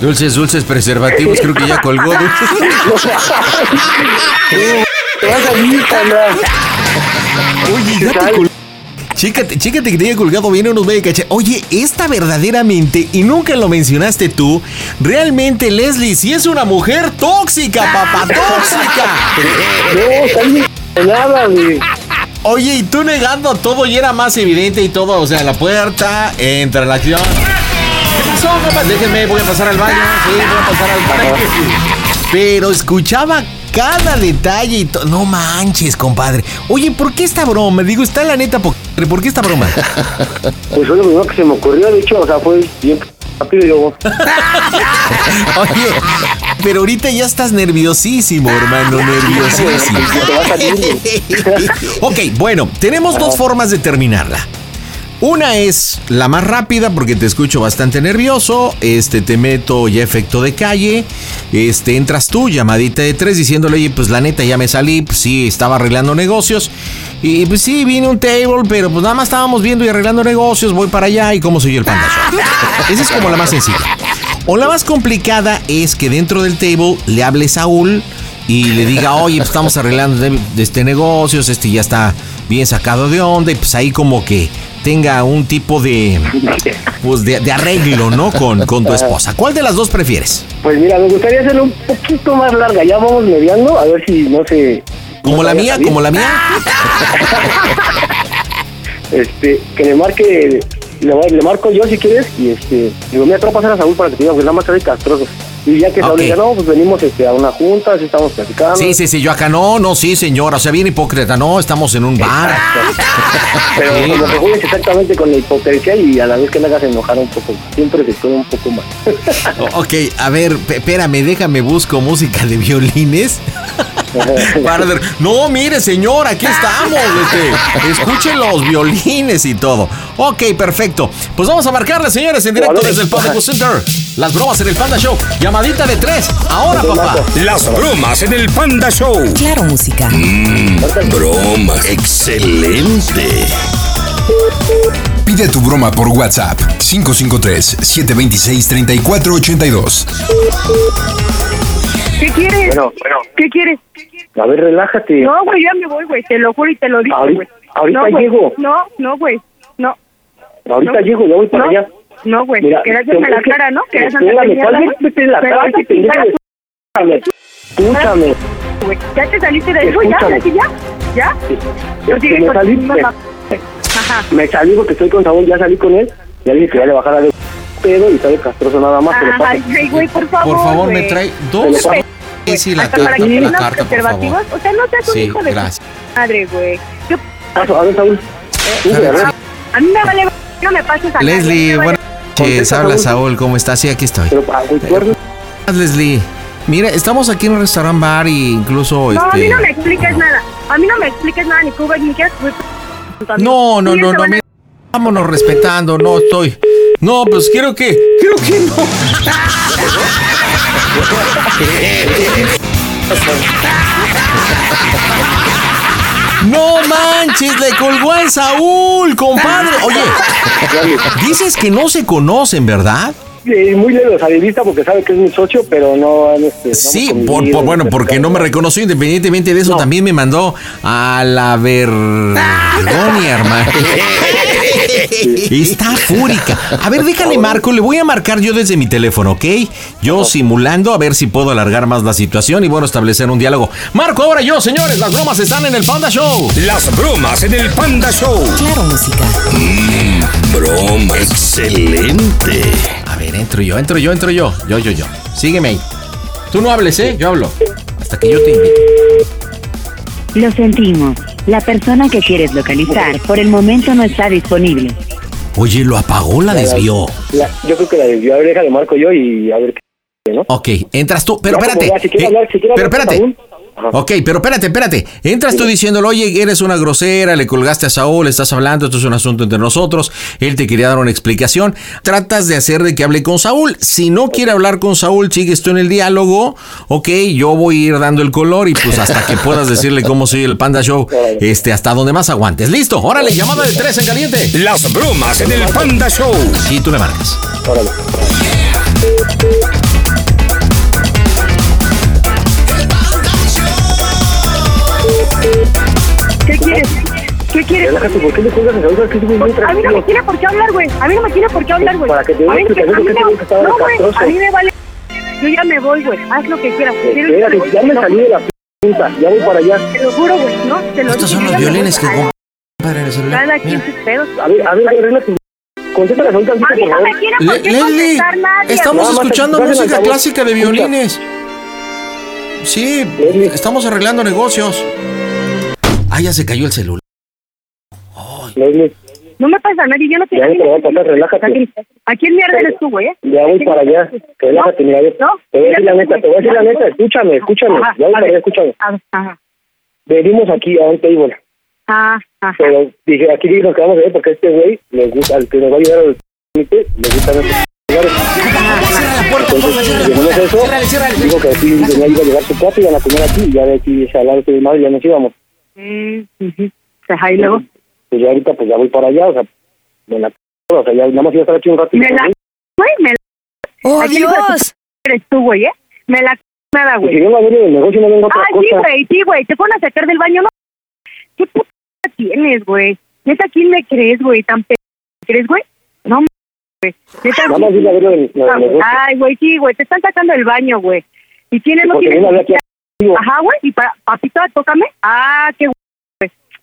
[SPEAKER 2] Dulces, dulces, preservativos. pues, Creo que ya colgó. (laughs)
[SPEAKER 12] Te vas a ir, carnal.
[SPEAKER 2] Oye, ya te col- Chécate, chécate que te haya colgado bien unos medio caché. Oye, esta verdaderamente, y nunca lo mencionaste tú, realmente Leslie sí es una mujer tóxica, papá, tóxica.
[SPEAKER 12] No, está bien nada, güey.
[SPEAKER 2] Oye, y tú negando todo y era más evidente y todo, o sea, la puerta, entra la acción. ¿Qué pasó, papá? Déjenme, voy a pasar al baño, sí, voy a pasar al baño. Pero escuchaba cada detalle y todo. No manches, compadre. Oye, ¿por qué esta broma? Digo, está la neta, po- ¿por qué esta broma?
[SPEAKER 12] Pues fue lo primero que se me ocurrió, de hecho, o sea, fue bien rápido y luego...
[SPEAKER 2] Oye,
[SPEAKER 27] Pero ahorita ya estás nerviosísimo, hermano, nerviosísimo.
[SPEAKER 2] (laughs) ok, bueno, tenemos dos formas de terminarla. Una es la más rápida porque te escucho bastante nervioso, este te meto ya efecto de calle, este entras tú llamadita de tres diciéndole, "Oye, pues la neta ya me salí, pues, sí, estaba arreglando negocios y pues sí, vine a un table, pero pues nada más estábamos viendo y arreglando negocios, voy para allá y cómo soy yo el panda. Show". (laughs) Esa es como la más sencilla. O la más complicada es que dentro del table le hable Saúl y le diga, oye, pues estamos arreglando de, de este negocios, este ya está bien sacado de onda, y pues ahí como que tenga un tipo de, pues de, de arreglo, ¿no? Con, con tu esposa. ¿Cuál de las dos prefieres?
[SPEAKER 12] Pues mira, me gustaría hacerlo un poquito más larga. Ya vamos mediando, a ver si no se.
[SPEAKER 2] ¿Como
[SPEAKER 12] no
[SPEAKER 2] la
[SPEAKER 12] vaya a
[SPEAKER 2] mía?
[SPEAKER 12] salir.
[SPEAKER 2] ¿Como la mía?
[SPEAKER 12] (laughs) Este, que le marque. Le, voy- le marco yo si quieres. Y este. Digo, mira, te voy a pasar a Saúl para que te diga, porque nada más trae castrosos. Y ya que Saúl
[SPEAKER 2] Ok.
[SPEAKER 12] diga, no, pues venimos este, a una junta, así estamos platicando.
[SPEAKER 2] Sí, sí, sí, yo acá no, no, sí, señora. O sea, bien hipócrita, no, estamos en un bar.
[SPEAKER 12] Pero
[SPEAKER 2] Sí.
[SPEAKER 12] que lo juegues exactamente con la hipocresía y a la vez que le hagas enojar un poco. Siempre se pone un poco más.
[SPEAKER 2] O- Oh, Ok, a ver, pe- espérame, déjame busco música de violines. Para ver- No, mire, señor, aquí estamos. este, escuchen los violines y todo. Ok, perfecto. Pues vamos a marcarle, señores, en directo desde el Panda Bus Center. Las bromas en el Panda Show. Llamadita de tres. Ahora, papá.
[SPEAKER 5] Las bromas en el Panda Show. Mm,
[SPEAKER 1] Claro, música.
[SPEAKER 5] Bromas.
[SPEAKER 18] Excelente.
[SPEAKER 10] Pide tu broma por WhatsApp 553-726-3482.
[SPEAKER 7] ¿Qué quieres?
[SPEAKER 12] Bueno, bueno.
[SPEAKER 7] ¿Qué quieres?
[SPEAKER 12] A ver, relájate.
[SPEAKER 7] No, güey, ya me voy, güey. Te lo juro y te lo digo,
[SPEAKER 12] Ahorita-
[SPEAKER 7] güey.
[SPEAKER 12] ahorita
[SPEAKER 7] no, güey.
[SPEAKER 12] llego.
[SPEAKER 7] No, no, güey. No.
[SPEAKER 12] Ahorita
[SPEAKER 7] no.
[SPEAKER 12] llego, ya voy para
[SPEAKER 7] No,
[SPEAKER 12] allá.
[SPEAKER 7] No, güey.
[SPEAKER 12] Mira,
[SPEAKER 7] Querías
[SPEAKER 12] te-
[SPEAKER 7] hacerme la cara, ¿no? Querías hacerme
[SPEAKER 12] Espérame,
[SPEAKER 7] mierda,
[SPEAKER 12] ¿cuál
[SPEAKER 7] ¿no?
[SPEAKER 12] es que te la
[SPEAKER 7] Pero
[SPEAKER 12] cara?
[SPEAKER 7] ahorita
[SPEAKER 12] Qué pendeja,
[SPEAKER 7] chingas,
[SPEAKER 12] Escúchame, escúchame.
[SPEAKER 7] güey. ¿Ya te saliste de eso? ¿Ya?
[SPEAKER 12] Escúchame.
[SPEAKER 7] ¿Así ya? ¿Ya?
[SPEAKER 12] Es que me salí, me,
[SPEAKER 7] Ah.
[SPEAKER 12] me salí porque estoy con Saúl, ya salí con él. Ya le dije que ya le bajara de pedo y sale castroso nada más. que le pase.
[SPEAKER 7] Ay, güey, güey, por favor,
[SPEAKER 2] Por favor, me
[SPEAKER 7] güey.
[SPEAKER 2] trae
[SPEAKER 12] Te
[SPEAKER 2] dos.
[SPEAKER 12] lo paso.
[SPEAKER 2] Es y la,
[SPEAKER 7] Hasta para
[SPEAKER 2] carta,
[SPEAKER 7] que te den
[SPEAKER 2] la
[SPEAKER 7] los
[SPEAKER 2] carta, por favor.
[SPEAKER 7] preservativos. O sea, no seas un
[SPEAKER 2] Sí,
[SPEAKER 7] hijo de
[SPEAKER 2] gracias.
[SPEAKER 7] tu madre, güey. Yo- Eh,
[SPEAKER 12] Paso, a ver, Saúl. Tú, a ver.
[SPEAKER 7] A mí me vale... No me pases a
[SPEAKER 2] Leslie,
[SPEAKER 7] bueno.
[SPEAKER 2] buenas noches. Habla Saúl, ¿cómo estás? Sí, aquí estoy. Ah, Leslie, mira, estamos aquí en un restaurante bar y incluso...
[SPEAKER 7] No, a mí
[SPEAKER 2] este,
[SPEAKER 7] no me expliques nada. A mí no me expliques nada, ni Cuba, ni quieras. güey, p-
[SPEAKER 2] No, no,
[SPEAKER 7] Ellos
[SPEAKER 2] no,
[SPEAKER 7] se
[SPEAKER 2] no,
[SPEAKER 7] van a-
[SPEAKER 2] mira, vámonos respetando, no estoy. No, pues quiero que, creo que no. No manches, le colgó el Saúl, compadre. Oye, dices que no se conocen, ¿verdad?
[SPEAKER 12] Sí, muy lejos a vista porque sabe que es mi socio, pero no... Este, no
[SPEAKER 2] Sí,
[SPEAKER 12] hemos
[SPEAKER 2] por,
[SPEAKER 12] convivido,
[SPEAKER 2] por- bueno,
[SPEAKER 12] no
[SPEAKER 2] porque no me reconoció, independientemente de eso, también me mandó a la vergonia, hermano. Está fúrica. A ver, déjale marco, le voy a marcar yo desde mi teléfono, ¿ok? Yo simulando a ver si puedo alargar más la situación y bueno, establecer un diálogo. Marco ahora yo, señores, las bromas están en el Panda Show.
[SPEAKER 5] Las bromas en el Panda Show.
[SPEAKER 1] Claro, música.
[SPEAKER 18] Broma. Excelente.
[SPEAKER 2] Mm, A ver, entro yo, entro yo, entro yo. Yo, yo, yo. Sígueme ahí. Tú no hables, ¿eh? Yo hablo. Hasta que yo te invite.
[SPEAKER 8] Lo sentimos. La persona que quieres localizar por el momento no está disponible.
[SPEAKER 2] Oye, lo apagó, la desvió.
[SPEAKER 12] La- yo creo que la desvió. A ver, déjale, marco yo y a ver qué...
[SPEAKER 2] Ok, entras tú, pero
[SPEAKER 12] Ya, como
[SPEAKER 2] espérate.
[SPEAKER 12] ya, si quiere
[SPEAKER 2] eh,
[SPEAKER 12] hablar- si quiere
[SPEAKER 2] pero
[SPEAKER 12] hablar con
[SPEAKER 2] espérate. Ok, pero espérate, espérate. Entras tú diciéndole, oye, eres una grosera, le colgaste a Saúl, estás hablando, esto es un asunto entre nosotros, él te quería dar una explicación. Tratas de hacer de que hable con Saúl. Si no quiere hablar con Saúl, sigues tú en el diálogo. Ok, yo voy a ir dando el color y pues hasta que puedas decirle cómo soy el Panda Show, este, hasta donde más aguantes. Listo, órale, llamada de tres en caliente.
[SPEAKER 5] Las bromas en el Panda Show.
[SPEAKER 2] Sí, tú le marcas.
[SPEAKER 12] Órale.
[SPEAKER 7] ¿Qué quieres? ¿Qué quieres?
[SPEAKER 12] Relájate, ¿por qué le cuelgas a Saúl? Es que es muy, muy
[SPEAKER 7] A mí no
[SPEAKER 12] tranquilo.
[SPEAKER 7] me tiene por qué hablar, güey. A mí no me tiene por qué hablar, güey.
[SPEAKER 12] Para que te dé
[SPEAKER 7] A mí
[SPEAKER 12] explicación
[SPEAKER 7] a mí
[SPEAKER 12] de qué
[SPEAKER 7] no-
[SPEAKER 12] te gusta estar
[SPEAKER 7] No, güey,
[SPEAKER 12] castroso.
[SPEAKER 7] a mí me vale... Yo ya me voy, güey. Haz lo que quieras. Pero-
[SPEAKER 12] Eh, Espérate, ya me salí de la punta. Ya voy para allá.
[SPEAKER 7] Te lo juro, güey. No, te lo
[SPEAKER 2] Estos
[SPEAKER 7] dije,
[SPEAKER 2] son
[SPEAKER 7] yo
[SPEAKER 2] los
[SPEAKER 7] ya me
[SPEAKER 2] violines
[SPEAKER 7] voy.
[SPEAKER 2] que
[SPEAKER 7] A la-
[SPEAKER 2] compré en el celular.
[SPEAKER 7] Cada quien sus pedos.
[SPEAKER 12] A ver, a ver, arregla tu... Contéstale a Saúl tantito,
[SPEAKER 7] A mí
[SPEAKER 12] por
[SPEAKER 7] no
[SPEAKER 12] favor.
[SPEAKER 7] me tiene por qué
[SPEAKER 2] Le-
[SPEAKER 7] contestar
[SPEAKER 2] Leslie,
[SPEAKER 7] nadie.
[SPEAKER 2] estamos
[SPEAKER 12] Nada más escuchas
[SPEAKER 2] escuchando
[SPEAKER 12] el
[SPEAKER 2] música
[SPEAKER 12] altavoz.
[SPEAKER 2] clásica de violines. Sí, estamos arreglando negocios. Ah, ya se cayó el celular.
[SPEAKER 12] Leslie,
[SPEAKER 7] No me pasa a nadie, yo no
[SPEAKER 12] Ya
[SPEAKER 7] tengo...
[SPEAKER 12] no te voy a pasar, relájate.
[SPEAKER 7] ¿A quién mierda eres tú, güey? eh?
[SPEAKER 12] Ya voy para allá. Relájate, mira, yo- te voy a decir la neta, te voy a decir la neta. Escúchame, escúchame.
[SPEAKER 7] Ajá,
[SPEAKER 12] Ya voy
[SPEAKER 7] a
[SPEAKER 12] para
[SPEAKER 7] ver.
[SPEAKER 12] allá, escúchame.
[SPEAKER 7] Ah, Ajá,
[SPEAKER 12] Venimos aquí a un table.
[SPEAKER 7] ah, ah.
[SPEAKER 12] Pero dije, aquí nos quedamos a ver porque a este güey les gusta, al que nos va a ayudar al comité, les gustan estos lugares. Entonces, dijimos eso, dijo que aquí venía iba a llegar su plato y iban a comer aquí, y ya de aquí se hablaron con mi madre y ya nos íbamos.
[SPEAKER 7] Mm, ujú. Ajá, y luego...
[SPEAKER 12] Pues ya ahorita pues ya voy para allá, o sea, me la o sea, ya nada más iba a estar aquí un ratito.
[SPEAKER 7] Me la... Güey, me la...
[SPEAKER 12] ¡Oh,
[SPEAKER 7] ¿A quién hija de tu
[SPEAKER 12] Dios!
[SPEAKER 7] Eres tú, güey, ¿eh? Me la... Nada,
[SPEAKER 12] Pues
[SPEAKER 7] güey.
[SPEAKER 12] si yo no vengo del negocio, no vengo a otra
[SPEAKER 7] Ah, sí,
[SPEAKER 12] cosa.
[SPEAKER 7] güey, sí, güey. Te ponen a sacar del baño, ¿no? ¿Qué puta tienes, güey? ¿Neta quién me crees, güey? ¿Tan p... crees, güey? No, m- güey. Neta,
[SPEAKER 12] Nada más vine a ver lo del- lo del
[SPEAKER 7] Ah, güey.
[SPEAKER 12] negocio.
[SPEAKER 7] Ay, güey, sí, güey. Te están sacando del baño, güey. ¿Y tienes, no
[SPEAKER 12] Porque
[SPEAKER 7] tienes?
[SPEAKER 12] vine a hablar aquí
[SPEAKER 7] Ajá, güey. ¿Y para, papito, tócame? Ah, qué güey.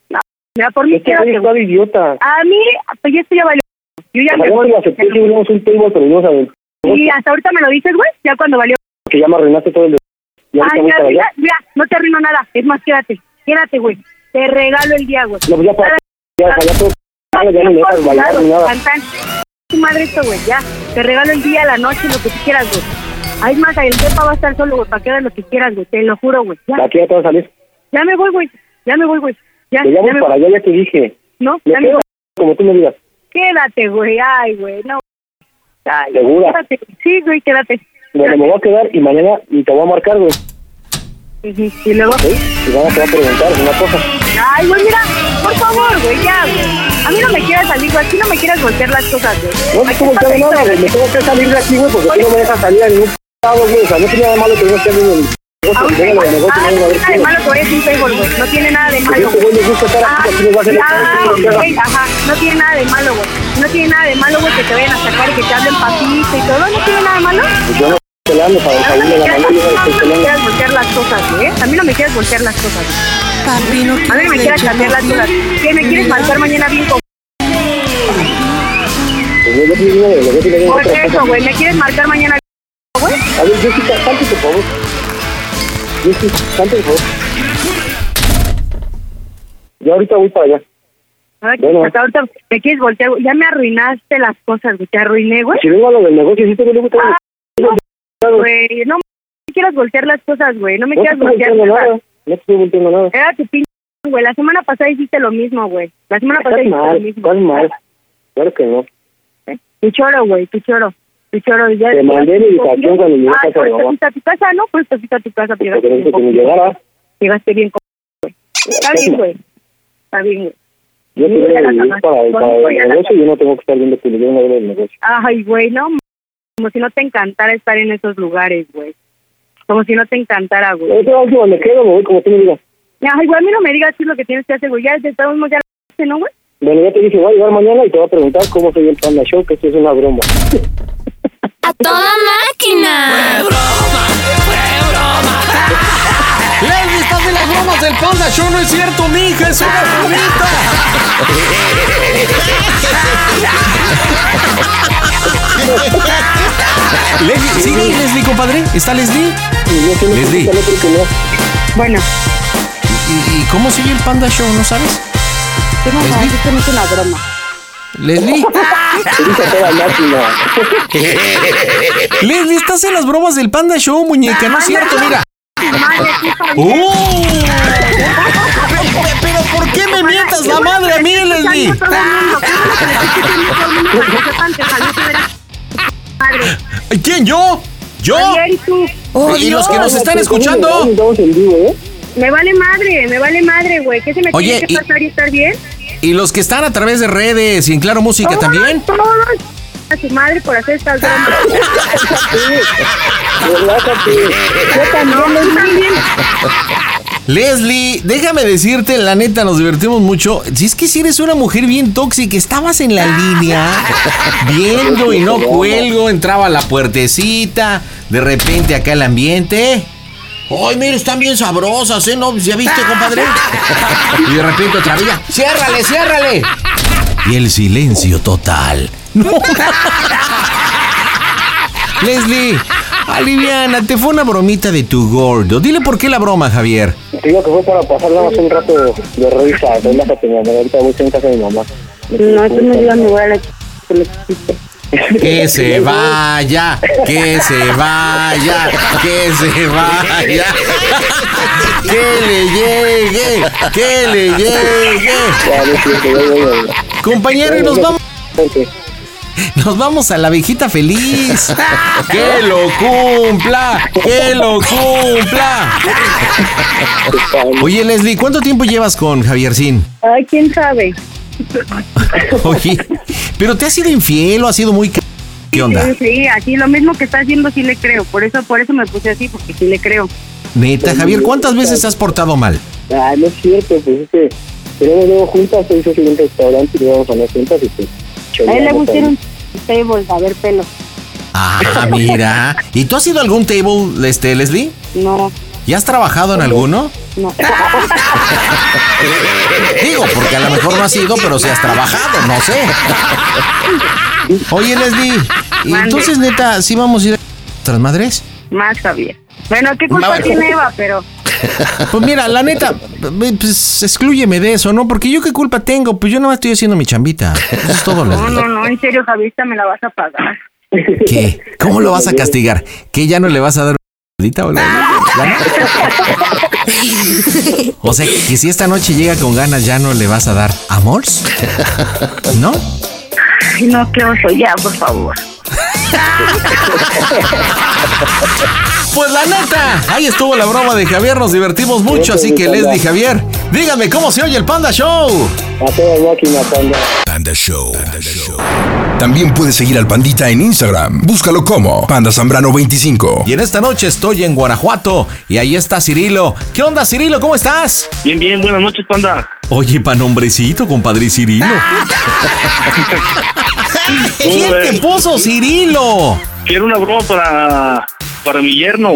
[SPEAKER 7] No, mira, por mí
[SPEAKER 12] Este güey
[SPEAKER 7] quédate,
[SPEAKER 12] está
[SPEAKER 7] güey.
[SPEAKER 12] de idiota.
[SPEAKER 7] A mí, pues yo estoy ya valió. Yo ya
[SPEAKER 12] O sea,
[SPEAKER 7] me
[SPEAKER 12] yo
[SPEAKER 7] voy.
[SPEAKER 12] lo acepté, sí, vinimos a un table, pero vinimos a ver.
[SPEAKER 7] Y hasta ahorita me lo dices, güey. Ya cuando valió.
[SPEAKER 12] Que ya me arruinaste todo el... de- Y ahorita
[SPEAKER 7] Ay,
[SPEAKER 12] voy
[SPEAKER 7] mira,
[SPEAKER 12] para allá.
[SPEAKER 7] mira, mira, no te arruino nada. Es más, quédate. Quédate, güey. Te regalo el día, güey.
[SPEAKER 12] No, pues ya para... Ya,
[SPEAKER 7] Ah,
[SPEAKER 12] o sea, ya todo... Ya no me dejas bailar ni nada.
[SPEAKER 7] Tan, tan. Tu madre esto, güey, ya. Te regalo el día, la noche, lo que tú quieras, güey. Ay, más, el depa va a estar solo, güey, para que hagas lo que quieras, güey. Te lo juro, güey. Ya,
[SPEAKER 12] Aquí ya te vas a salir.
[SPEAKER 7] ya me voy, güey. Ya me voy, güey. Ya,
[SPEAKER 12] Te llamo
[SPEAKER 7] ya me
[SPEAKER 12] para
[SPEAKER 7] voy.
[SPEAKER 12] allá, Pues ya te dije.
[SPEAKER 7] No,
[SPEAKER 12] Me
[SPEAKER 7] ya me
[SPEAKER 12] quedo
[SPEAKER 7] voy.
[SPEAKER 12] como tú me digas.
[SPEAKER 7] Quédate, güey. Ay, güey, no. Ay,
[SPEAKER 12] ¿Segura?
[SPEAKER 7] Quédate. Sí, güey, quédate.
[SPEAKER 12] Bueno, me voy a quedar y mañana y te voy a marcar, güey.
[SPEAKER 7] Ujú. Y luego...
[SPEAKER 12] Y van a te voy a preguntar una cosa.
[SPEAKER 7] Ay, güey, mira, por favor, güey, ya, güey. A mí no me quieras salir, güey, aquí no me quieras voltear las cosas, güey.
[SPEAKER 12] No me estoy volteando nada, güey. Me tengo que salir de aquí, güey, porque tú no me dejas salir a ningún lado, güey. O sea, no tiene nada malo que no esté viendo el
[SPEAKER 7] Aún
[SPEAKER 12] negocio.
[SPEAKER 7] te-
[SPEAKER 12] Venga, el negocio,
[SPEAKER 7] Ah,
[SPEAKER 12] venga,
[SPEAKER 7] no
[SPEAKER 12] a ver,
[SPEAKER 7] tiene nada de malo que
[SPEAKER 12] güey.
[SPEAKER 7] vayas a un table, güey. No tiene nada de
[SPEAKER 12] Porque
[SPEAKER 7] malo,
[SPEAKER 12] este güey le gusta estar
[SPEAKER 7] Ah,
[SPEAKER 12] aquí, aquí nos va a hacer el
[SPEAKER 7] ah,
[SPEAKER 12] escándalo,
[SPEAKER 7] ok,
[SPEAKER 12] güey.
[SPEAKER 7] ajá, no tiene nada de malo, güey. No tiene nada de malo, güey, que te vayan a sacar y que te hablen papito y todo. No tiene nada de malo.
[SPEAKER 12] Pues yo no estoy peleando para
[SPEAKER 7] A mí
[SPEAKER 12] salirme
[SPEAKER 7] no
[SPEAKER 12] de
[SPEAKER 7] me
[SPEAKER 12] la
[SPEAKER 7] quieras-
[SPEAKER 12] mano, yo no estoy
[SPEAKER 7] a mí no me
[SPEAKER 12] peleando.
[SPEAKER 7] quieras voltear las cosas, güey. ¿eh? A mí no me quieras voltear las cosas. Papi, no A mí no me quieras cambiar las cosas. ¿Qué, me quieres marcar mañana bien con...
[SPEAKER 12] Pues yo- yo te digo, güey, yo te digo
[SPEAKER 7] Por
[SPEAKER 12] otra cosa.
[SPEAKER 7] eso, güey, ¿me quieres marcar mañana bien, güey?
[SPEAKER 12] A ver, Jessica, salte, por favor. Jessica, salte, por favor. Yo ahorita voy para allá.
[SPEAKER 7] Ay,
[SPEAKER 12] Bueno.
[SPEAKER 7] hasta ahorita me quieres voltear, güey. Ya me arruinaste las cosas, güey. Te arruiné, güey. Ah,
[SPEAKER 12] Si vengo a lo del negocio, si te vengo a
[SPEAKER 7] Güey, no me quieras voltear las cosas, güey. No me
[SPEAKER 12] No te
[SPEAKER 7] quieras
[SPEAKER 12] estoy
[SPEAKER 7] voltear
[SPEAKER 12] volteando
[SPEAKER 7] las
[SPEAKER 12] nada.
[SPEAKER 7] cosas.
[SPEAKER 12] No te estoy volteando nada.
[SPEAKER 7] Era tu pinche, güey. La semana pasada hiciste lo mismo, güey. La semana pasada
[SPEAKER 12] Estás
[SPEAKER 7] hiciste lo
[SPEAKER 12] mal,
[SPEAKER 7] mismo. Eh,
[SPEAKER 12] estás mal. Claro que no.
[SPEAKER 7] Tu choro, güey, tu choro. Tu choro. Ya,
[SPEAKER 12] Te mandé mi ubicación cuando llegué a
[SPEAKER 7] Ah,
[SPEAKER 12] casa
[SPEAKER 7] por
[SPEAKER 12] de
[SPEAKER 7] eso
[SPEAKER 12] mamá.
[SPEAKER 7] fuiste a tu casa, ¿no? Por eso fuiste a tu casa. pero
[SPEAKER 12] Porque no
[SPEAKER 7] Llegaste
[SPEAKER 12] que me
[SPEAKER 7] bien,
[SPEAKER 12] llegara.
[SPEAKER 7] llegaste bien co- güey. Está
[SPEAKER 12] Estás
[SPEAKER 7] bien,
[SPEAKER 12] mal.
[SPEAKER 7] güey. Está bien, güey.
[SPEAKER 12] Yo te
[SPEAKER 7] Sí,
[SPEAKER 12] voy
[SPEAKER 7] ya
[SPEAKER 12] a
[SPEAKER 7] la
[SPEAKER 12] vivir
[SPEAKER 7] cagaste.
[SPEAKER 12] para,
[SPEAKER 7] Bueno,
[SPEAKER 12] para
[SPEAKER 7] pues ya
[SPEAKER 12] el
[SPEAKER 7] la
[SPEAKER 12] negocio y yo no tengo que estar viendo que le dieron a ver el negocio.
[SPEAKER 7] Ay, güey, no. m- Como si no te encantara estar en esos lugares, güey. Como si no te encantara, güey.
[SPEAKER 12] Yo te voy a decir, me quedo, me voy como tú me digas.
[SPEAKER 7] Ay, güey, a mí no me digas qué es lo que tienes que hacer, güey. Ya de todos modos ya la ¿no, güey?
[SPEAKER 12] Bueno, ya te dije, voy a llegar mañana y te voy a preguntar cómo soy el Panda Show, que esto es una broma.
[SPEAKER 11] ¡A toda máquina!
[SPEAKER 2] Leslie, estás de las bromas del Panda Show, no es cierto, mija, es una bromita. Leslie, ¿sigue Leslie, compadre? ¿Está Leslie? Leslie.
[SPEAKER 7] Bueno.
[SPEAKER 2] ¿Y, y cómo sigue el Panda Show, no sabes?
[SPEAKER 7] ¿Qué más
[SPEAKER 2] ¿Leslie?
[SPEAKER 7] que no es una broma?
[SPEAKER 2] Leslie. (laughs) Leslie, estás en las bromas del Panda Show, muñeca, no es cierto, mira. ¡Uh!
[SPEAKER 19] Pero ¿por qué me mientas la madre a mí, Leslie?
[SPEAKER 2] ¿Quién? ¿Yo? ¿Yo?
[SPEAKER 7] ¡Oh,
[SPEAKER 2] y los que nos
[SPEAKER 7] Dios!
[SPEAKER 2] están
[SPEAKER 12] pues,
[SPEAKER 2] escuchando.
[SPEAKER 12] ¿eh?
[SPEAKER 7] Me vale madre, me vale madre, güey. ¿Qué se me
[SPEAKER 2] Oye,
[SPEAKER 7] tiene que
[SPEAKER 2] y-
[SPEAKER 7] pasar y estar bien?
[SPEAKER 2] Y los que están a través de redes y en Claro Música también.
[SPEAKER 7] Todos a su madre por hacer estas bromas. (laughs) Yo también, tú también.
[SPEAKER 2] Leslie, déjame decirte, la neta, nos divertimos mucho. Si es que si eres una mujer bien tóxica, estabas en la línea viendo y no cuelgo, entraba la puertecita, de repente acá el ambiente. Ay, mire, están bien sabrosas, ¿eh? ¿No? ¿Ya viste, compadre? Y de repente otra vez. ¡Ciérrale, ciérrale! Y el silencio total. Leslie, aliviana, te fue una bromita de tu gordo. Dile por qué la broma, Javier.
[SPEAKER 12] Te digo que fue para pasar nada más un rato de risa, relájate, mi amor. Ahorita voy a estar en casa de mi mamá.
[SPEAKER 7] No, eso me dio a mi abuela la
[SPEAKER 3] (laughs)
[SPEAKER 7] ch- que lo quisiste.
[SPEAKER 2] Que se vaya, que se vaya, que se vaya. Que le llegue, que le llegue. Compañero, y nos vamos. Nos vamos a la viejita feliz. Que lo cumpla, que lo cumpla. Oye, Leslie, ¿cuánto tiempo llevas con Javiercín?
[SPEAKER 7] Ay, quién sabe.
[SPEAKER 2] Oye, pero te ha sido infiel o ha sido muy... c- ¿Qué onda?
[SPEAKER 7] Sí, sí, así lo mismo que está haciendo sí le creo. Por eso, por eso me puse así, porque sí le creo.
[SPEAKER 2] Neta, Javier, ¿cuántas veces te has portado mal?
[SPEAKER 12] Ah, no es cierto, pues es que tenemos luego juntas, hoy se hace un restaurante y luego vamos a comer juntas y pues...
[SPEAKER 7] A él le
[SPEAKER 12] choleamos
[SPEAKER 7] gusta un
[SPEAKER 12] ahí.
[SPEAKER 7] table, a ver pelo. (laughs)
[SPEAKER 2] Ah, mira. ¿Y tú has ido a algún table, este, Leslie?
[SPEAKER 7] No,
[SPEAKER 2] ¿Y has trabajado en
[SPEAKER 7] (laughs)
[SPEAKER 2] alguno?
[SPEAKER 7] no.
[SPEAKER 2] (laughs) Digo, porque a lo mejor no has ido, pero si has trabajado, no sé. Oye, Leslie, ¿y
[SPEAKER 7] Mande.
[SPEAKER 2] entonces, neta, ¿sí vamos a ir a nuestras madres?
[SPEAKER 7] Más Javier. Bueno, ¿qué culpa
[SPEAKER 2] Bueno.
[SPEAKER 7] tiene Eva? Pero
[SPEAKER 2] Pues mira, la neta, pues exclúyeme de eso, ¿no? Porque yo qué culpa tengo, pues yo nada más estoy haciendo mi chambita. Eso es todo,
[SPEAKER 7] no,
[SPEAKER 2] Leslie.
[SPEAKER 7] no, no, en serio, Javierita, me la vas a pagar.
[SPEAKER 2] ¿Qué? ¿Cómo lo vas a castigar? ¿Que ya no le vas a dar una o algo? ¿Ya no? O sea, que si esta noche llega con ganas, ya no le vas a dar amors, ¿no?
[SPEAKER 7] Ay, no, qué oso, ya, por favor.
[SPEAKER 2] (laughs) Pues la neta, ahí estuvo la broma de Javier, nos divertimos mucho, así que Leslie Javier, díganme cómo se oye el Panda Show.
[SPEAKER 12] A toda máquina, panda.
[SPEAKER 10] Panda Show. También puedes seguir al Pandita en Instagram. Búscalo como Panda Zambrano 25.
[SPEAKER 2] Y en esta noche estoy en Guanajuato y ahí está Cirilo. ¿Qué onda, Cirilo? ¿Cómo estás?
[SPEAKER 6] Bien, bien, buenas noches, Panda.
[SPEAKER 2] Oye, pa' nombrecito,
[SPEAKER 6] (laughs)
[SPEAKER 2] compadre Cirilo. ¿Quién te puso Cirilo?
[SPEAKER 6] Quiero una broma para, para mi yerno.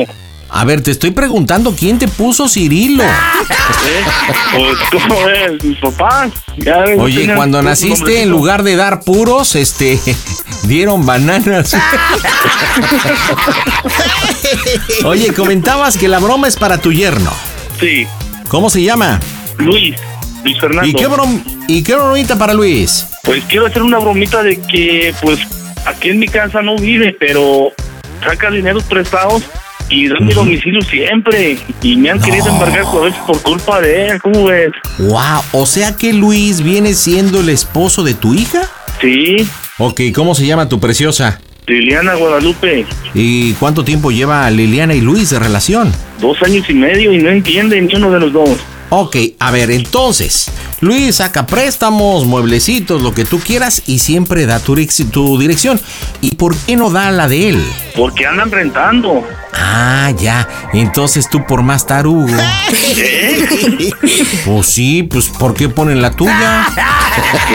[SPEAKER 2] A ver, te estoy preguntando quién te puso Cirilo.
[SPEAKER 6] ¿eh? Pues, (laughs) ¿cómo es? Mi papá. Ya ves,
[SPEAKER 2] Oye,
[SPEAKER 6] tenía
[SPEAKER 2] cuando
[SPEAKER 6] un
[SPEAKER 2] naciste, en
[SPEAKER 6] nombrecito.
[SPEAKER 2] lugar de dar puros, este, (laughs) dieron bananas. (laughs) Oye, comentabas que la broma es para tu yerno.
[SPEAKER 6] Sí.
[SPEAKER 2] ¿Cómo se llama?
[SPEAKER 6] Luis, Luis Fernando.
[SPEAKER 2] ¿Y qué, brom ¿Y qué bromita para Luis?
[SPEAKER 6] Pues quiero hacer una bromita de que, pues, aquí en mi casa no vive, pero saca dinero prestados y da mi domicilio siempre. Y me han querido embargar a veces por culpa de él. ¿Cómo ves?
[SPEAKER 2] Wow, o sea que Luis viene siendo el esposo de tu hija.
[SPEAKER 6] Sí.
[SPEAKER 2] Ok, ¿cómo se llama tu preciosa?
[SPEAKER 6] Liliana Guadalupe,
[SPEAKER 2] ¿Y cuánto tiempo lleva Liliana y Luis de relación?
[SPEAKER 6] dos años y medio y no entiende ni uno de los dos.
[SPEAKER 2] Ok, a ver, entonces, Luis saca préstamos, mueblecitos, lo que tú quieras y siempre da tu, direc- tu dirección. ¿Y por qué no da la de él?
[SPEAKER 6] Porque andan
[SPEAKER 2] (laughs)
[SPEAKER 6] rentando.
[SPEAKER 2] Ah, ya. Entonces tú por
[SPEAKER 6] (laughs)
[SPEAKER 2] más tarugo.
[SPEAKER 6] ¿Eh?
[SPEAKER 2] Pues sí, pues ¿por qué ponen la
[SPEAKER 6] (laughs)
[SPEAKER 2] tuya?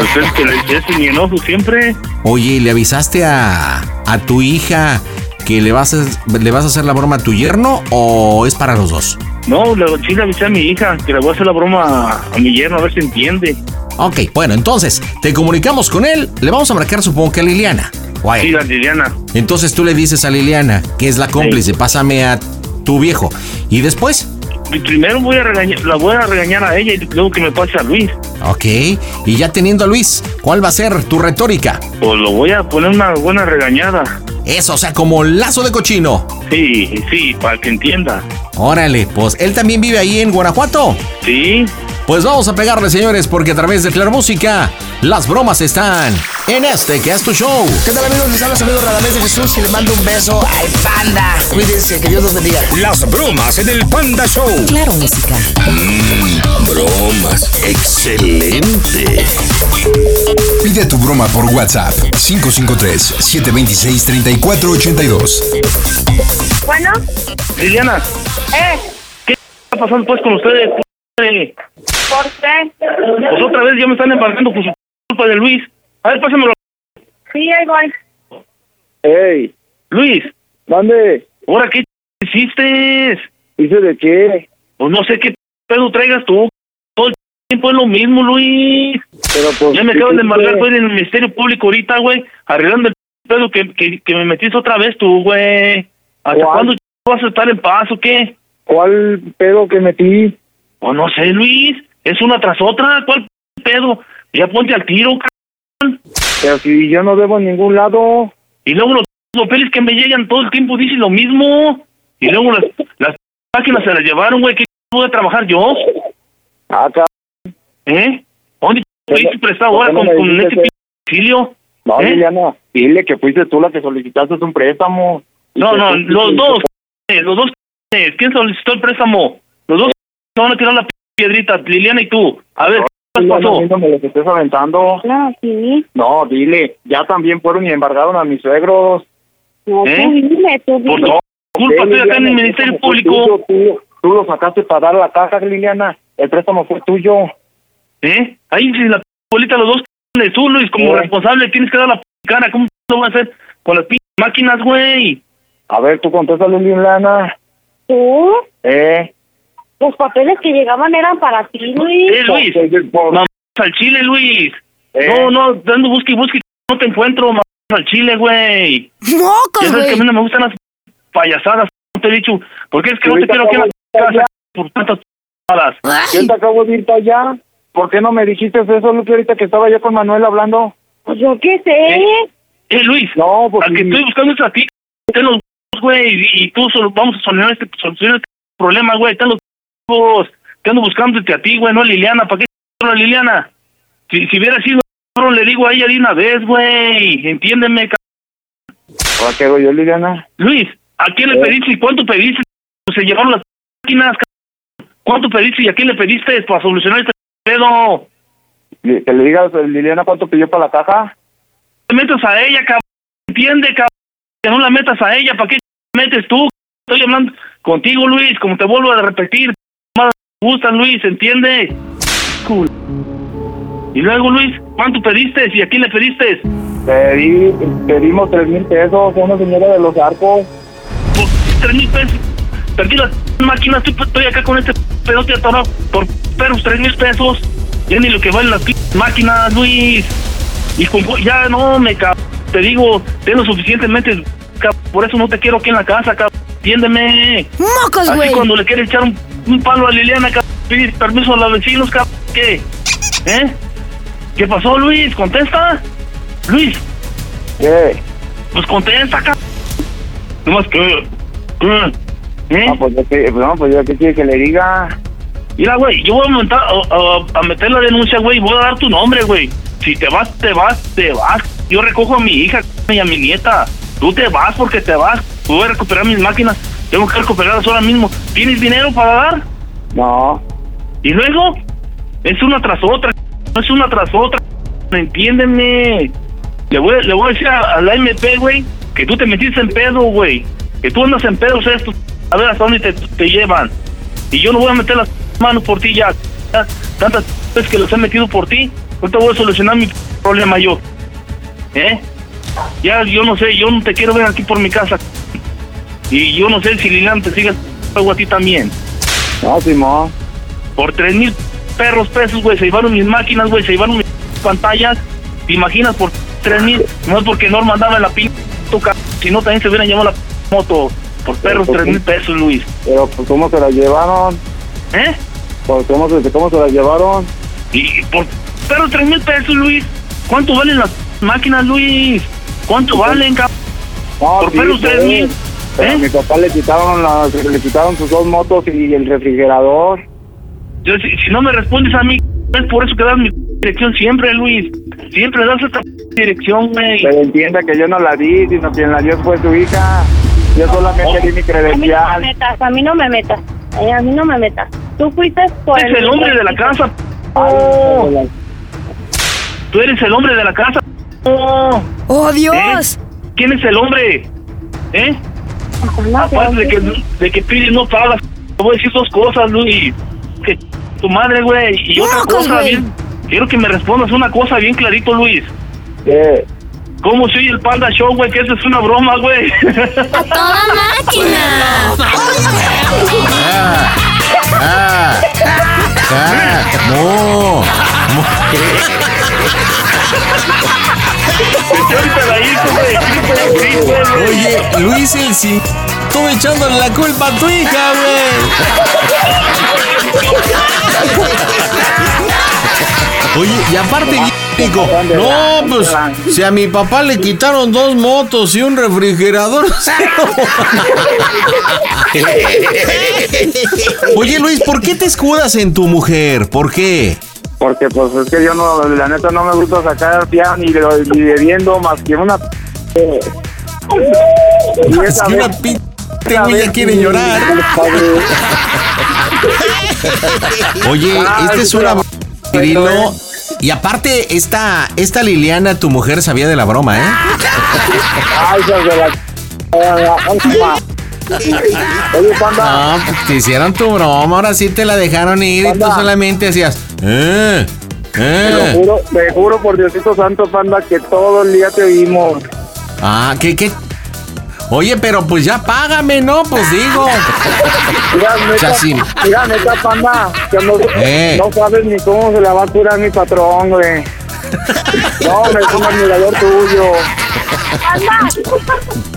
[SPEAKER 6] Pues es que le es mi enojo siempre.
[SPEAKER 2] Oye, ¿y ¿le avisaste a, a tu hija que le vas, a, le vas a hacer la broma a tu yerno o es para los dos?
[SPEAKER 6] No, le, sí le avisé a mi hija que le voy a hacer la broma a, a mi yerno a ver si entiende.
[SPEAKER 2] Ok, bueno, entonces te comunicamos con él, le vamos a marcar supongo que a Liliana. Guay.
[SPEAKER 6] Sí, la Liliana.
[SPEAKER 2] Entonces tú le dices a Liliana, que es la cómplice, pásame a tu viejo. Y después,
[SPEAKER 6] Y Primero voy a regañar, la voy a regañar a ella y luego que me pase a Luis.
[SPEAKER 2] ok, y ya teniendo a Luis, ¿cuál va a ser tu retórica?
[SPEAKER 6] Pues lo voy a poner una buena regañada.
[SPEAKER 2] Eso, o sea, como lazo de cochino.
[SPEAKER 6] Sí, sí, para que entienda.
[SPEAKER 2] Órale, pues él también vive ahí en Guanajuato.
[SPEAKER 6] Sí.
[SPEAKER 2] Pues vamos a pegarle, señores, porque a través de Claro Música, las bromas están en este que es tu show.
[SPEAKER 28] ¿Qué tal amigos? Les habla su amigo Radamés de Jesús y les mando un beso al panda. (laughs) Cuídense, que Dios los bendiga.
[SPEAKER 5] Las bromas en el Panda Show.
[SPEAKER 1] Claro, música.
[SPEAKER 2] Mm,
[SPEAKER 18] Bromas. Excelente.
[SPEAKER 10] Pide tu broma por WhatsApp 553-726-3482.
[SPEAKER 7] Bueno,
[SPEAKER 6] Liliana,
[SPEAKER 7] eh,
[SPEAKER 6] ¿qué está pasando pues con ustedes? p- madre?
[SPEAKER 7] ¿por qué?
[SPEAKER 6] Pues otra vez ya me están embarcando por su culpa de Luis. A ver, pásamelo.
[SPEAKER 7] Sí, ahí voy.
[SPEAKER 6] Ey. Luis. ¿Dónde? ¿Ahora qué ch- hiciste?
[SPEAKER 12] ¿Hice de qué?
[SPEAKER 6] Pues no sé qué p- pedo traigas tú. Todo el tiempo es lo mismo, Luis.
[SPEAKER 12] Pero pues...
[SPEAKER 6] Ya me acaban de embargar,
[SPEAKER 12] pues...
[SPEAKER 6] güey, en el Ministerio Público ahorita, güey, arreglando el pedo que, que, que me metiste otra vez tú, güey. ¿Hasta
[SPEAKER 12] ¿Cuál?
[SPEAKER 6] cuándo ch- vas a estar en paz o qué?
[SPEAKER 12] ¿Cuál pedo que metí?
[SPEAKER 6] Pues no sé, Luis. Es una tras otra. ¿Cuál p- pedo? Ya ponte al tiro, c-
[SPEAKER 12] Pero si yo no bebo en ningún lado.
[SPEAKER 6] Y luego los papeles que me llegan todo el tiempo dicen lo mismo. Y luego las, las máquinas se las llevaron, güey. ¿Qué voy a trabajar yo?
[SPEAKER 12] Acá.
[SPEAKER 6] ¿Eh? ¿Dónde pediste prestado
[SPEAKER 12] ¿Por qué
[SPEAKER 6] ahora
[SPEAKER 12] no
[SPEAKER 6] con,
[SPEAKER 12] me
[SPEAKER 6] con
[SPEAKER 12] dijiste
[SPEAKER 6] este
[SPEAKER 12] que-
[SPEAKER 6] p- auxilio?
[SPEAKER 12] No,
[SPEAKER 6] ¿Eh?
[SPEAKER 12] Liliana, dile que fuiste tú la que solicitaste un préstamo.
[SPEAKER 6] No, no, los dos, c******, los dos. c******, ¿Quién solicitó el préstamo? Los dos c******, se van a tirar la p- piedrita, Liliana y tú. A ver, ¿qué
[SPEAKER 12] No,
[SPEAKER 6] más
[SPEAKER 12] no,
[SPEAKER 6] pasó?
[SPEAKER 12] no me los estés aventando.
[SPEAKER 7] Pues, No, sí.
[SPEAKER 12] No, dile, ya también fueron y embargaron a mis suegros.
[SPEAKER 7] No,
[SPEAKER 6] Pues,
[SPEAKER 12] ¿Eh?
[SPEAKER 7] tú dime, tú
[SPEAKER 12] Por
[SPEAKER 7] dime.
[SPEAKER 12] culpa, estoy acá en el Ministerio Público. Tú, tú lo sacaste para dar la caja, Liliana. El préstamo fue tuyo.
[SPEAKER 6] ¿Eh? Ahí sin la p- bolita los dos c******, tú, Luis, como
[SPEAKER 12] Sí.
[SPEAKER 6] responsable tienes que dar la p- cara. ¿Cómo lo vas a hacer con las p- máquinas, güey?
[SPEAKER 12] A ver, tú contéstale, Liliana.
[SPEAKER 7] ¿Tú?
[SPEAKER 12] ¿Eh?
[SPEAKER 7] Los papeles que llegaban eran para ti, Luis.
[SPEAKER 6] Eh, Luis, mamás al chile, Luis.
[SPEAKER 7] Eh.
[SPEAKER 6] No, no, dando busca y busca y no te encuentro, mamás al chile, güey.
[SPEAKER 13] ¡Mocos,
[SPEAKER 6] Ya sabes que a
[SPEAKER 13] güey!
[SPEAKER 6] mí no me gustan las payasadas, te he dicho. ¿Por qué es que no te
[SPEAKER 12] Ahorita
[SPEAKER 6] quiero aquí en la
[SPEAKER 12] acabo
[SPEAKER 6] casa por tantas payasadas?
[SPEAKER 12] Yo te acabo de ir para allá. ¿Por qué no me dijiste eso, Luque, ahorita que estaba yo con Manuel hablando?
[SPEAKER 7] Pues yo qué sé. pues
[SPEAKER 6] Eh, Luis, no, al que estoy buscando es a ti. Ten los huevos, güey, y, y tú solo vamos a solucionar este, solucionar este problema, güey. Ten los huevos. Te ando buscándote a ti, güey, no a Liliana. ¿Para qué a Liliana? Si, si hubiera sido cabrón, le digo a ella de una vez, güey. Entiéndeme, cabrón.
[SPEAKER 12] ¿Ahora qué hago yo, Liliana?
[SPEAKER 6] Luis, ¿a quién le
[SPEAKER 12] Eh.
[SPEAKER 6] pediste y cuánto pediste? Pues se llevaron las máquinas, cabrón. ¿Cuánto pediste y a quién le pediste para solucionar este pedo?
[SPEAKER 12] Li- Que le digas, eh, Liliana, cuánto pidió para la caja.
[SPEAKER 6] te metas a ella, cabrón. Entiende, cabrón. Que no la metas a ella. ¿Para qué te metes tú? Estoy hablando contigo, Luis. Como te vuelvo a repetir, más me gustan, Luis. ¿Entiende? Cool. Y luego, Luis, ¿cuánto pediste? ¿Y a quién le pediste?
[SPEAKER 12] Pedí, pedimos tres mil pesos a una señora de los arcos.
[SPEAKER 6] Tres mil pesos. Perdí las máquinas. Estoy, estoy acá con este pedote atorado por perros. Tres mil pesos. Ya ni lo que valen las p- máquinas, Luis. Y con- ya no me cabrón. Te digo, tengo suficientemente. cabrón. Por eso no te quiero aquí en la casa, cabrón. Entiéndeme.
[SPEAKER 13] ¡Mocos,
[SPEAKER 6] Así
[SPEAKER 13] güey!
[SPEAKER 6] cuando le quiere echar un, un palo a Liliana, cabrón, pedir permiso a los vecinos, cabrón. ¿Qué? ¿Eh? ¿Qué pasó, Luis? ¿Contesta? Luis.
[SPEAKER 12] ¿Qué?
[SPEAKER 6] Pues contesta, cabrón. Nomás que.
[SPEAKER 28] Mm.
[SPEAKER 6] que, ¿Eh?
[SPEAKER 12] Ah, pues yo qué, no, pues yo qué quiere que le diga.
[SPEAKER 6] Mira, güey, yo voy a, montar, a, a- a meter la denuncia, güey, y voy a dar tu nombre, güey. Si te vas, te vas, te vas. Yo recojo a mi hija y a mi nieta. Tú te vas porque te vas. Voy a recuperar mis máquinas. Tengo que recuperarlas ahora mismo. ¿Tienes dinero para dar?
[SPEAKER 12] No.
[SPEAKER 6] Y luego, es una tras otra. No es una tras otra. Entiéndeme. Le voy, le voy a decir a, a la MP, güey, que tú te metiste en pedo, güey. Que tú andas en pedos estos. A ver hasta dónde te, te llevan. Y yo no voy a meter las manos por ti ya. Ya Tantas veces que los he metido por ti. Ahorita voy a solucionar mi problema yo. ¿Eh? Ya, yo no sé, yo no te quiero ver aquí por mi casa. Y yo no sé si Lilian te sigue algo a ti también.
[SPEAKER 12] No, Simón.
[SPEAKER 6] Por tres mil perros pesos, güey, se llevaron mis máquinas, güey, se llevaron mis pantallas. ¿Te imaginas por tres mil? No es porque Norma andaba en la pinta, si no también se hubieran llevado la p- moto. Por perros,
[SPEAKER 12] Pero,
[SPEAKER 6] tres mil pesos, Luis.
[SPEAKER 12] Pero, pues, ¿cómo se la llevaron?
[SPEAKER 6] ¿Eh?
[SPEAKER 12] Pues, ¿cómo se, cómo se la llevaron?
[SPEAKER 6] Y por perros, tres mil pesos, Luis. ¿Cuánto valen las máquinas, Luis? ¿Cuánto valen, cabrón?
[SPEAKER 12] No,
[SPEAKER 6] Por
[SPEAKER 12] sí,
[SPEAKER 6] perros,
[SPEAKER 12] pues,
[SPEAKER 6] tres mil. ¿Eh?
[SPEAKER 12] Pero a mi papá le quitaron, las, le quitaron sus dos motos y el refrigerador.
[SPEAKER 6] Yo, si, si no me respondes a mí, es por eso que das mi dirección siempre, Luis. Siempre das esta dirección, güey.
[SPEAKER 12] Pero entienda que yo no la di, sino quien la dio fue su hija. Yo solamente
[SPEAKER 6] Oh.
[SPEAKER 12] di mi
[SPEAKER 7] A mí no me
[SPEAKER 12] credencial.
[SPEAKER 7] metas, a mí no me metas. eh, a mí no me metas. Tú fuiste por
[SPEAKER 6] Tú eres
[SPEAKER 12] Pues,
[SPEAKER 6] el hombre de la casa. p- no.
[SPEAKER 12] pues.
[SPEAKER 6] Tú eres el hombre de la casa. p- no.
[SPEAKER 13] ¡Oh,
[SPEAKER 6] Dios! ¿Quién es el hombre? ¿Eh? Aparte de que, de que pides no pagas. Te voy a decir dos cosas, Luis. Que tu madre, güey. Y otra
[SPEAKER 13] Mocos,
[SPEAKER 6] cosa,
[SPEAKER 13] pues, güey.
[SPEAKER 6] bien. Quiero que me respondas una cosa bien clarito, Luis.
[SPEAKER 12] ¿Qué?
[SPEAKER 6] ¿Cómo soy el Panda Show, güey? Que eso es una broma, güey.
[SPEAKER 11] ¡Toda máquina!
[SPEAKER 2] Ah, ah, ah, mo, mo.
[SPEAKER 6] Oye,
[SPEAKER 2] Luis el sí. Tú echándole la culpa a tu hija, güey. Oye, y aparte, digo, no, pues si a mi papá le quitaron dos motos y un refrigerador. (laughs) Oye, Luis, ¿por qué te escudas en tu mujer? ¿Por qué?
[SPEAKER 12] Porque pues es que yo no, la neta no me gusta sacar piano ni, de- ni bebiendo más que una... eh, (laughs) Y
[SPEAKER 2] Es
[SPEAKER 12] esa
[SPEAKER 2] que una
[SPEAKER 12] vez-
[SPEAKER 2] p...
[SPEAKER 12] esa
[SPEAKER 2] güey ya
[SPEAKER 12] vez
[SPEAKER 2] quiere
[SPEAKER 12] sí,
[SPEAKER 2] llorar. (laughs)
[SPEAKER 12] padre.
[SPEAKER 2] Oye,
[SPEAKER 12] Ay,
[SPEAKER 2] esta es
[SPEAKER 12] sí,
[SPEAKER 2] una
[SPEAKER 12] la-
[SPEAKER 2] broma, Cirilo. Y aparte, esta, esta Liliana, tu mujer, sabía de la broma, ¿eh?
[SPEAKER 12] Ay, hijos de la... Oye, panda,
[SPEAKER 2] No, pues, te hicieron tu broma, ahora sí te la dejaron ir y tú solamente hacías. Eh,
[SPEAKER 12] te lo
[SPEAKER 6] (laughs)
[SPEAKER 2] eh.
[SPEAKER 12] juro, te juro por Diosito Santo, panda, que todo el día te oímos.
[SPEAKER 2] Ah, ¿qué, qué? Oye, pero pues ya págame, ¿no? Pues digo.
[SPEAKER 12] Mira, neta,
[SPEAKER 2] Chacín.
[SPEAKER 12] mira, neta, panda, que no,
[SPEAKER 2] Eh.
[SPEAKER 12] no sabes ni cómo se la va a curar mi patrón, güey. No, me es un admirador tuyo.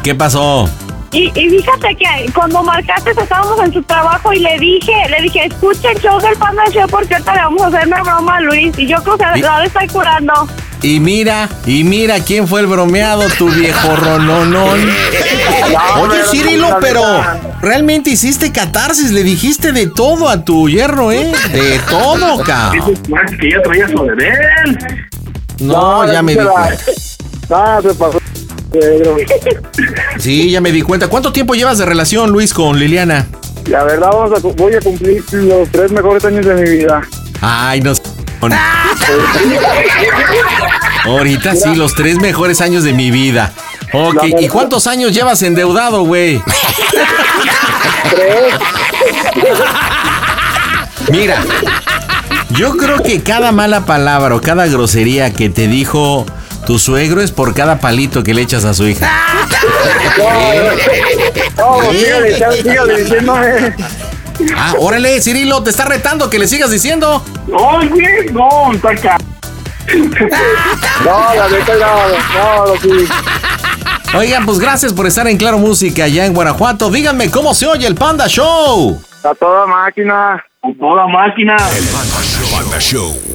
[SPEAKER 2] ¿Qué pasó?
[SPEAKER 3] Y, y fíjate que cuando marcaste estábamos en su trabajo y le dije, le dije, escucha el show del Panda Show porque ahorita le vamos a hacer una broma a Luis. Y yo creo que
[SPEAKER 2] ¿Y?
[SPEAKER 3] la está curando.
[SPEAKER 2] Y mira, y mira quién fue el bromeado, tu viejo (laughs) rononón. Oye, Cirilo, pero realmente hiciste catarsis, le dijiste de todo a tu hierro, ¿eh? De todo, cabrón.
[SPEAKER 6] Dices, "Pues, que ya traía su bebé.
[SPEAKER 2] No, ya me di cuenta.
[SPEAKER 12] Ah, se pasó. Pedro.
[SPEAKER 2] Sí, ya me di cuenta. ¿Cuánto tiempo llevas de relación, Luis, con Liliana?
[SPEAKER 12] La verdad, Ah, vamos a cu- voy a cumplir los tres mejores años de mi vida.
[SPEAKER 2] Ay, no. sé, con-
[SPEAKER 12] pues,
[SPEAKER 2] (laughs) Ahorita sí, los tres mejores años de mi vida. Ok, ¿y cuántos años llevas endeudado, (laughs) güey? Mira, yo creo que cada mala palabra o cada grosería que te dijo tu suegro es por cada palito que le echas a su hija.
[SPEAKER 12] Ah,
[SPEAKER 2] Eh.
[SPEAKER 12] No, sígale, sígale, sígale diciéndome.
[SPEAKER 2] Ah, órale, Cirilo, te está retando que le sigas diciendo.
[SPEAKER 6] Oye, no, taca.
[SPEAKER 12] No, la neta, no, no, sí.
[SPEAKER 2] Oigan, pues gracias por estar en Claro Música allá en Guanajuato. Díganme cómo se oye el Panda Show.
[SPEAKER 12] A toda máquina.
[SPEAKER 6] A toda máquina.
[SPEAKER 5] Panda Show.